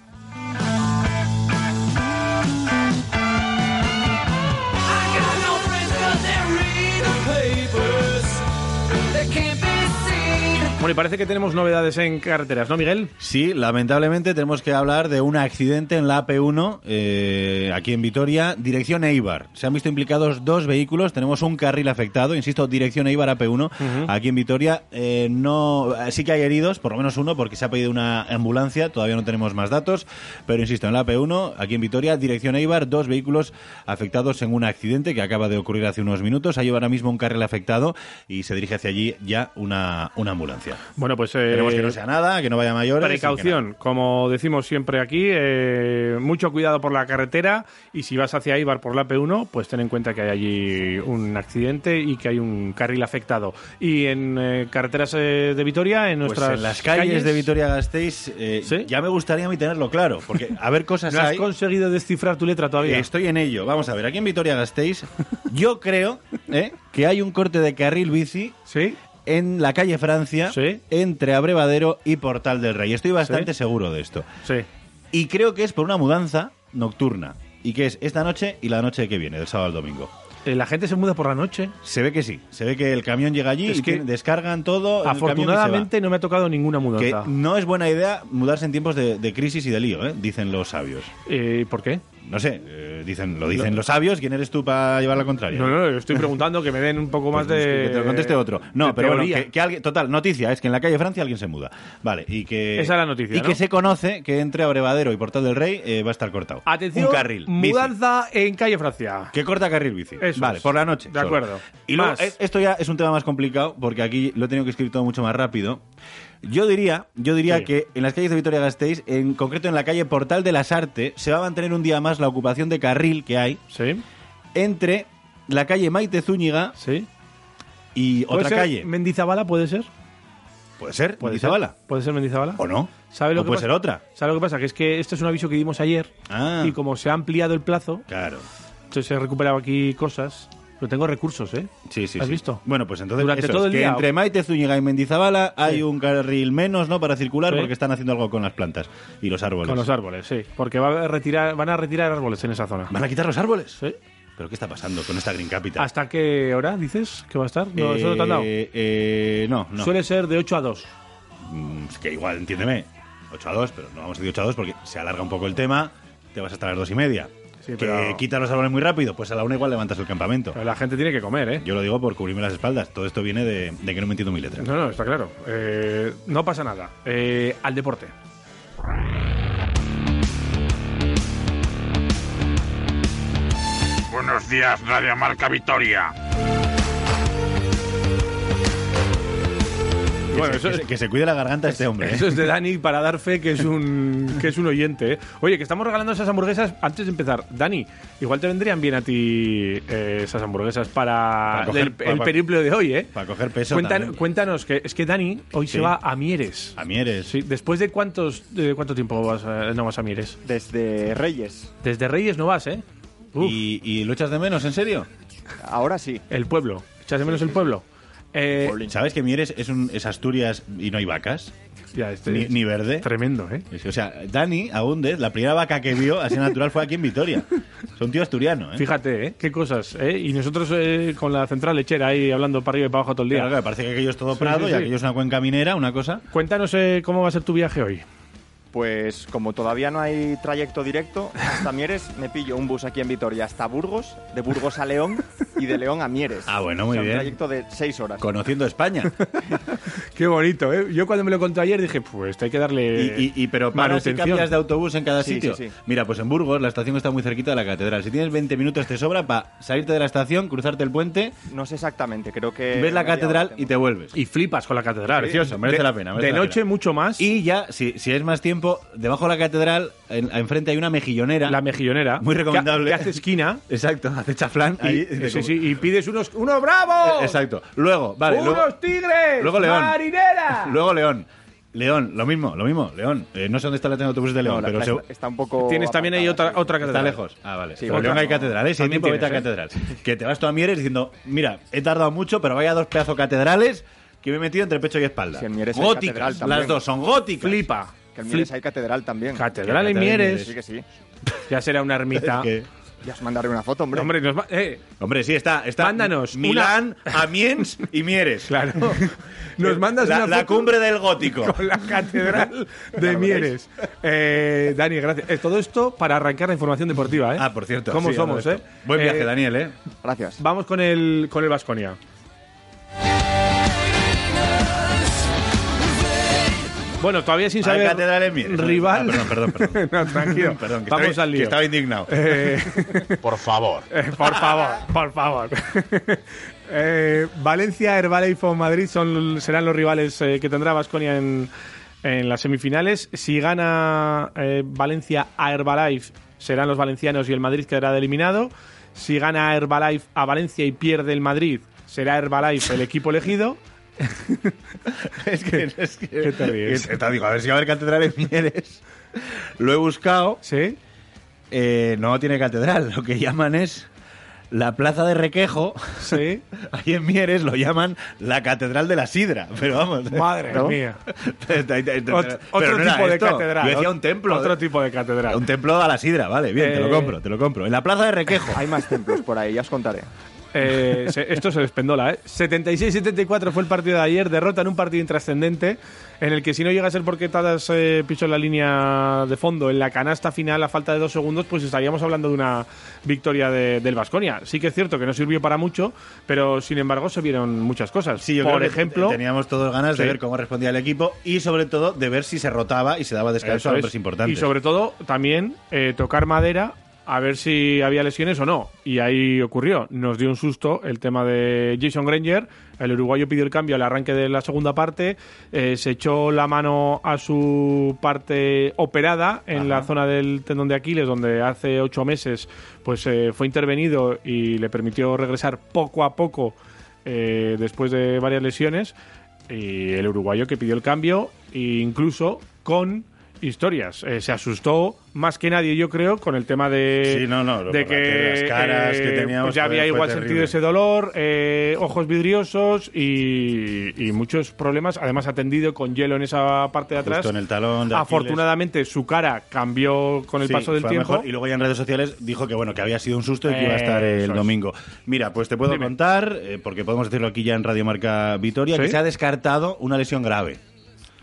Bueno, y parece que tenemos novedades en carreteras, ¿no, Miguel? Sí, lamentablemente tenemos que hablar de un accidente en la AP1, eh, aquí en Vitoria, dirección Eibar. Se han visto implicados dos vehículos, tenemos un carril afectado, insisto, dirección Eibar AP1, Mm. Ujú. aquí en Vitoria. Eh, no, sí que hay heridos, por lo menos uno, porque se ha pedido una ambulancia, todavía no tenemos más datos, pero insisto, en la AP1, aquí en Vitoria, dirección Eibar, dos vehículos afectados en un accidente que acaba de ocurrir hace unos minutos. Hay ahora mismo un carril afectado y se dirige hacia allí ya una, una ambulancia. Bueno, pues... Esperemos que no sea nada, que no vaya a mayores. y que Precaución, como decimos siempre aquí, eh, mucho cuidado por la carretera y si vas hacia Ibar por la P1, pues ten en cuenta que hay allí un accidente y que hay un carril afectado. Y en eh, carreteras eh, de Vitoria, en Pues nuestras en las calles, de Vitoria-Gasteiz eh, ya me gustaría a mí tenerlo claro, porque a ver cosas ¿No has hay. conseguido descifrar tu letra todavía? Estoy en ello. Vamos a ver, aquí en Vitoria-Gasteiz yo creo eh, que hay un corte de carril bici en la calle Francia entre Abrevadero y Portal del Rey. Estoy bastante Sí. seguro de esto. Sí. Y creo que es por una mudanza nocturna. Y que es esta noche y la noche que viene, del sábado al domingo. Eh, la gente se muda por la noche. Se ve que sí. Se ve que el camión llega allí Es y que- tiene- descargan todo. el camión y se va. Afortunadamente no me ha tocado ninguna Que mudanza. no es buena idea mudarse en tiempos de, de crisis y de lío, ¿eh? dicen los sabios. Eh, ¿Por qué? No sé, eh, dicen, lo dicen No. los sabios. ¿Quién eres tú para llevar la contraria? No, no, no, estoy preguntando que me den un poco más Pues de... Que te lo conteste otro. No, de pero bueno, teoría. que, que alguien. Total, noticia es que en la calle Francia alguien se muda. Vale, y que. Esa es la noticia, Y ¿no? que se conoce que entre Abrevadero y Portal del Rey eh, va a estar cortado. Atención, Un carril. bici. mudanza en calle Francia. Que corta carril bici. Eso vale, es. por la noche. De solo. acuerdo. Y luego, Más. eh, esto ya es un tema más complicado porque aquí lo he tenido que escribir todo mucho más rápido. Yo diría, yo diría Sí. que en las calles de Vitoria-Gasteiz, en concreto en la calle Portal de las Artes, se va a mantener un día más la ocupación de carril que hay entre la calle Maite Zúñiga y ¿Puede otra ser calle. Mendizabala puede ser. Puede ser, Puede Mendizabala. ser, puede ser Mendizabala. ¿O no? ¿Sabe lo O que puede pasa? ser otra. ¿Sabe lo que pasa? Que es que este es un aviso que dimos ayer Ah. y como se ha ampliado el plazo, Claro. entonces he recuperado aquí cosas. Pero tengo recursos, ¿eh? Sí, sí, ¿Has sí. visto? Bueno, pues entonces Durante eso todo es, el que día. entre Maite Zúñiga y Mendizabala hay Sí. un carril menos, ¿no? Para circular Sí. porque están haciendo algo con las plantas y los árboles. Con los árboles, sí. Porque va a retirar, van a retirar árboles en esa zona. ¿Van a quitar los árboles? ¿Pero qué está pasando con esta Green Capital? ¿Hasta qué hora dices que va a estar? No, eso no te han dado. Eh, eh, no, no. Suele ser de 8 a 2. Mm, Es que igual, entiéndeme, 8 a 2, pero no vamos a decir 8 a 2 porque se alarga un poco el tema, te vas hasta las 2 y media. que quita los árboles muy rápido, pues a la una igual levantas el campamento. la gente tiene que comer, ¿eh? Yo lo digo por cubrirme las espaldas. Todo esto viene de, de que no me entiendo mi letra. No, no, está claro. Eh, no pasa nada. Eh, al deporte. Buenos días, Radio Marca Vitoria. Que, se, que se- que se cuide la garganta este hombre. ¿eh? Eso es de Dani para dar fe que es un, que es un oyente. ¿eh? Oye, que estamos regalando esas hamburguesas antes de empezar. Dani, igual te vendrían bien a ti eh, esas hamburguesas para, Para coger- el, para- el periplo de hoy, ¿eh? Para coger peso. Cuentan- también. cuéntanos, que es que Dani hoy Sí. se va a Mieres. A Mieres. Sí, ¿después de, cuántos, de cuánto tiempo vas a- no vas a Mieres? Desde Eh, Reyes. Desde Reyes no vas, ¿eh? ¿Y, ¿Y lo echas de menos, en serio? Ahora sí. El pueblo. ¿Echas de menos el pueblo? Eh, ¿Sabes que Mieres es, un, es Asturias y no hay vacas? Ya, este ni, es ni verde. Tremendo, ¿eh? O sea, Dani Agúndez, la primera vaca que vio así natural fue aquí en Vitoria. Es un tío asturiano, ¿eh? Fíjate, ¿eh? Qué cosas, ¿eh? Y nosotros eh, con la central lechera ahí hablando para arriba y para abajo todo el día. Claro, claro, parece que aquello es todo prado y aquello es una cuenca minera, una cosa. Cuéntanos eh, cómo va a ser tu viaje hoy. Pues como todavía no hay trayecto directo hasta Mieres, me pillo un bus aquí en Vitoria hasta Burgos, de Burgos a León y de León a Mieres. Ah, bueno, muy O sea, bien. Un trayecto de seis horas. Conociendo España. Qué bonito, ¿eh? Yo cuando me lo contó ayer dije, pues esto hay que darle Y, y- y- pero paras y manutención. cambias de autobús en cada Sí, sitio. sí, sí. Mira, pues en Burgos la estación está muy cerquita de la catedral. Si tienes 20 minutos te sobra para salirte de la estación, cruzarte el puente, No sé exactamente, creo Eh, que... ves media la hora catedral tengo. y te vuelves. Y flipas con la catedral. Precioso, merece De- la pena. de noche mucho más. Y ya, si, si es más tiempo, debajo de la catedral, en- enfrente hay una mejillonera. La mejillonera. Muy Que- recomendable. que hace esquina. Exacto, hace chaflán. Y- ahí, sí, de sí, como- Eh, y pides unos, unos bravos. Exacto. Luego, vale. unos luego, tigres. luego León. Marinera. Luego León. León, lo mismo, lo mismo, León. Eh, no sé dónde está la tienda de autobuses de León, la- pero la- se- está- está un poco Tienes también ahí otra, otra Está catedral. lejos. Ah, vale. Sí, Pero otra- León hay catedrales, si hay También tiempo, vete a tienes, catedral. Que te vas tú a Mieres diciendo, mira, he tardado mucho, pero vaya dos pedazos catedrales que me he metido entre pecho y espalda. Si en Mieres hay catedral góticas, también. las dos son góticas. Flipa. Que en Mieres Flip. hay catedral también. Catedral en Mieres. Sí que sí. Ya será una ermita. Es Ya os mandaré una foto, hombre. Hombre, nos va- eh, Hombre, sí, está. está Mándanos Milán, Amiens y Mieres. Eh, Claro. Nos mandas la, una la foto cumbre del gótico. con la catedral de Mieres. Eh, Dani, gracias. Eh, todo esto para arrancar la información deportiva, ¿eh? Ah, por cierto. ¿Cómo sí, somos, eh? Alberto. Buen viaje, Eh, Daniel, ¿eh? Gracias. Vamos con el con el Vasconia. Bueno, todavía sin Hay saber catedral en Mieres. rival. Ah, perdón, perdón, perdón. No, tranquilo. Perdón, que Vamos estaba- al lío. que estaba indignado. por favor. por favor, por favor. Eh, Valencia, Herbalife o Madrid son, serán los rivales eh, que tendrá Vasconia en, en las semifinales. Si gana eh, Valencia a Herbalife, serán los valencianos y el Madrid quedará eliminado. Si gana Herbalife a Valencia y pierde el Madrid, será Herbalife el equipo elegido. es que, es que, ¿Qué te ríes? que- te digo, a ver si va a haber catedral en Mieres. Lo he buscado. Eh, Sí. no tiene catedral. Lo que llaman es la plaza de Requejo. Sí. Ahí en Mieres lo llaman la catedral de la sidra. Pero vamos. Madre mía. Pero- pero- Ot- pero otro no era tipo de esto. catedral. Yo decía Ot- un templo. Otro tipo de catedral. Un templo a la sidra, vale, bien, te lo Eh, compro, te lo compro. En la plaza de Requejo. Hay más templos por ahí, ya os contaré. Eh, se- esto se despendola, ¿eh? 76-74 fue el partido de ayer, derrota en un partido intrascendente, en el que si no llega a ser porque Tadas eh, pichó la línea de fondo en la canasta final a falta de dos segundos, pues estaríamos hablando de una victoria de- del Vasconia. Sí que es cierto que no sirvió para mucho, pero sin embargo se vieron muchas cosas. Sí, yo Por creo que ejemplo, te- teníamos todos ganas de Sí. ver cómo respondía el equipo y sobre todo de ver si se rotaba y se daba descanso Eso a es. hombres importantes. Y sobre todo, también eh, tocar madera a ver si había lesiones o no. Y ahí ocurrió. Nos dio un susto el tema de Jason Granger. El uruguayo pidió el cambio al arranque de la segunda parte. eh, se echó la mano a su parte operada en la zona del tendón de Aquiles, donde hace ocho meses pues eh, fue intervenido y le permitió regresar poco a poco eh, después de varias lesiones y el uruguayo que pidió el cambio, e incluso con historias. Eh, se asustó más que nadie, yo creo, con el tema de, Sí, no, no, lo- de que, las caras que eh, teníamos, pues ya joder, había fue igual terrible. sentido ese dolor, eh, ojos vidriosos y, y muchos problemas. Además, atendido con hielo en esa parte de Justo atrás. en el talón de Aquiles. Afortunadamente, su cara cambió con el Sí, paso del fue a tiempo. mejor. Y luego ya en redes sociales dijo que bueno que había sido un susto y que iba a estar Eh, el eso es. domingo. Mira, pues te puedo Dime. contar, eh, porque podemos decirlo aquí ya en Radio Marca Vitoria, ¿Sí? que se ha descartado una lesión grave.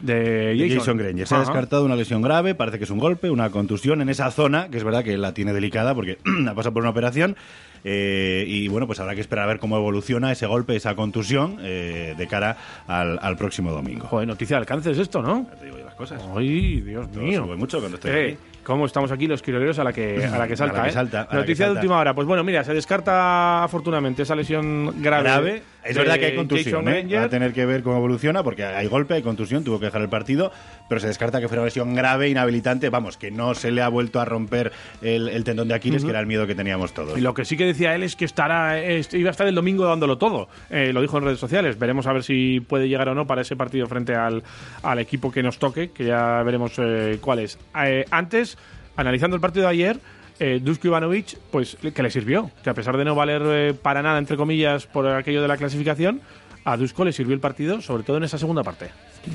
De de Jason, Jason Granger. Se ha Ajá. descartado una lesión grave, parece que es un golpe, una contusión en esa zona, que es verdad que la tiene delicada porque ha pasado por una operación. eh, y bueno, pues habrá que esperar a ver cómo evoluciona ese golpe, esa contusión, eh, de cara al, al próximo domingo. Joder, noticia de alcance es esto, ¿no? te digo las cosas. Ay, Dios mío. sube mucho cuando estoy Eh, ¿Cómo estamos aquí los quiroleros a la que, a la que salta? A la que eh? salta, a la que Noticia de salta. última hora. Pues bueno, mira, se descarta afortunadamente esa lesión grave. grave. Es de verdad que hay contusión, Jason ¿eh? Granger. va a tener que ver cómo evoluciona, porque hay golpe, hay contusión, tuvo que dejar el partido, pero se descarta que fuera una lesión grave, inhabilitante, vamos, que no se le ha vuelto a romper el, el tendón de Aquiles, Ujú. que era el miedo que teníamos todos. Y lo que sí que decía él es que estará, es- iba a estar el domingo dándolo todo. Eh, lo dijo en redes sociales. Veremos a ver si puede llegar o no para ese partido frente al, al equipo que nos toque, que ya veremos eh, cuál es. Eh, antes, analizando el partido de ayer. Eh, Dusko Ivanovic, pues que le sirvió, que a pesar de no valer eh, para nada, entre comillas, por aquello de la clasificación, a Dusko le sirvió el partido, sobre todo en esa segunda parte.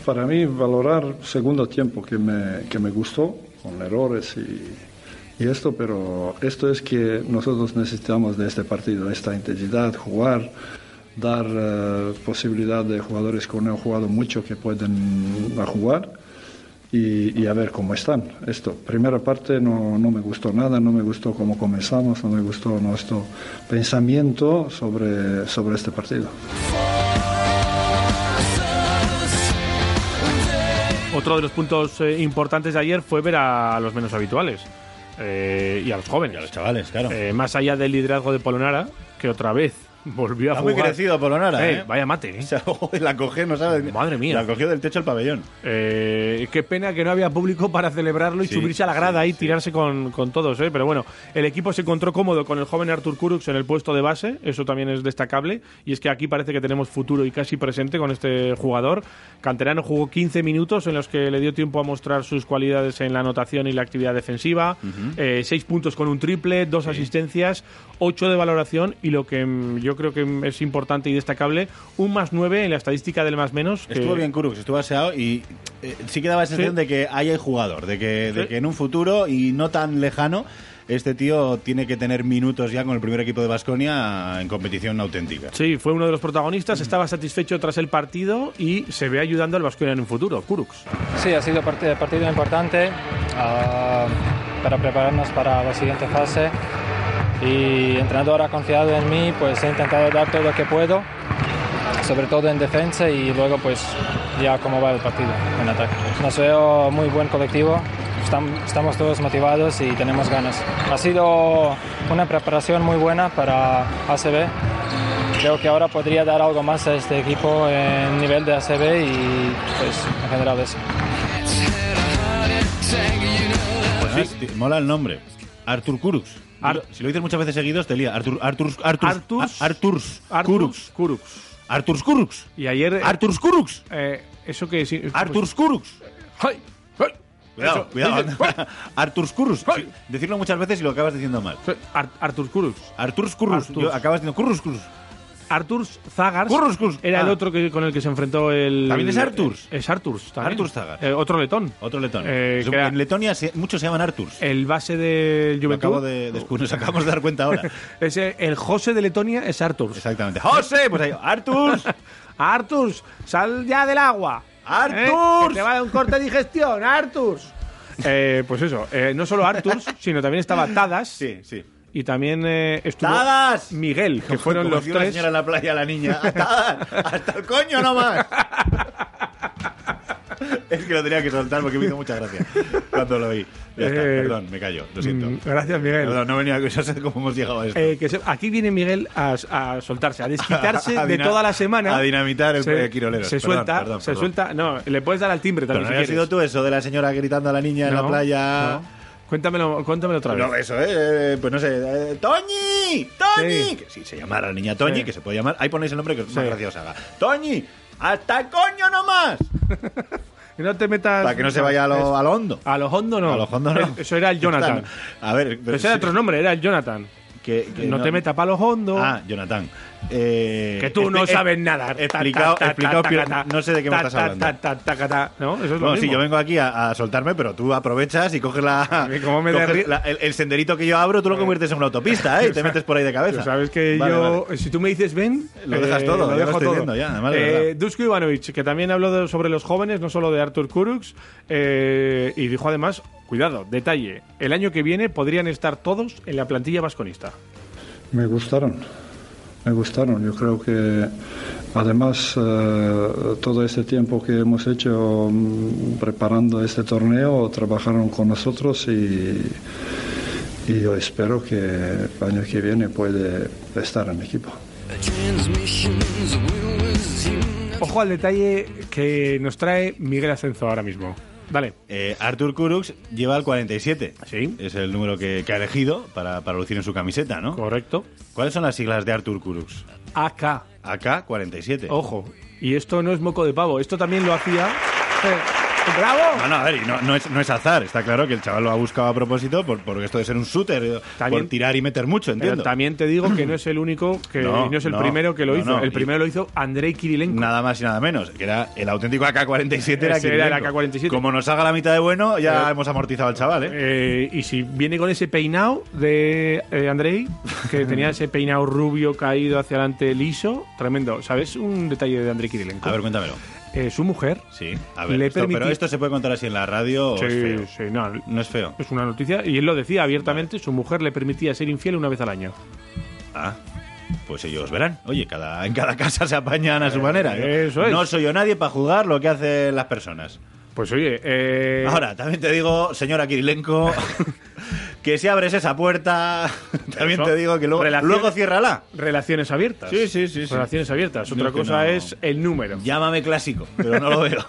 Para mí, valorar segundo tiempo que me, que me gustó, con errores y, y esto, pero esto es que nosotros necesitamos de este partido, esta intensidad, jugar, dar eh, posibilidad de jugadores que no han jugado mucho que pueden mm, a jugar y, y a ver cómo están. Esto, primera parte no, no me gustó nada, no me gustó cómo comenzamos, no me gustó nuestro pensamiento sobre, sobre este partido. Otro de los puntos eh, importantes de ayer fue ver a los menos habituales eh, y a los jóvenes. a los chavales, claro. más allá del liderazgo de Polonara, que otra vez volvió a Está muy jugar. crecido Polonara, ¿eh? Vaya mate, ¿eh? la cogió, no sabes. Madre mía. Eh, La cogió del techo el pabellón. qué pena que no había público para celebrarlo y Sí, subirse a la grada y tirarse con, con todos, ¿eh? Pero bueno, el equipo se encontró cómodo con el joven Artur Kurux en el puesto de base, eso también es destacable, y es que aquí parece que tenemos futuro y casi presente con este jugador. Canterano jugó 15 minutos en los que le dio tiempo a mostrar sus cualidades en la anotación y la actividad defensiva, Ujú. eh, seis puntos con un triple, dos asistencias, ocho de valoración y lo que mm, yo creo que mm, es importante y destacable, un más nueve en la estadística del más menos. que- Estuvo bien Kurux, estuvo aseado y eh, sí que daba la sensación Sí. de que hay el jugador, de que, de Sí. que en un futuro y no tan lejano, este tío tiene que tener minutos ya con el primer equipo de Basconia en competición auténtica. Sí, fue uno de los protagonistas, estaba satisfecho tras el partido y se ve ayudando al Vasconia en un futuro, Kurux. Sí, ha sido parte- partido importante ah, para prepararnos para la siguiente fase. Y el entrenador ha confiado en mí, pues he intentado dar todo lo que puedo, sobre todo en defensa y luego pues ya cómo va el partido en ataque. Nos veo muy buen colectivo, estam- estamos todos motivados y tenemos ganas. Ha sido una preparación muy buena para ACB. Creo que ahora podría dar algo más a este equipo en nivel de ACB y pues en general eso. Pues sí, t- mola el nombre. Artur Kurux. si lo dices muchas veces seguidos, te lía. Artur, Artur, Artur, Arturs- A- Arturs, Kurux. Arturs Kurux. Y ayer... eh, Arturs Kurux. ¿Eso qué es? Arturs Kurux. ¡Ay! ¡Ay! Cuidado, Eso, cuidado. dices, Arturs Kurux. Sí, decirlo muchas veces y lo acabas diciendo mal. Arturs Kurux. Arturs Kurux. Arturs. Yo- Acabas diciendo Kurux Kurux. Arturs Zagars era Ah. el otro que, con el que se enfrentó el... Eh, También es Arturs. Es Arturs. También. Arturs Zagars. Eh, otro letón. Otro letón. Eh, Es un- que era- en Letonia se- muchos se llaman Arturs. El base de Juventud. acabo de descubrir, nos acabamos de dar cuenta ahora. Ese, el José de Letonia es Arturs. Exactamente. ¡José! Pues ahí, ¡Arturs! ¡Arturs! ¡Sal ya del agua! ¡Arturs! ¿Eh? ¡Que te va a dar un corte de digestión! ¡Arturs! Eh, pues eso, eh, no solo Arturs, sino también estaba Tadas. Sí, sí. Y también eh, estuvo ¡Tadas! Miguel, que fueron Como los decía una tres. señora en la playa, la niña. ¡Hasta, hasta el coño nomás! es que lo tenía que soltar porque me hizo mucha gracia cuando lo vi. Ya está, Eh, perdón, me callo, lo siento. Mm, Gracias, Miguel. Perdón, no venía a no sé cómo hemos llegado a esto. Eh, que se- aquí viene Miguel a, a soltarse, a desquitarse A de dina- toda la semana. a dinamitar el- Se- eh, Quiroleros. Se Perdón, suelta, perdón, se perdón. suelta. No, le puedes dar al timbre Pero también. no si había quieres. sido tú eso de la señora gritando a la niña en No, la playa. no. Cuéntamelo, cuéntamelo otra vez. No, eso, eh, eh, pues no sé. eh, ¡Toñi! ¡Toñi! Sí. Que si se llamara la niña Toñi, Sí. que se puede llamar. Ahí ponéis el nombre que es más Sí. gracioso haga. ¡Toñi! ¡Hasta el coño nomás! Que no te metas. Para que no se vaya a lo, a lo hondo. A lo hondo no. A lo hondo no. Eso era el Jonathan. A ver, pero Ese era sí, otro nombre, era el Jonathan. que, que no, te metas para los hondos. Ah, Jonathan. eh, Que tú no expli- sabes nada. Explicado, Ta, ta, ta, explicado ta, peor- ta, ta, no sé de qué ta, me estás ta, hablando. ta, ta, ta, ta, ta. No, eso es lo Bueno, sí, mismo. yo vengo aquí a, a soltarme, pero tú aprovechas y coges la, cómo me coges derri- la- el, el senderito que yo abro, tú lo conviertes en una autopista, ¿eh? Y te metes por ahí de cabeza. Tú sabes que Vale, yo, vale. si tú me dices ven, Lo dejas todo, ya lo lo dejo estoy todo. viendo ya, además, de Eh, verdad. Dusko Ivanovic, que también habló de- sobre los jóvenes, no solo de Artur Kurux, eh, y dijo además, cuidado, detalle, el año que viene podrían estar todos en la plantilla vasconista. Me gustaron, me gustaron. Yo creo que además eh, todo este tiempo que hemos hecho mm, preparando este torneo, trabajaron con nosotros y, y yo espero que el año que viene puede estar en el equipo. Ojo al detalle que nos trae Miguel Ascenso ahora mismo. Dale. Eh, Artur Kurux lleva el 47. Sí. Es el número que, que ha elegido para, para lucir en su camiseta, ¿no? Correcto. ¿Cuáles son las siglas de Artur Kurux? AK. AK 47. Ojo, y esto no es moco de pavo, esto también lo hacía... Eh, ¡Bravo! No, no, a ver, y no, no es, no es azar. Está claro que el chaval lo ha buscado a propósito por, por esto de ser un shooter, eh, También- por tirar y meter mucho, Pero entiendo. también te digo que no es el único que, y no es el primero que lo no, hizo. no. El primero Y- lo hizo Andrei Kirilenko. Nada más y nada menos, que era el auténtico AK-47. Ese era el Kirilenko. AK-47. Como nos haga la mitad de bueno, ya Eh, hemos amortizado al chaval, ¿eh? Eh, y si viene con ese peinado de eh, Andrei, que tenía ese peinado rubio caído hacia adelante liso, tremendo. ¿Sabes un detalle de Andrei Kirilenko? A ver, cuéntamelo. Eh, su mujer Sí, a ver. le esto- permití- Pero esto se puede contar así en la radio. o Sí, es feo? sí, no, No es feo. es una noticia, y él lo decía abiertamente, su mujer le permitía ser infiel una vez al año. Ah, pues ellos verán. Oye, cada, en cada casa se apañan a su manera. Eh, ¿eh? eso es. No soy yo nadie para juzgar lo que hacen las personas. Pues oye, eh, Ahora, también te digo, señora Kirilenko, que si abres esa puerta, también eso, te digo que luego, relaciones- luego ciérrala. Relaciones abiertas. Sí, sí, sí, sí. Relaciones abiertas. Yo Otra es que cosa no. es el número. Llámame clásico, pero no lo veo.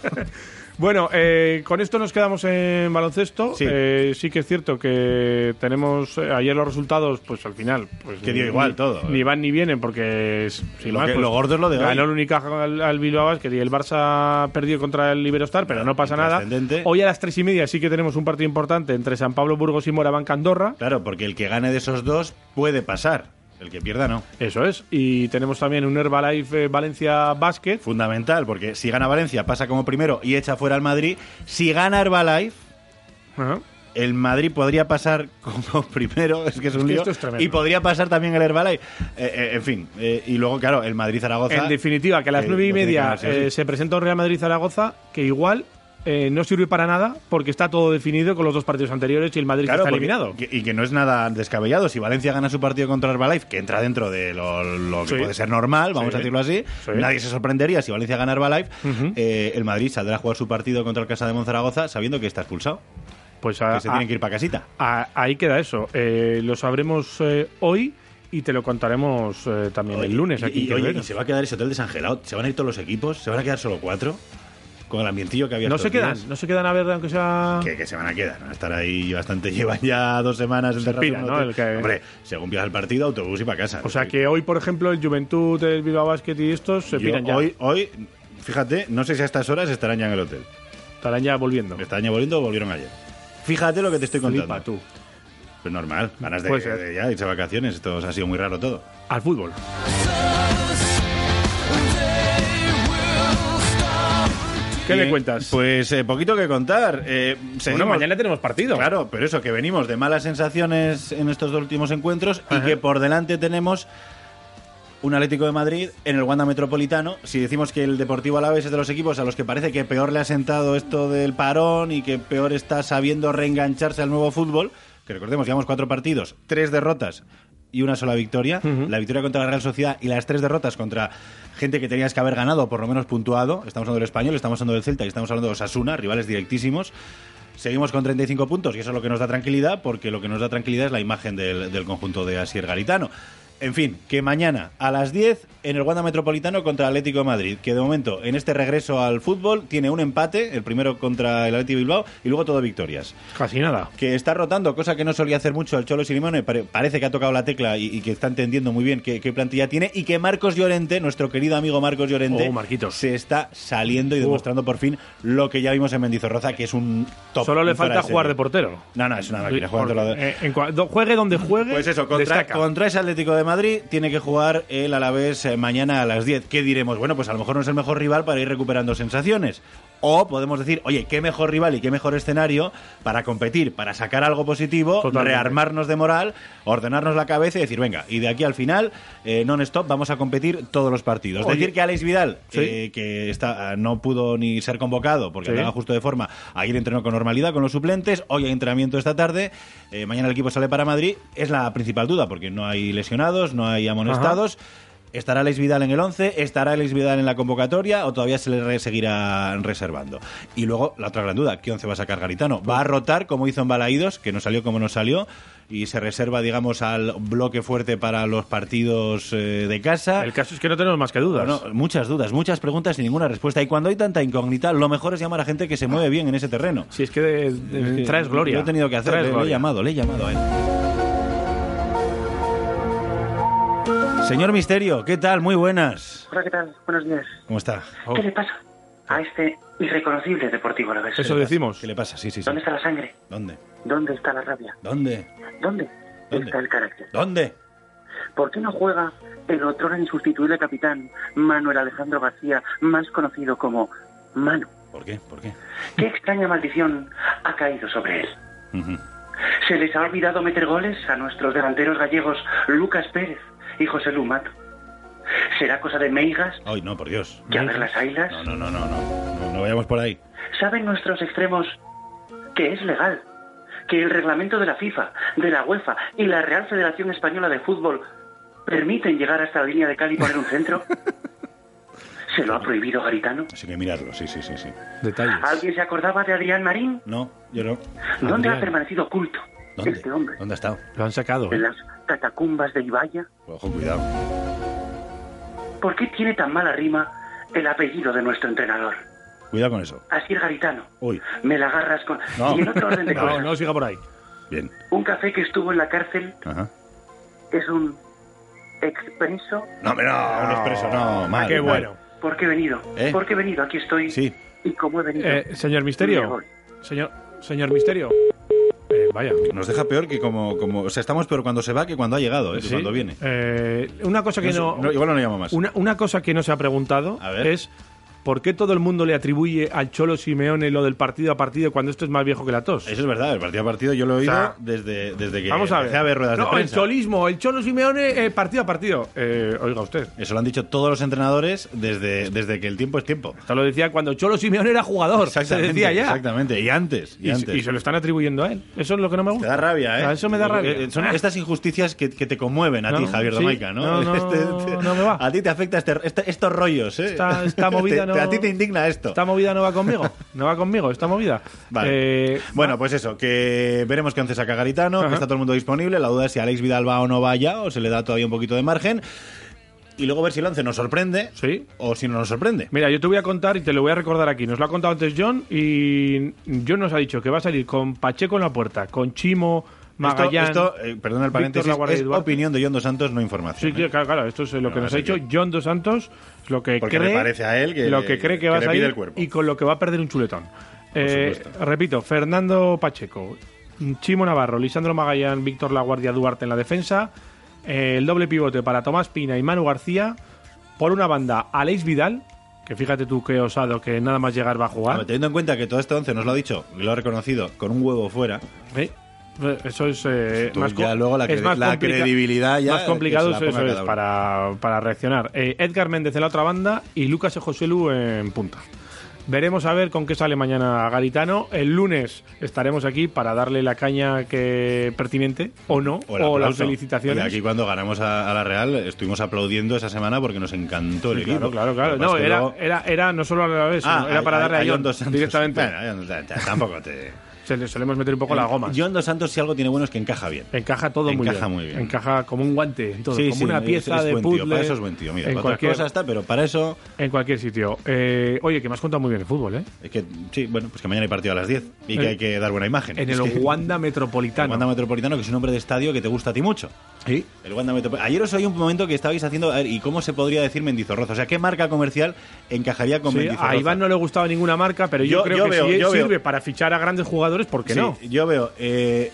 Bueno, eh, con esto nos quedamos en baloncesto. Sí. Eh, sí que es cierto que tenemos eh, ayer los resultados, pues al final, pues Que dio ni- igual todo. eh. Ni van ni vienen porque es- sin Lo más, que- pues, lo gordo es lo de hoy. Ganó el Unicaja al, al Bilbao Basket y el Barça perdió contra el Iberostar, pero no pasa nada. Intrascendente. Hoy a las tres y media sí que tenemos un partido importante entre San Pablo Burgos y Moraván Candorra. Claro, porque el que gane de esos dos puede pasar. El que pierda no. Eso es. Y tenemos también un Herbalife eh, Valencia Basket. Fundamental, porque si gana Valencia pasa como primero y echa fuera al Madrid. Si gana Herbalife, Ajá. el Madrid podría pasar como primero, es que es un que lío, esto es tremendo. y podría pasar también el Herbalife. Eh, eh, en fin, eh, y luego, claro, el Madrid-Zaragoza. En definitiva, que a las eh, nueve y lo tiene que media ganar, sí o sí. eh, se presenta un Real Madrid-Zaragoza que igual eh, no sirve para nada porque está todo definido con los dos partidos anteriores y el Madrid Claro, está porque- eliminado. que- y que no es nada descabellado. Si Valencia gana su partido contra Herbalife, que entra dentro de lo, lo que Sí. puede ser normal, vamos Sí. a decirlo así, Sí. nadie se sorprendería si Valencia gana Herbalife. Ujú. eh, el Madrid saldrá a jugar su partido contra el Casa de Monzaragoza sabiendo que está expulsado, Pues a- que se a- tienen que ir para casita. a- ahí queda eso. Eh, lo sabremos eh, hoy y te lo contaremos eh, también el lunes Y- aquí. y, en oye, Quevedo. y se va a quedar ese hotel desangelado. Se van a ir todos los equipos, se van a quedar solo cuatro. Con el ambientillo que había no estos se quedan, días. no se quedan a ver aunque sea... Que, que se van a quedar, van a estar ahí bastante. Llevan ya dos semanas encerrados pira, en un ¿no? hotel. El que- Hombre, según pierdas el partido, autobús y para casa. O sea que hoy, por ejemplo, el Juventud, el Bilbao Basket y estos se Yo piran ya. Hoy, hoy, fíjate, no sé si a estas horas estarán ya en el hotel. Estarán ya volviendo. Estarán ya volviendo o volvieron ayer. Fíjate lo que te estoy contando. Flipa tú. Pues normal, ganas de, Puede ser. de ya irse a vacaciones. Esto ha sido muy raro todo. Al fútbol. ¿Qué Bien, me cuentas? Pues eh, poquito que contar. Eh, seguimos. mañana tenemos partido. Claro, pero eso, que venimos de malas sensaciones en estos dos últimos encuentros y que por delante tenemos un Atlético de Madrid en el Wanda Metropolitano. Si decimos que el Deportivo Alavés es de los equipos a los que parece que peor le ha sentado esto del parón y que peor está sabiendo reengancharse al nuevo fútbol, que recordemos, llevamos cuatro partidos, tres derrotas y una sola victoria. La victoria contra la Real Sociedad y las tres derrotas contra gente que tenías que haber ganado, o por lo menos puntuado. Estamos hablando del Español, estamos hablando del Celta y estamos hablando de Osasuna, rivales directísimos. Seguimos con 35 puntos y eso es lo que nos da tranquilidad, porque lo que nos da tranquilidad es la imagen del, del conjunto de Asier Garitano. En fin, que mañana a las 10 en el Wanda Metropolitano contra el Atlético de Madrid, que de momento en este regreso al fútbol tiene un empate, el primero contra el Atlético de Bilbao y luego todo victorias. Casi nada. Que está rotando, cosa que no solía hacer mucho el Cholo Simeone, pare- parece que ha tocado la tecla y, y que está entendiendo muy bien qué, qué plantilla tiene y que Marcos Llorente, nuestro querido amigo Marcos Llorente, Oh, Marquitos. Oh. se está saliendo y demostrando por fin lo que ya vimos en Mendizorroza, que es un top. Solo le un fuera falta serie. jugar de portero. No, no, es una Porque, máquina. Juega en otro lado. eh, en cua- do- juegue donde juegue. Pues eso, contra, destaca. contra ese Atlético de Madrid tiene que jugar el Alavés eh, mañana a las 10. ¿Qué diremos? Bueno, pues a lo mejor no es el mejor rival para ir recuperando sensaciones. O podemos decir, oye, qué mejor rival y qué mejor escenario para competir, para sacar algo positivo, Totalmente. rearmarnos de moral, ordenarnos la cabeza y decir, venga, y de aquí al final, eh, non-stop, vamos a competir todos los partidos. Oye. decir que Alex Vidal, Sí. eh, que está, no pudo ni ser convocado porque Sí. andaba justo de forma, ayer entrenó con normalidad con los suplentes, hoy hay entrenamiento esta tarde, eh, mañana el equipo sale para Madrid, es la principal duda porque no hay lesionados, no hay amonestados. ¿Estará Alex Vidal en el 11? ¿Estará Alex Vidal en la convocatoria? ¿O todavía se le re- seguirá reservando? Y luego, la otra gran duda, ¿qué 11 va a sacar Garitano? ¿Va a rotar como hizo en Balaídos, que no salió como no salió, y se reserva, digamos, al bloque fuerte para los partidos eh, de casa? El caso es que no tenemos más que dudas. muchas dudas, muchas preguntas y ninguna respuesta. Y cuando hay tanta incógnita, lo mejor es llamar a gente que se mueve bien en ese terreno. Si es que de- de- traes gloria. Lo he tenido que hacer, Traes le- le he gloria. llamado, le he llamado a él. Señor Misterio, ¿qué tal? Muy buenas. Hola, ¿qué tal? Buenos días. ¿Cómo está? ¿Qué le pasa Ah. a este irreconocible deportivo a la vez? decimos. ¿Qué le pasa? Sí, sí, sí. ¿Dónde está la sangre? ¿Dónde? ¿Dónde está la rabia? ¿Dónde? ¿Dónde, ¿Dónde? está el carácter? ¿Dónde? ¿Por qué no juega el otro insustituible capitán Manuel Alejandro García, más conocido como Manu? ¿Por qué? ¿Por qué? ¿Qué extraña maldición ha caído sobre él? ¿Se les ha olvidado meter goles a nuestros delanteros gallegos Lucas Pérez y José Lumato? ¿Será cosa de Meigas Ay, no, por Dios. que hacer las ailas? No, no, no, no. No, no vayamos por ahí. saben nuestros extremos que es legal, que el reglamento de la FIFA, de la UEFA y la Real Federación Española de Fútbol permiten llegar hasta la línea de Cali y poner un centro. ¿Se lo ha prohibido Garitano? Así que mirarlo, sí, sí, sí, sí. ¿Alguien se acordaba de Adrián Marín? Ah. No, yo no. ¿Dónde ha Adrián. permanecido oculto ¿Dónde? este hombre? ¿Dónde ha estado? Lo han sacado. ¿eh? ¿En las catacumbas de Ibaya? Ojo, cuidado. ¿Por qué tiene tan mala rima el apellido de nuestro entrenador? Cuidado con eso. Así el Garitano. Uy. Me la agarras con... No. Y en otro orden de No, cosas, no siga por ahí. Bien. un café que estuvo en la cárcel Ajá. es un expreso No, hombre, no, un expreso, no, mal. Ah, qué mal. bueno. ¿Por qué he venido? ¿Eh? ¿Por qué he venido? Aquí estoy. Sí. ¿Y cómo he venido? Eh, señor Me Misterio. voy. Señor, señor Misterio. vaya. Nos deja peor que como, como. O sea, estamos peor cuando se va que cuando ha llegado, ¿eh? que Sí. cuando viene. Eh, una cosa que no, No sé, no, igual no le llamo más. Una, una cosa que no se ha preguntado es por qué todo el mundo le atribuye al Cholo Simeone lo del partido a partido cuando esto es más viejo que la tos. Eso es verdad, el partido a partido yo lo he oído O sea, desde, desde que Vamos a ver. empecé ruedas de No, el prensa. cholismo, el Cholo Simeone eh, partido a partido. Eh, oiga usted. Eso lo han dicho todos los entrenadores desde, desde que el tiempo es tiempo. Hasta lo decía cuando Cholo Simeone era jugador. Se Exactamente, decía ya. Exactamente, y antes. Y, Y, antes. y se lo están atribuyendo a él. Eso es lo que no me gusta. Te da rabia, ¿eh? Ah, eso me da Porque, rabia. eh, Son Ah. estas injusticias que, que te conmueven a ti, No, Javier sí. Domaica, ¿no? Este, No, no, A ti te afecta este- este- estos rollos, ¿eh? Esta, esta movida Te- no. te- a ti te indigna esto. Esta movida no va conmigo. No va conmigo, esta movida. Eh, Vale. bueno, pues eso, que veremos qué once saca Garitano, que está todo el mundo disponible. La duda es si Alex Vidal va o no vaya, o se le da todavía un poquito de margen. Y luego ver si el once nos sorprende o si no nos sorprende. Mira, yo te voy a contar y te lo voy a recordar aquí. Nos lo ha contado antes John y John nos ha dicho que va a salir con Pacheco en la puerta, con Chimo, Magallán. Esto, esto, eh, perdona el Víctor paréntesis, Laguardia es Duarte. opinión de John Dos Santos, no información. ¿eh? Sí, que- claro, claro, esto es lo que nos No, no ha sé dicho John Dos Santos, es lo que Porque cree, le parece a él que lo le- que cree que que va a le pide salir el cuerpo. y con lo que va a perder un chuletón. Eh, repito, Fernando Pacheco, Chimo Navarro, Lisandro Magallán, Víctor Laguardia Duarte en la defensa, eh, el doble pivote para Tomás Pina y Manu García, por una banda Alex Vidal, que fíjate tú qué osado que nada más llegar va a A jugar. ver, teniendo en cuenta que todo este once nos lo ha dicho, y lo ha reconocido, con un huevo fuera. Sí. Eso es eh, Tú más co- Pues ya luego la es cre- más la complica- credibilidad ya más complicado que se la eso ponga es, cada uno. para, para reaccionar. Eh, Edgar Méndez en la otra banda y Lucas Joselu en punta. Veremos a ver con qué sale mañana Garitano. El lunes estaremos aquí para darle la caña que pertinente o no o, el las aplauso. felicitaciones. Y aquí cuando ganamos a, a la Real estuvimos aplaudiendo esa semana porque nos encantó el Sí, equipo. claro, claro, claro. Lo que pasa No, es que era, luego- era, era no solo a la vez, Ah, sino era a- para a- darle a, a John John Dos Santos. directamente. Bueno, John Dos- tampoco te... Se le solemos meter un poco la goma. John Dos Santos, si algo tiene bueno, es que encaja bien. Encaja todo muy Encaja bien. muy bien. Encaja como un guante, y todo, Sí, como sí, una es- pieza es de buen tío, puzzle. para eso es buen tío, mira, en para otras cualquier, cosas está, pero para eso... En cualquier sitio. Eh, oye, que me has contado muy bien el fútbol, ¿eh? Es que, sí, bueno, pues que mañana hay partido a las 10 y que Eh, hay que dar buena imagen. En Es el que- Wanda Metropolitano. Wanda Metropolitano, que es un nombre de estadio que te gusta a ti mucho. Sí. El Wanda Metropolitano. Ayer os oí un momento que estabais haciendo. a ver, ¿Y cómo se podría decir Mendizorroza? O sea, ¿qué marca comercial encajaría con Sí, Mendizorroza? a Iván no le gustaba ninguna marca, pero yo, Yo- creo yo que veo, si yo veo. sirve para fichar a grandes jugadores, ¿por qué Sí, no? Yo veo eh,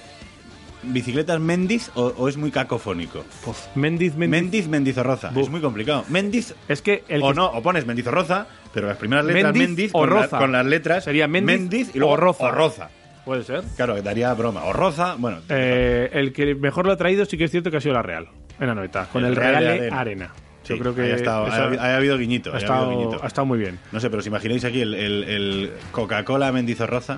bicicletas Mendiz o, o es muy cacofónico? Pues Mendiz, Mendiz. Mendiz, Mendizorroza. Es muy complicado. Mendiz. Es que. o no, o pones Mendizorroza, pero las primeras letras Mendiz Mendiz o con, la- Roza. con las letras. Sería Mendiz y luego o Roza. Roza. Puede ser. Claro, que daría broma. O Roza, bueno. Eh, el que mejor lo ha traído sí que es cierto que ha sido la Real, en la noeta, con el, Real, de Arena. Sí, Yo creo que ahí ha, estado, eso ha habido- ha habido guiñito, Ha ahí estado, habido guiñito. ha estado muy bien. No sé, pero os imagináis aquí el, el- el Coca-Cola Mendizorroza.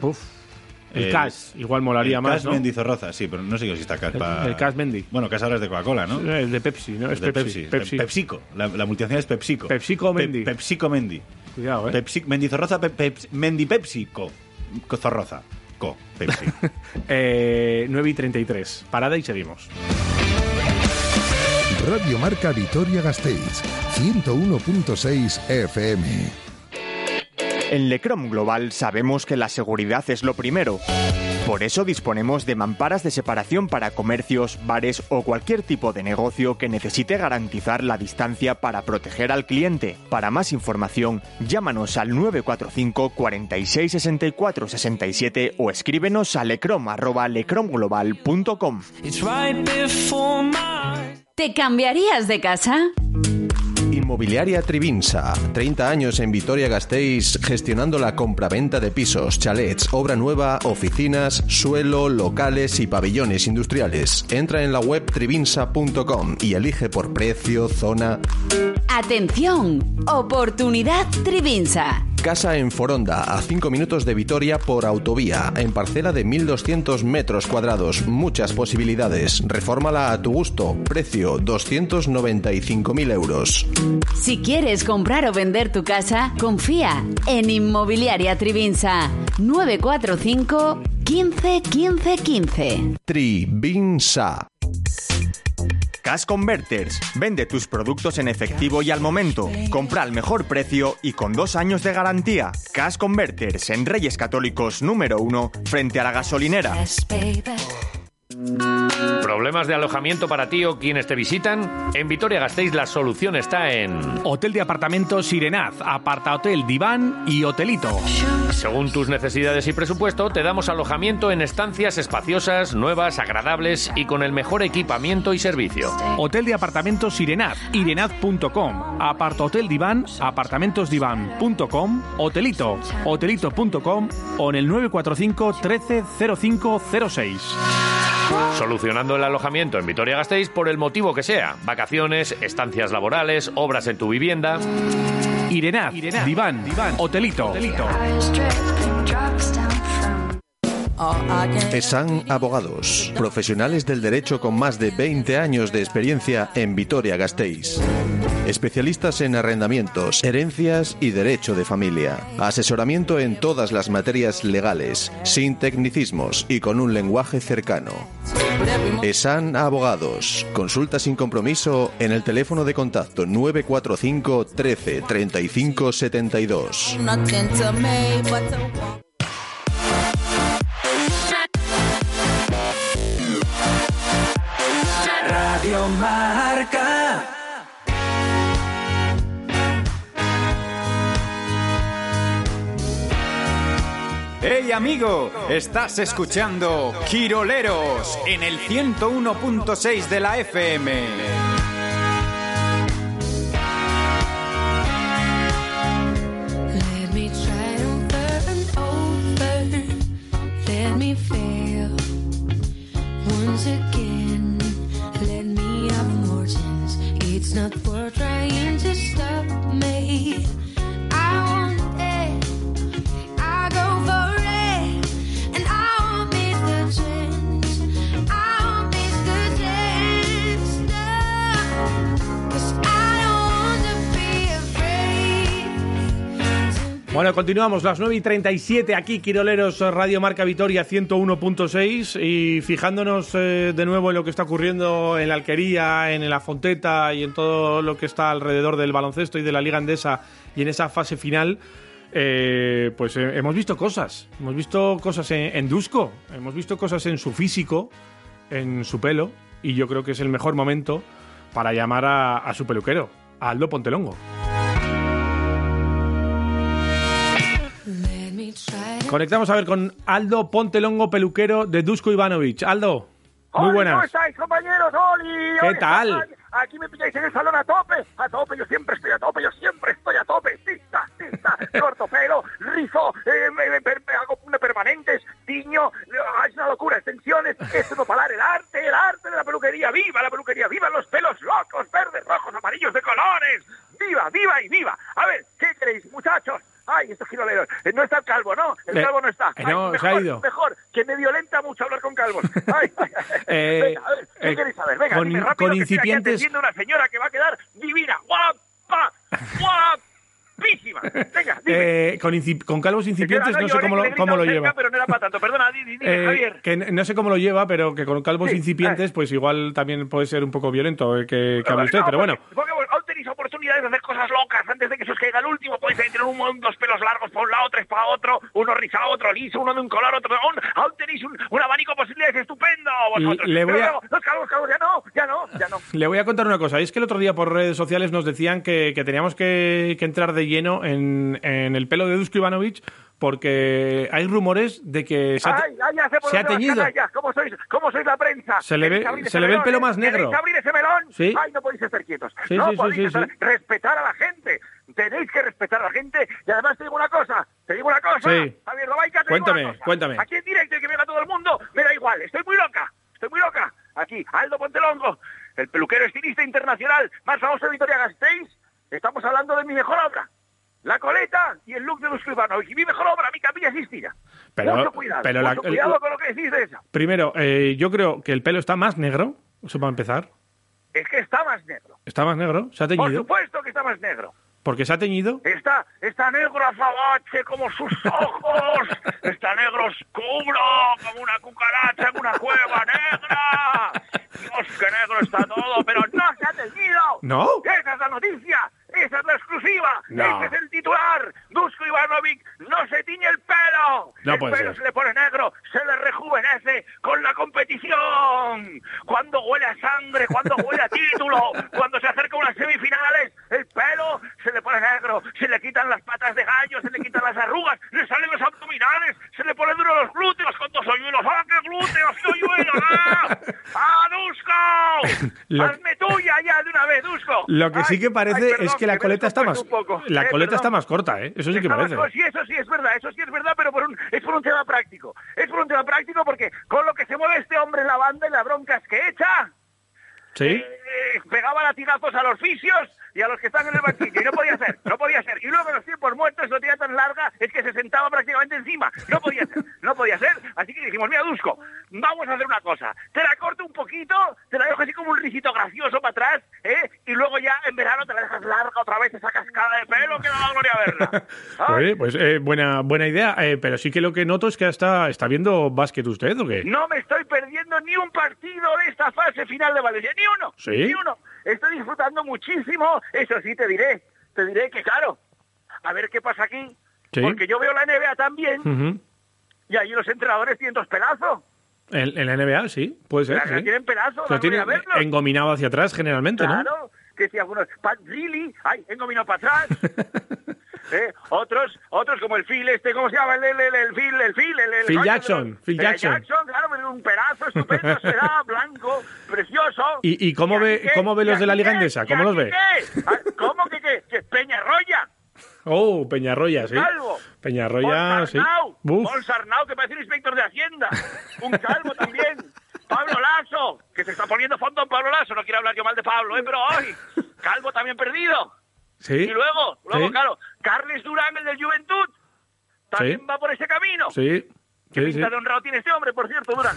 El Cas, igual molaría el más, Cas ¿no? Mendizorroza, sí, pero no sé si está Cas. El- pa- el Cas Mendy. Bueno, Cas ahora es de Coca-Cola, ¿no? El de Pepsi, ¿no? Es de Pepsi. Pepsi. PepsiCo. La, la multinacional es PepsiCo. PepsiCo Pe- Mendy. PepsiCo Mendy. Cuidado, ¿eh? Pepsi, Mendizorroza, Pe- Peps- Mendy PepsiCo. Cozorroza. Co. Pepsi. Eh, 9 y 33. Parada y seguimos. Radio Marca Vitoria Gasteiz, 101.6 FM. En Lecrom Global sabemos que la seguridad es lo primero. Por eso disponemos de mamparas de separación para comercios, bares o cualquier tipo de negocio que necesite garantizar la distancia para proteger al cliente. Para más información, llámanos al 945 46 64 67 o escríbenos a lecrom@lecromglobal.com. ¿Te cambiarías de casa? Inmobiliaria Trivinsa, 30 años en Vitoria-Gasteiz gestionando la compraventa de pisos, chalets, obra nueva, oficinas, suelo, locales y pabellones industriales. Entra en la web trivinsa.com y elige por precio, zona, Atención, oportunidad Trivinsa. Casa en Foronda, a 5 minutos de Vitoria por autovía, en parcela de 1.200 metros cuadrados, muchas posibilidades. Refórmala a tu gusto, precio 295.000 euros. Si quieres comprar o vender tu casa, confía en Inmobiliaria Trivinsa 945 15 15 15. Trivinsa. Cash Converters. Vende tus productos en efectivo y al momento. Compra al mejor precio y con dos años de garantía. Cash Converters en Reyes Católicos número uno frente a la gasolinera. ¿Problemas de alojamiento para ti o quienes te visitan? En Vitoria Gasteiz la solución está en Hotel de apartamentos Sirenaz, apartahotel, diván y hotelito. Según tus necesidades y presupuesto, te damos alojamiento en estancias espaciosas, nuevas, agradables y con el mejor equipamiento y servicio. Hotel de apartamentos Sirenaz, irenaz.com, apartahotel diván, apartamentosdivan.com, hotelito, hotelito.com o en el 945 13 0506. Solucionando el alojamiento en Vitoria Gasteiz por el motivo que sea: vacaciones, estancias laborales, obras en tu vivienda. Irenaz, diván, hotelito. ESAN Abogados, profesionales del derecho con más de 20 años de experiencia en Vitoria-Gasteiz. Especialistas en arrendamientos, herencias y derecho de familia. Asesoramiento en todas las materias legales, sin tecnicismos y con un lenguaje cercano. ESAN Abogados. Consulta sin compromiso en el teléfono de contacto 945 13 35 72. Radio Marca. ¡Hey amigo! Estás escuchando Quiroleros en el 101.6 de la FM. Let me try it over and over. Let me fail once again. Let me have more chance. It's not worth trying to stop me. I want it. I go for it. And I won't miss the chance. I won't miss the chance. No. 'Cause I don't want to be afraid. Bueno, continuamos, las 9 y 37 aquí, Quiroleros, Radio Marca Vitoria 101.6 y fijándonos eh, de nuevo en lo que está ocurriendo en la Alquería, en la Fonteta y en todo lo que está alrededor del baloncesto y de la Liga Andesa y en esa fase final, eh, pues eh, hemos visto cosas, hemos visto cosas en, en Dusko, hemos visto cosas en su físico, en su pelo y yo creo que es el mejor momento para llamar a, a su peluquero, a Aldo Pontelongo. Let me try it Conectamos a ver con Aldo Pontelongo, peluquero de Dusko Ivanovic. Aldo. Muy buenas. ¿Cómo estáis, compañeros? ¡Oli! ¿Qué ¡Oli! tal? Aquí me pilláis en el salón a tope, a tope, yo siempre estoy a tope, yo siempre estoy a tope. Tista, tista, corto pelo, rizo, eh, me, me- per- me hago una permanentes, tiño, eh, es una locura, extensiones, esto no parar, el arte, el arte de la peluquería, viva la peluquería, viva los pelos locos, verdes, rojos, amarillos, de colores, viva, viva y viva. A ver, ¿qué queréis, muchachos? Ay, estos giroleros. Eh, No está el calvo, ¿no? El Eh, calvo no está. eh, Ay, no, mejor, se ha ido. mejor, que me violenta mucho hablar con calvos. Ay, ay, ay. Eh, Venga, a ver, ¿qué eh, queréis saber? Venga, con- dime rápido con que estoy aquí incipientes- atendiendo a una señora que va a quedar divina, guapa, guapísima. Venga, dime. Eh, con, inci- con calvos incipientes Señora, no sé llores, cómo que le he lo, gritado cómo lo cerca, lleva. Pero no era para tanto, perdona, di- di- dime, Eh, Javier. que n- no sé cómo lo lleva, pero que con calvos incipientes, pues igual también puede ser un poco violento eh, que, que hable usted. No, pues Pero bueno, porque- Porque bueno, aún tenéis oportunidades de hacer cosas locas antes de que se os caiga el último. Podéis tener un, mon- dos pelos largos para un lado, tres para otro, uno rizado, otro liso, uno de un color, otro de un. Aún tenéis un, un abanico de posibilidades estupendo. Vosotros. Le voy Pero a- luego, los calvos, calvos, ya no, ya no, ya no. le voy a contar una cosa. Es que el otro día por redes sociales nos decían que, que teníamos que, que entrar de lleno en, en el pelo de Dusko Ivanovic porque hay rumores de que eh, se ha, Ay, ay, ya sé por se ha dónde vas, teñido. canallas. ¿Cómo sois, cómo sois la prensa? Se le ve- ¿Queréis abrir se ese le ve el melón, pelo eh? más negro. ¿Queréis abrir ese melón? Sí. Ay, no podéis estar quietos. Sí, no sí, sí, podéis sí, estar- sí. respetar a la gente. Tenéis que respetar a la gente. Y además te digo una cosa, te digo una cosa. Sí. Javier Lobaica, te digo Cuéntame, una cosa. cuéntame. Aquí en directo y que venga todo el mundo, me da igual. Estoy muy loca, estoy muy loca. Aquí, Aldo Pontelongo, el peluquero estilista internacional más famoso de Vitoria Gasteiz. Estamos hablando de mi mejor obra. La coleta y el look de Dusko Ivanovic. Y mi mejor obra, mi capilla Sistina. Pero- mucho cuidado, pero la- mucho cuidado con lo que decís de esa. Primero, eh, yo creo que el pelo está más negro, eso para empezar. Es que está más negro. Está más negro, se ha Por teñido. supuesto que está más negro. Porque se ha teñido. Está, está negro azabache como sus ojos. Está negro oscuro como una cucaracha en una cueva negra. Dios, qué negro está todo, pero no se ha teñido. ¿No? Esa es la noticia. Esa es la exclusiva. No. Ese es el titular. Dusko Ivanovic no se tiñe el pelo. No el puede pelo ser. se le pone negro, se le rejuvenece con la competición. Cuando huele a sangre, cuando huele a título, cuando se acerca unas semifinales, el pelo se le pone negro, se le quitan las patas de gallo, se le quitan las arrugas, le salen los abdominales, se le pone duro los glúteos con dos hoyuelos. ¡Ah, qué glúteos, qué hoyuelos! ¡Ah, ¡Ah, Dusko! Lo- ¡Hazme tuya ya de una vez, Dusko! Lo que sí Ay, que parece ay, perdón, es que la me coleta está más descompuesto un poco. la Eh, coleta perdón. está más corta, ¿eh? Eso sí que Está parece. más- oh, sí, eso sí es verdad, eso sí es verdad, pero por un, es por un tema práctico. Es por un tema práctico porque con lo que se mueve este hombre en la banda y las broncas que echa, Sí. eh, pegaba latigazos a los fisios y a los que están en el banquillo. Y no podía ser, no podía ser. Y luego en los tiempos muertos lo tenía tan larga, es que se sentaba prácticamente encima. No podía ser, no podía ser. Así que dijimos, mira, Dusko, vamos a hacer una cosa. Te la corto un poquito, te la dejo así como un rizito gracioso para atrás, ¿eh? Y luego ya en verano te la dejas larga otra vez esa cascada de pelo que da la gloria verla. Ah, Oye, pues eh, buena buena idea, eh, pero sí que lo que noto es que está está viendo básquet usted o qué? No me estoy perdiendo ni un partido de esta fase final de Valencia, ni uno, ¿Sí? ni uno. Estoy disfrutando muchísimo, eso sí te diré, te diré que claro, a ver qué pasa aquí, Sí. porque yo veo la NBA también Ujú. y allí los entrenadores tienen dos pedazos, en, en la NBA Pues sí, puede ser. Claro, sí. tienen pedazo, Lo van a tienen ir a verlo. engominado hacia atrás generalmente, ¿no? claro, que si algunos, Pat Riley, ay, tengo vino para atrás, Eh, otros, otros como el Phil este, ¿cómo se llama? El, el, el, el Phil, el Phil, el, el- Phil coño, Jackson, el- Phil el Jackson. claro, pero un pedazo estupendo, será blanco, precioso. ¿Y, y cómo ve qué? cómo ve ¿Y los de la aquí Liga qué? Endesa? ¿Y ¿Cómo los aquí ve? qué? Ah, ¿Cómo que qué? Que Peñarroya, Oh, Peñarroya, sí. Calvo. Peñarroya, sí. Sarnau, Buf. Paul Sarnau, que parece un inspector de Hacienda, un calvo también. Pablo Lasso, que se está poniendo fondo en Pablo Lasso, no quiero hablar yo mal de Pablo, ¿eh? pero hoy, calvo también perdido. Sí. Y luego, luego, Sí. claro, Carles Durán, el del Juventud, también Sí. va por ese camino. Sí. ¿Qué Sí, sí. pinta de honrado tiene este hombre, por cierto, Durán?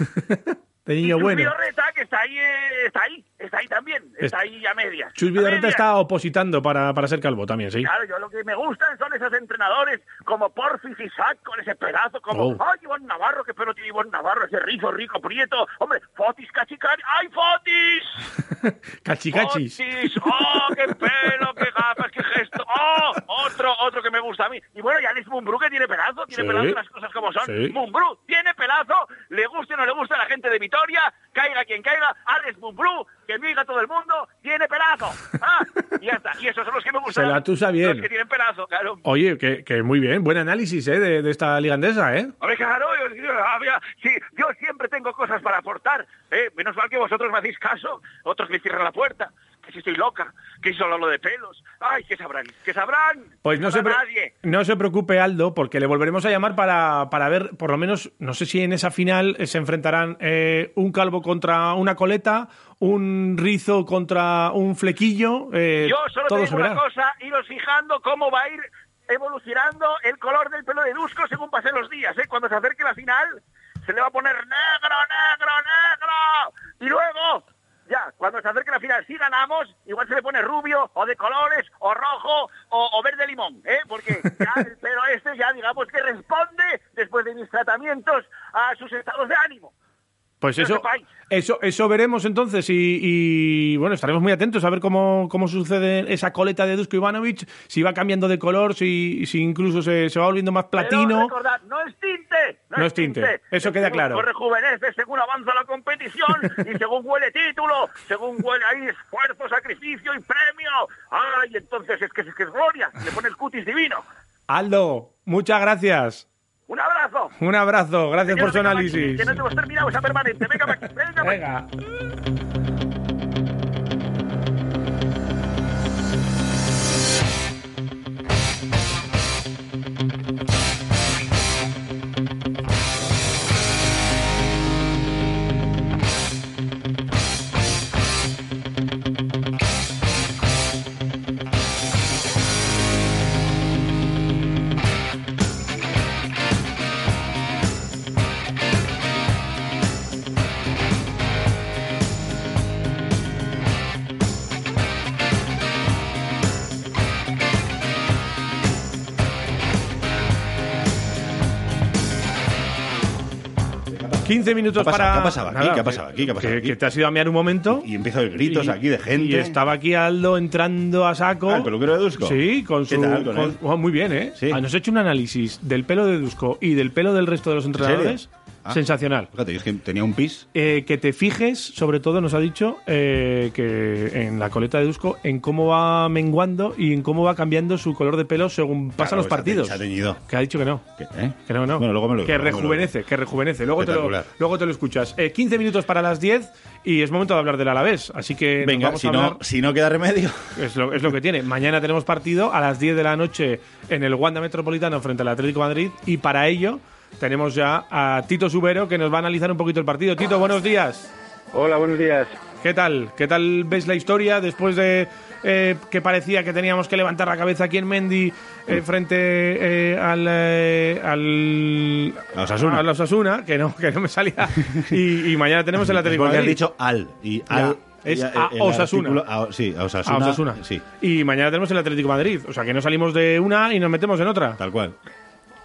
De Y niño Chus bueno. Vidorreta, que está ahí, eh, está ahí, está ahí también, está Es- ahí a medias. Chus A Vidorreta medias. está opositando para, para ser calvo también, sí. Claro, yo lo que me gustan son esos entrenadores como Porfis y Sac con ese pedazo, como, Oh. ay, Iván Navarro, qué pelo tiene Iván Navarro, ese rizo rico, prieto, hombre, Fotis Cachicari, ¡ay, Fotis! Cachicachis. Fotis, ¡oh, qué ¡Oh, pelo, qué gafas, qué esto. ¡Oh! Otro, otro que me gusta a mí. Y bueno, ya Alex Mumbrú que tiene pelazo, tiene Sí. pelazo las cosas como son. Sí. Mumbrú tiene pelazo, le guste o no le guste a la gente de Vitoria, caiga quien caiga, Alex Mumbrú, que diga todo el mundo, tiene pelazo. Ah, y ya está. Y esos son los que me gustan. Se la tusa bien. Los que tienen pelazo, claro. Oye, que, que muy bien, buen análisis ¿eh? de, de esta ligandesa, ¿eh? A ver, claro, yo, yo- había- sí, yo siempre tengo cosas para aportar. ¿eh? Menos mal que vosotros me hacéis caso, otros me cierran la puerta. Que si estoy loca, que si solo hablo de pelos. Ay, que sabrán, que sabrán. Pues que no se, sabrá pre- nadie. no se preocupe, Aldo, porque le volveremos a llamar para, para ver, por lo menos, no sé si en esa final eh, se enfrentarán eh, un calvo contra una coleta, un rizo contra un flequillo. eh, Yo solo todo te se digo verá. una cosa, iros fijando cómo va a ir evolucionando el color del pelo de Dusko según pasen los días. ¿eh? Cuando se acerque la final, se le va a poner negro, negro, negro. Y luego, ya, cuando se acerque la final, si ganamos, igual se le pone rubio, o de colores, o rojo, o, o verde limón. ¿eh? Porque ya el pelo este ya, digamos, que responde, después de mis tratamientos, a sus estados de ánimo. Pues que lo eso, sepáis. eso, eso veremos entonces y, y, bueno, estaremos muy atentos a ver cómo, cómo sucede esa coleta de Dusko Ivanovic, si va cambiando de color, si, si incluso se, se va volviendo más Pero platino. recordad, no es tinte. No es tinte. Eso queda El claro. público rejuvenece según avanza la competición y según huele título, según huele ahí esfuerzo, sacrificio y premio. Ay, entonces es que es, que es gloria. Le pones cutis divino. Aldo, muchas gracias. Un abrazo. Un abrazo, gracias por su Señor, venga, análisis. Que no te hemos terminado esa permanente. Venga, Maki, venga, Maki. ¿15 minutos ¿Qué para...? ha pasado? ¿Qué ha pasado aquí? Nada, ¿Qué ha pasado aquí? ¿Qué ha pasado que, aquí? que te has ido a mear un momento. Y empiezo a oír gritos Y- aquí de gente. Y estaba aquí Aldo entrando a saco. Ah, el peluquero de Dusko. Sí, con ¿Qué su. tal con con- él? oh, muy bien, ¿eh? Ah, Nos ha hecho un análisis del pelo de Dusko y del pelo del resto de los serio? entrenadores. Ah. Sensacional. Fíjate, es que tenía un pis. Eh, que te fijes, sobre todo nos ha dicho eh, que en la coleta de Dusko, en cómo va menguando y en cómo va cambiando su color de pelo según pasan Claro, los se ha te- partidos. Se ha teñido. Que ha dicho que no. Que no, no. Bueno, luego me lo que luego me lo rejuvenece, que rejuvenece. Luego te, lo, Espectacular. luego te lo escuchas. Eh, 15 minutos para las 10 y es momento de hablar del Alavés. Así que nos Venga, vamos si a no- hablar- si no queda remedio. Es lo, es lo que tiene. Mañana tenemos partido a las 10 de la noche en el Wanda Metropolitano frente al Atlético de Madrid y para ello tenemos ya a Tito Subero que nos va a analizar un poquito el partido. Tito, buenos días. Hola, buenos días. ¿Qué tal? ¿Qué tal ves la historia después de eh, que parecía que teníamos que levantar la cabeza aquí en Mendy Mm. eh, frente eh, al, eh, al A Osasuna. a la Osasuna, que no, que no me salía. Y, y mañana tenemos el Es Atlético de porque has Madrid. dicho al. Y al. Ya, es y a el Osasuna. artículo- a- sí, a Osasuna. A Osasuna. Sí. Y mañana tenemos el Atlético de Madrid. O sea, que no salimos de una y nos metemos en otra. Tal cual.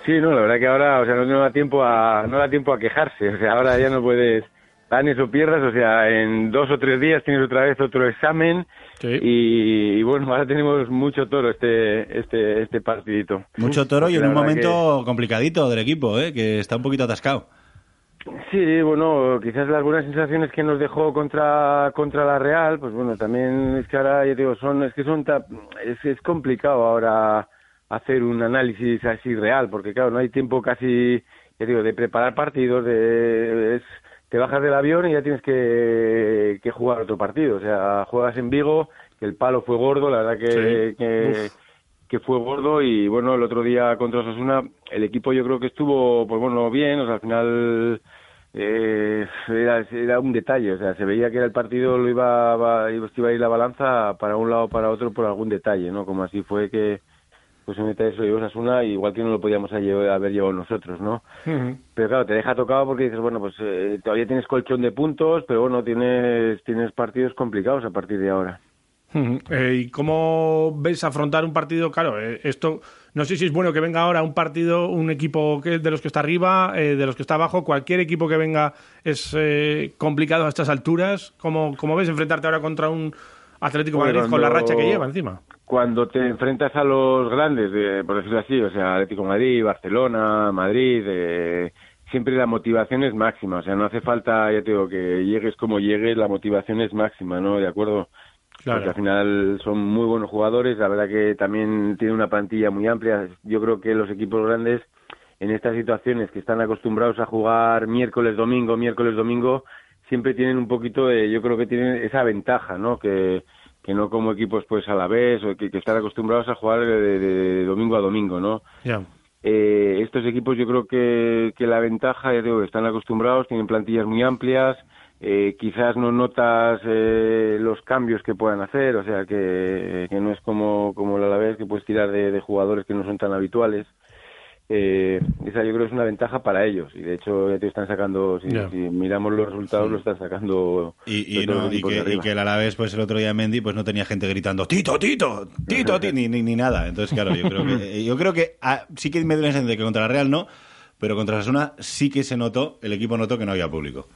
Sí, no, la verdad que ahora, o sea, no, no da tiempo a no da tiempo a quejarse, o sea, ahora ya no puedes ganes o pierdas, o sea, en dos o tres días tienes otra vez otro examen y, y bueno, ahora tenemos mucho toro este este este partidito. Mucho toro y en Porque un pues la verdad momento complicadito del equipo, ¿eh? que está un poquito atascado. Sí, bueno, quizás las buenas sensaciones que nos dejó contra contra la Real, pues bueno, también es que ahora yo digo son es que son ta- es, es complicado ahora hacer un análisis así real, porque claro no hay tiempo casi ya digo de preparar partidos, de es- te bajas del avión y ya tienes que, que jugar otro partido, o sea juegas en Vigo que el palo fue gordo, la verdad que, Sí. que- Uf. que fue gordo y bueno el otro día contra Osasuna el equipo yo creo que estuvo pues bueno bien, o sea al final eh, era, era un detalle, o sea, se veía que era el partido lo iba, va- iba- se iba a ir la balanza para un lado o para otro por algún detalle, ¿no? Como así fue que pues un detalle se lo llevó Sasuna, igual que no lo podíamos a lle- haber llevado nosotros, ¿no? Pero claro, te deja tocado porque dices, bueno, pues eh, todavía tienes colchón de puntos, pero bueno, tienes, tienes partidos complicados a partir de ahora. Ujú. Eh, ¿Y cómo ves afrontar un partido? Claro, eh, esto no sé si es bueno que venga ahora un partido, un equipo que, de los que está arriba, eh, de los que está abajo, cualquier equipo que venga es eh, complicado a estas alturas. ¿Cómo, cómo ves enfrentarte ahora contra un Atlético Bueno, Madrid con la no- racha que lleva encima. Cuando te enfrentas a los grandes, eh, por decirlo así, o sea, Atlético de Madrid, Barcelona, Madrid, eh, siempre la motivación es máxima. O sea, no hace falta, ya te digo, que llegues como llegues, la motivación es máxima, ¿no? ¿De acuerdo? Claro. Porque al final son muy buenos jugadores, la verdad que también tiene una plantilla muy amplia. Yo creo que los equipos grandes en estas situaciones que están acostumbrados a jugar miércoles, domingo, miércoles, domingo, siempre tienen un poquito de, yo creo que tienen esa ventaja, ¿no? Que, que no como equipos pues a la vez o que, que están acostumbrados a jugar de, de- de domingo a domingo, ¿no? Ya. Eh, estos equipos yo creo que, que la ventaja, ya digo, que están acostumbrados, tienen plantillas muy amplias, eh, quizás no notas eh, los cambios que puedan hacer, o sea que, que no es como, como la Alavés que puedes tirar de, de jugadores que no son tan habituales. Eh, esa yo creo que es una ventaja para ellos y de hecho ya te están sacando, si, Ya. si miramos los resultados, lo están sacando. Y, sobre y todo no, los y equipos de que, y arriba. que el Alavés, pues el otro día Mendy, pues no tenía gente gritando Tito, Tito, Tito, Tito", ni, ni, ni nada. Entonces, claro, yo creo que, yo creo que ah, sí que me da la sensación de que contra la Real no, pero contra Osasuna sí que se notó, el equipo notó que no había público.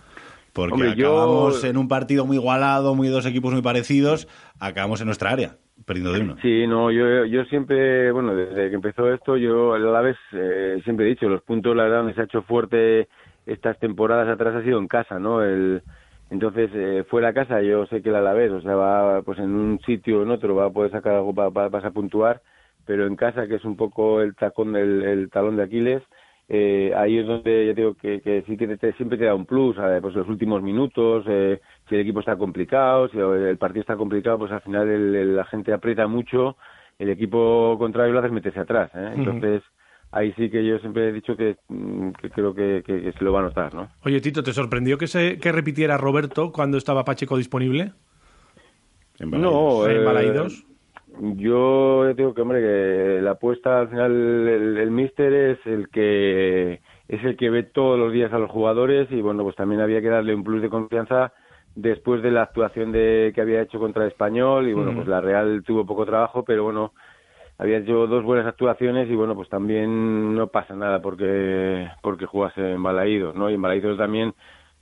Porque Hombre, yo- acabamos en un partido muy igualado, muy dos equipos muy parecidos, acabamos en nuestra área, perdiendo de uno. Sí, no, yo, yo siempre, bueno, desde que empezó esto, yo a la vez eh, siempre he dicho, los puntos, la verdad, donde se ha hecho fuerte estas temporadas atrás ha sido en casa, ¿no? El, entonces, eh, fuera de casa, yo sé que el Alavés, o sea, va pues en un sitio o en otro, va a poder sacar algo para, para, para puntuar, pero en casa, que es un poco el tacón del el talón de Aquiles, eh, ahí es donde yo digo que, que sí que te- te- siempre te da un plus, eh, pues los últimos minutos, eh, si el equipo está complicado, si el partido está complicado, pues al final el- el- la gente aprieta mucho, el equipo contrario lo hace meterse atrás, ¿eh? Ujú. entonces ahí sí que yo siempre he dicho que, mm, que creo que, que- que se lo va a notar, ¿no? Oye, Tito, ¿te sorprendió que, se, que repitiera Roberto cuando estaba Pacheco disponible? No, En eh, Balaidos. Yo digo que, hombre, que la apuesta al final, el, el míster es el que es el que ve todos los días a los jugadores y bueno, pues también había que darle un plus de confianza después de la actuación de, que había hecho contra el Español y bueno, Ujú. pues la Real tuvo poco trabajo, pero bueno, había hecho dos buenas actuaciones y bueno, pues también no pasa nada porque porque jugase en Balaídos, ¿no? Y en Balaídos también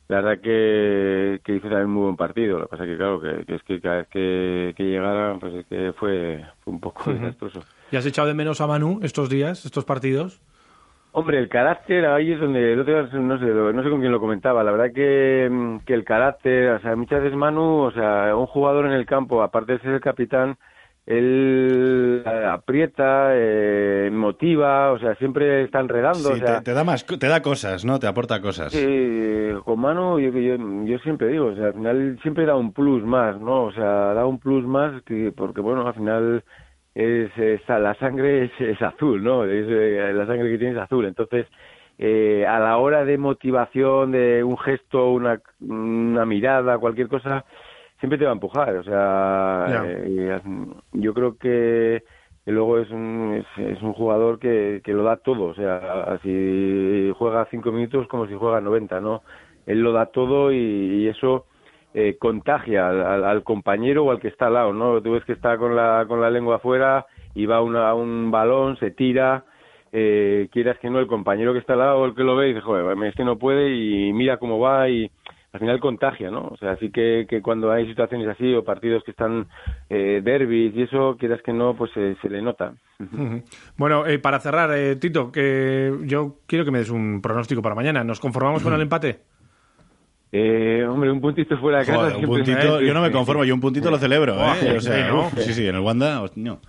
la verdad que, que hizo también muy buen partido. Lo que pasa que, claro, que, que es que cada vez que, que llegara, pues es que fue, fue un poco Ujú. desastroso. ¿Y has echado de menos a Manu estos días, estos partidos? Hombre, el carácter ahí es donde el otro día, no sé, lo- no sé con quién lo comentaba. La verdad que, mm, que el carácter, o sea, muchas veces Manu, o sea, un jugador en el campo, aparte de ser el capitán, él eh, aprieta, eh, motiva, o sea, siempre está enredando. Sí, o sea, te, te da más, co- te da cosas, ¿no? Te aporta cosas. Sí, con Manu yo, yo, yo siempre digo, o sea, al final siempre da un plus más, ¿no? O sea, da un plus más que, porque, bueno, al final es, es- la sangre es, es azul, ¿no? Es, eh, la sangre que tiene es azul. Entonces, eh, a la hora de motivación, de un gesto, una, una mirada, cualquier cosa, siempre te va a empujar. O sea, Ya. eh, yo creo que que luego es un, es, es un jugador que, que lo da todo. O sea, si juega cinco minutos como si juega 90, ¿no? Él lo da todo y, y eso eh, contagia al, al- al compañero o al que está al lado, ¿no? Tú ves que está con la, con la lengua afuera y va una- a un balón, se tira. Eh, quieras que no, el compañero que está al lado, el que lo ve, dice, joder, este no puede y mira cómo va y al final contagia, ¿no? O sea, así que, que cuando hay situaciones así o partidos que están eh, derbis y eso, quieras que no, pues eh, se le nota. Ujú. Bueno, eh, para cerrar, eh, Tito, que yo quiero que me des un pronóstico para mañana. ¿Nos conformamos con el empate? Eh, hombre, un puntito fuera de casa. Joder, un siempre- puntito, yo no me conformo, yo un puntito lo celebro, Buah, ¿eh? O sea, sí, ¿no? uf, sí, sí, en el Wanda, no.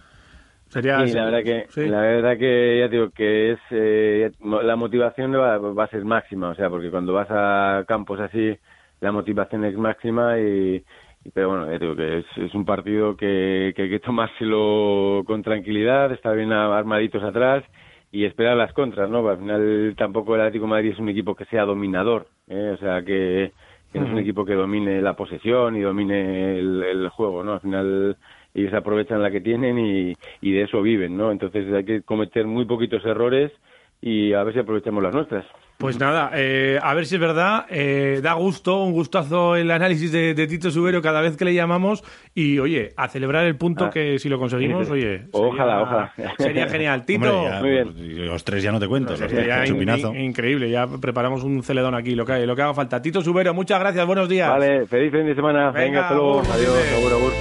Sería Sí, la verdad que, la verdad que ya te digo que es eh, mo- la motivación va, va a ser máxima, o sea, porque cuando vas a campos así la motivación es máxima y, y- pero bueno, ya te digo que es, es un partido que, que hay que tomárselo con tranquilidad, estar bien a- armaditos atrás y esperar las contras, ¿no? Al final tampoco el Atlético de Madrid es un equipo que sea dominador, ¿eh? o sea, que, que no es un Ujú. equipo que domine la posesión y domine el, el juego, ¿no? Al final ellos aprovechan la que tienen y, y de eso viven, ¿no? Entonces hay que cometer muy poquitos errores y a ver si aprovechamos las nuestras. Pues nada, eh, a ver si es verdad. eh, da gusto, un gustazo el análisis de, de Tito Subero cada vez que le llamamos. Y oye, a celebrar el punto Ah. que si lo conseguimos, oye. Ojalá, sería- ojalá. Sería genial, Tito. pues, Hombre, ya, pues, Los tres ya no te cuento, los Sería tres, in- chupinazo. in- increíble, ya preparamos un celedón aquí, lo que, lo que haga falta. Tito Subero, muchas gracias, buenos días. Vale, feliz fin de semana. Venga, Venga, hasta luego. agur, Adiós, Vicente. agur, agur.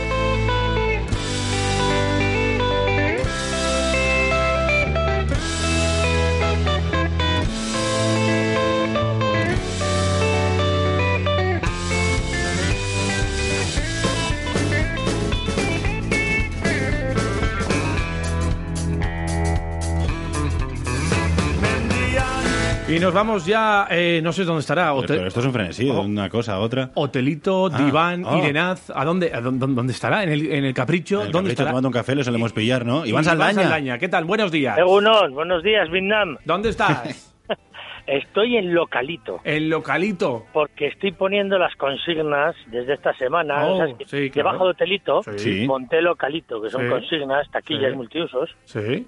Y nos vamos ya, eh, no sé dónde estará. Pero, hotel- Oh. pero esto es un frenesí, de una cosa a otra. Hotelito, Ah, diván, oh. Irenaz. ¿A dónde, a dónde, dónde estará? ¿En el, en el capricho? El ¿Dónde capricho estará? tomando un café lo solemos pillar, ¿no? Iván Saldaña. Saldaña. ¿Qué tal? Buenos días. Egunon, buenos días, Vietnam. ¿Dónde estás? Estoy en localito. ¿En localito? Porque estoy poniendo las consignas desde esta semana. Oh, ¿sabes? sí, claro. Debajo de hotelito, Sí. monté localito, que son Sí. consignas, taquillas Sí. multiusos. Sí.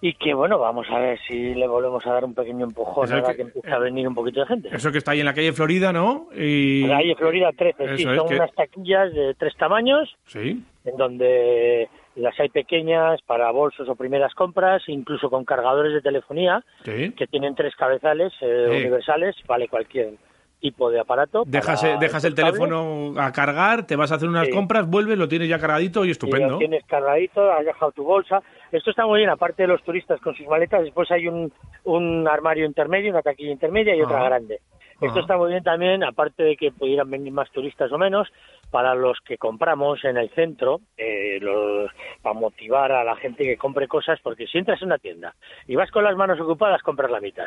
Y que bueno, vamos a ver si le volvemos a dar un pequeño empujón Eso ahora que- eh. que, empieza a venir un poquito de gente. Eso que está ahí en la calle Florida, ¿no? Y... Calle Florida 13, sí, Eso es son que- unas taquillas de tres tamaños, Sí. en donde las hay pequeñas para bolsos o primeras compras, incluso con cargadores de telefonía, Sí. que tienen tres cabezales eh, Sí. universales, vale cualquier tipo de aparato. para Dejas, eh, dejas el portable, teléfono a cargar, te vas a hacer unas Ah, Sí. compras, vuelves, lo tienes ya cargadito y y estupendo. lo tienes cargadito, has dejado tu bolsa. Esto está muy bien, aparte de los turistas con sus maletas, después hay un, un armario intermedio, una taquilla intermedia y otra Ajá. grande. Esto Ajá. está muy bien también, aparte de que pudieran venir más turistas o menos, para los que compramos en el centro, eh, los- para motivar a la gente que compre cosas, porque si entras en una tienda y vas con las manos ocupadas, compras la mitad.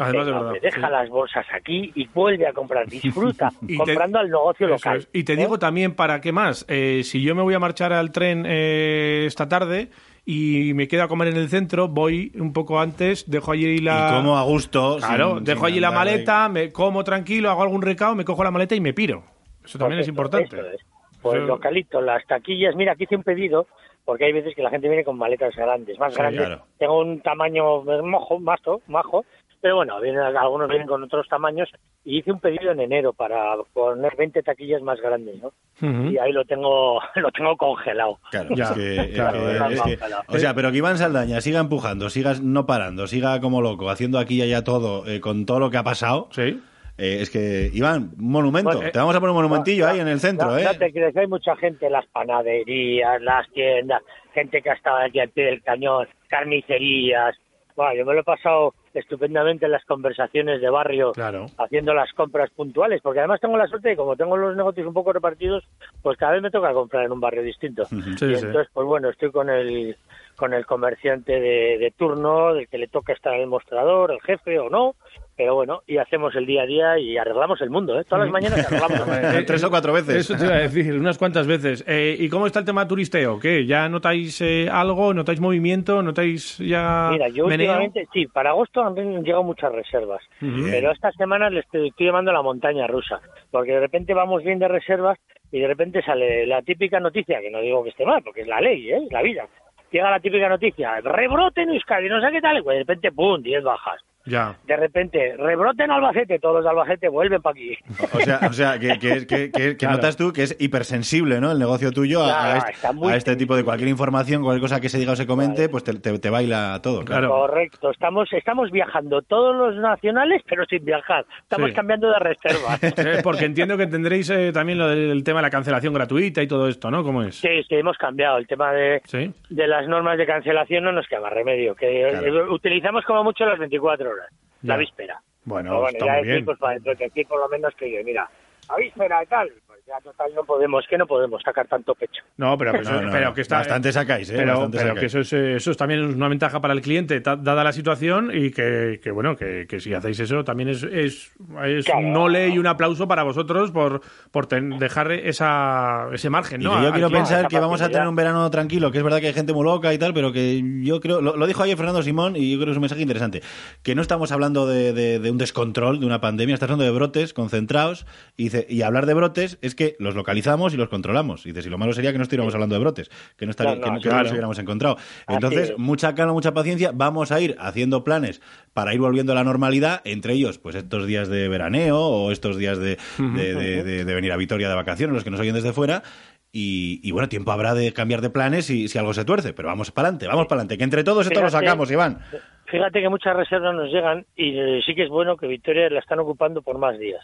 Además de Venga, verdad, hombre, deja sí. las bolsas aquí y vuelve a comprar, disfruta Y te- comprando al negocio Eso local. es. Y te ¿Eh? digo también, ¿para qué más? Eh, si yo me voy a marchar al tren eh, esta tarde y me quedo a comer en el centro, voy un poco antes, dejo allí la... Y como a gusto. Claro, sin- dejo sin allí la andar ahí. maleta, me como tranquilo, hago algún recado, me cojo la maleta y me piro. Eso también es Perfecto, importante. eso es. Pues Eso- localito, las taquillas. Mira, aquí hice un pedido, porque hay veces que la gente viene con maletas grandes, más Sí, grandes. claro. Tengo un tamaño mojo, mazo, majo. Pero bueno, vienen, algunos vienen con otros tamaños. Y hice un pedido en enero para poner 20 taquillas más grandes, ¿no? Ujú. Y ahí lo tengo, lo tengo congelado. Claro, Ya, es que- es claro, eh, que- claro, es que- claro. O sea, pero que Iván Saldaña siga empujando, siga no parando, siga como loco, haciendo aquí y allá todo, eh, con todo lo que ha pasado. Eh, Sí. es que, Iván, monumento. Bueno, eh, te vamos a poner un monumentillo ahí en el centro, No, ¿eh? no te crees, hay mucha gente en las panaderías, las tiendas, gente que ha estado aquí al pie del cañón, carnicerías. Bueno, yo me lo he pasado estupendamente en las conversaciones de barrio, haciendo las compras puntuales, porque además tengo la suerte de como tengo los negocios un poco repartidos, pues cada vez me toca comprar en un barrio distinto. Ujú. Sí, y sí. entonces, pues bueno, estoy con el con el comerciante de, de turno, del que le toca estar en el mostrador, el jefe o no, pero bueno, y hacemos el día a día y arreglamos el mundo, ¿eh? Todas las mañanas arreglamos. el mundo. Eh, Tres o cuatro veces. Eso te iba a decir, unas cuantas veces. Eh, ¿Y cómo está el tema turisteo? ¿Qué? ¿Ya notáis eh, algo? ¿Notáis movimiento? ¿Notáis ya Mira, yo meneo? últimamente, sí, para agosto han llegado muchas reservas, Bien. pero esta semana le estoy, estoy llamando a la montaña rusa, porque de repente vamos bien de reservas y de repente sale la típica noticia, que no digo que esté mal, porque es la ley, ¿eh? es la vida. Llega la típica noticia, rebrote en Euskadi, no sé qué tal, y pues de repente, ¡pum!, 10 bajas. Ya. De repente, rebrote en Albacete, todos los de Albacete vuelven para aquí. O sea, o sea, que, que- que- que- que Claro. notas tú que es hipersensible, ¿no? El negocio tuyo a, a Claro, este, está muy a este tipo de cualquier información, cualquier cosa que se diga o se comente, pues te, te- te baila todo. Correcto, estamos, estamos viajando todos los nacionales, pero sin viajar, estamos Sí. cambiando de reservas. Eh, Porque entiendo que tendréis eh, también lo del tema de la cancelación gratuita y todo esto, ¿no? ¿Cómo es? Sí, sí, hemos cambiado. El tema de, Sí. de las normas de cancelación no nos queda más remedio. que Claro. eh, Utilizamos como mucho las 24 horas, Ya. la víspera. Bueno, Pero está ya muy decir, bien. pues, para decir por lo menos que yo, mira, la víspera y tal, pues ya total no podemos, que no podemos sacar tanto pecho. No, pero que, eso- No, no, pero que está. bastante sacáis, ¿eh? Pero, Bastante pero sacáis. que eso es, eh, eso es también una ventaja para el cliente, ta- dada la situación, y que, que, bueno, que, que si hacéis eso también es, es, es un ole y un aplauso para vosotros por, por ten- dejar esa, ese margen, Y ¿no? que yo Al quiero cliente. pensar que vamos a tener un verano tranquilo, que es verdad que hay gente muy loca y tal, pero que yo creo, lo, lo dijo ayer Fernando Simón y yo creo que es un mensaje interesante, que no estamos hablando de, de- de un descontrol, de una pandemia, estamos hablando de brotes concentrados y, dice- y hablar de brotes es que los localizamos y los controlamos. Y dices, y lo malo sería que no estuviéramos hablando de brotes, que no, estaría, No, no, que no- que no claro. nos hubiéramos encontrado. Así Entonces, es. mucha calma, mucha paciencia, vamos a ir haciendo planes para ir volviendo a la normalidad, entre ellos, pues estos días de veraneo o estos días de, de- de- de- de venir a Vitoria de vacaciones, los que nos oyen desde fuera. Y, y bueno, tiempo habrá de cambiar de planes si, si algo se tuerce, pero vamos para adelante, vamos para adelante, que entre todos esto lo Fíjate. sacamos, Iván. Fíjate que muchas reservas nos llegan y eh, sí que es bueno que Victoria la están ocupando por más días.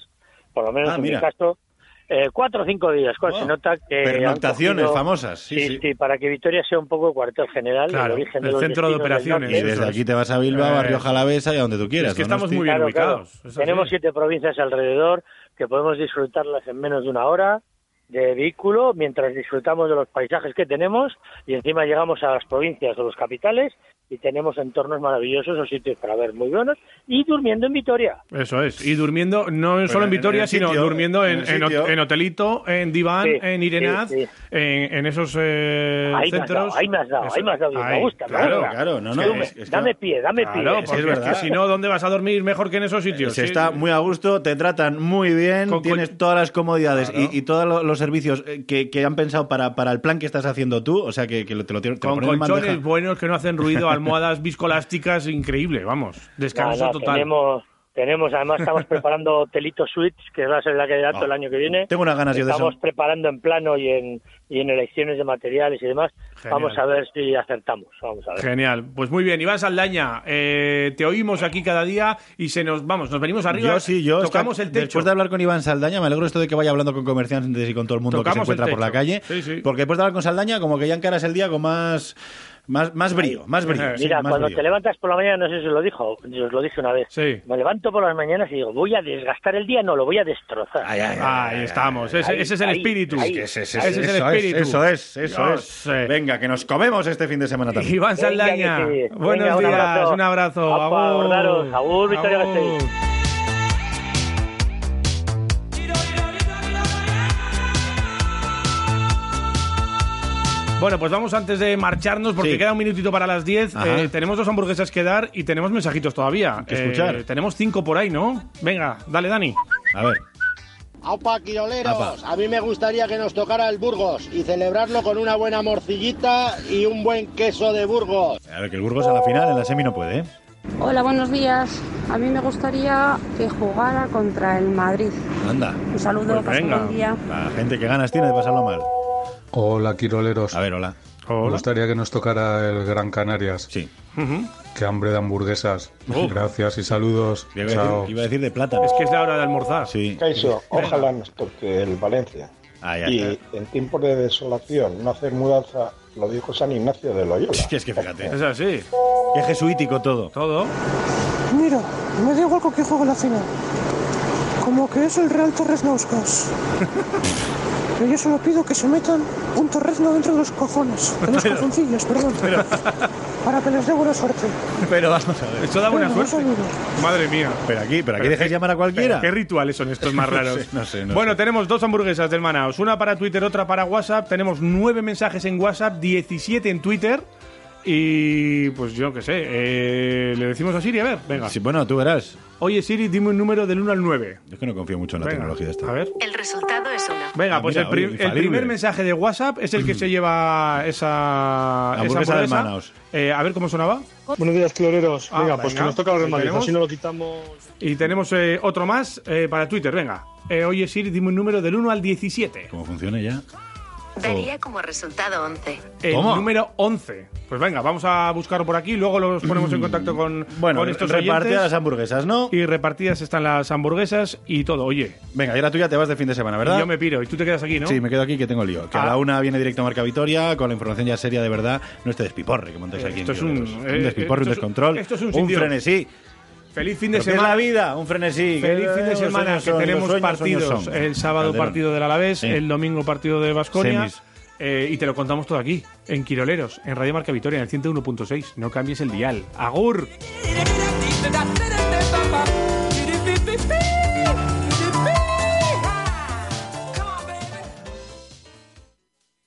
Por lo menos Ah, en mira. Oh, mi caso, eh, cuatro o cinco días, cual se nota que... han Pernoctaciones cogido- famosas, sí, sí. para que Victoria sea un poco cuartel general, Claro, el origen de el los centro de destinos del operaciones, norte. Y desde aquí te vas a Bilbao, a Rioja Alavesa y a donde tú quieras. Es que estamos Donosti. muy bien Claro, claro. ubicados. es así. Tenemos siete provincias alrededor que podemos disfrutarlas en menos de una hora de vehículo mientras disfrutamos de los paisajes que tenemos y encima llegamos a las provincias o los capitales y tenemos entornos maravillosos o sitios para ver muy buenos y durmiendo en Vitoria. Eso es. Y durmiendo, no Pues solo en en el Vitoria, sino sitio, durmiendo en, en en el sitio. hot- en hotelito, en diván, Sí, en Irenaz, sí, sí. En, en esos eh, Ahí me has centros. dado, ahí me has dado, Eso- ahí me has dado bien, me Ahí, gusta, me Claro, gusta. claro, no, no. Tú me- es- es que- dame pie, dame Claro, pie. porque es que si no, ¿dónde vas a dormir mejor que en esos sitios? Se Sí, está muy a gusto, te tratan muy bien, tienes todas las comodidades y- y, todos lo- los servicios eh, que, que han pensado para, para el plan que estás haciendo tú, o sea que, que lo- te lo, tienen- te lo Con ponen en colchones bandeja. buenos que no hacen ruido, almohadas viscolásticas, increíble, vamos. Descanso No, no, total. Tenemos, tenemos, además estamos preparando Hotelito Suites, que va a ser la que dato el año que viene. Ah, Tengo unas ganas yo de eso. Estamos preparando en plano y en, y en elecciones de materiales y demás. Genial. Vamos a ver si acertamos, vamos a ver. Genial, pues muy bien, Iván Saldaña, eh, te oímos aquí cada día y se nos vamos, nos venimos arriba, Yo sí, yo. es que tocamos el techo. Después de hablar con Iván Saldaña, me alegro esto de que vaya hablando con comerciantes y con todo el mundo Tocamos que se el encuentra por la techo. Sí, calle. sí. Porque después de hablar con Saldaña, como que ya encaras el día con más, más, más brío, más brío. sí, Mira, más cuando brío. te levantas por la mañana, no sé si os lo dijo, yo os lo dije una vez. Me levanto por las mañanas y digo, voy a desgastar el día, no, lo voy a destrozar. Ahí estamos, ese, Ahí, ese es el ahí, espíritu. ahí. Es que ese- Ese es el eso espíritu. eso es, eso Dios, es. Venga, que nos comemos este fin de semana también. Iván Saldaña, buenos Venga, un días, abrazo. un abrazo. Apa, agur. acordaros, agur, Vitoria Agur. Gasteiz. Bueno, pues vamos antes de marcharnos porque Sí. queda un minutito para las 10. Ajá. Eh, tenemos dos hamburguesas que dar y tenemos mensajitos todavía. Que Eh, escuchar. tenemos cinco por ahí, ¿no? Venga, dale, Dani. A ver. ¡Apa, quiroleros! Apa. A mí me gustaría que nos tocara el Burgos y celebrarlo con una buena morcillita y un buen queso de Burgos. A ver, que el Burgos a la final, en la semi no puede, ¿eh? Hola, buenos días. A mí me gustaría que jugara contra el Madrid. Anda. Un saludo, Pues pasad venga. buen día. La gente que ganas tiene de pasarlo mal. Hola, Quiroleros. A ver, hola. Me gustaría que nos tocara el Gran Canarias. Sí. Qué hambre de hamburguesas. Oh. Gracias y saludos. Iba a, Chao. decir, iba a decir de plátano. Es que es la hora de almorzar. Sí. Ah, Caiso, ojalá nos toque el Valencia. ya y en tiempos de desolación, no hacer mudanza, lo dijo San Ignacio de Loyola. es que fíjate. Es así. Qué jesuítico todo. Todo. Mira, me da igual con qué juego la final. Como que es el Real Torres Nauscas. Pero yo solo pido que se metan un torrezno dentro de los cojones. De los Pero- cojoncillos, perdón. Para que les dé buena suerte. Pero vamos a ver. Eso da buena Venga, un suerte. saludo. Madre mía. Pero aquí, pero aquí dejáis llamar a cualquiera. ¿Qué rituales son estos más No raros? sé, no sé, no bueno, tenemos dos hamburguesas del Manaos. Una para Twitter, otra para WhatsApp. Tenemos nueve mensajes en WhatsApp, 17 en Twitter. Y pues yo qué sé. eh, Le decimos a Siri, a ver, venga. Sí, bueno, tú verás. Oye Siri, dime un número del 1 al 9. Es que no confío mucho en la Venga, tecnología esta. A ver. El resultado es una. Venga, Ah, pues mira, el, pri- oye, el infalible. primer mensaje de WhatsApp es el que se lleva esa, Hamburguesa esa del Manaos. Eh, a ver cómo sonaba. Buenos días, cloreros. Ah, venga, pues que venga, nos toca el Real ahí Madrid. tenemos. Así no lo quitamos. Y tenemos eh, otro más eh, para Twitter, venga. Eh, oye Siri, dime un número del 1 al 17. ¿Cómo funciona ya? Daría como resultado 11. El número 11. Pues venga, vamos a buscarlo por aquí, luego los ponemos en contacto con, Bueno, con estos repartidas oyentes. las hamburguesas, ¿no? Y repartidas están las hamburguesas y todo, oye. Venga, y ahora tú ya te vas de fin de semana, ¿verdad? y yo me piro, y tú te quedas aquí, ¿no? Sí, me quedo aquí que tengo lío. Que a Ah. la una viene directo a Marca Vitoria con la información ya seria de verdad. No este despiporre que montáis Eh, aquí. en esto es un, Quiroleros. eh, despiporre, esto un es- descontrol. esto es un un sitio. frenesí. Feliz fin de Pero que es semana. la vida, un frenesí. Feliz Que, fin de eh, los semana, sueños que son- tenemos los sueños, los sueños partidos. son. el sábado Calderón. partido del Alavés, Sí. el domingo partido de Vasconia. Semis. eh, y te lo contamos todo aquí, en Quiroleros, en Radio Marca Vitoria, en el 101.6. No cambies el dial. ¡Agur! Did it, did it, did it, did it, did it, did it, did it, did it.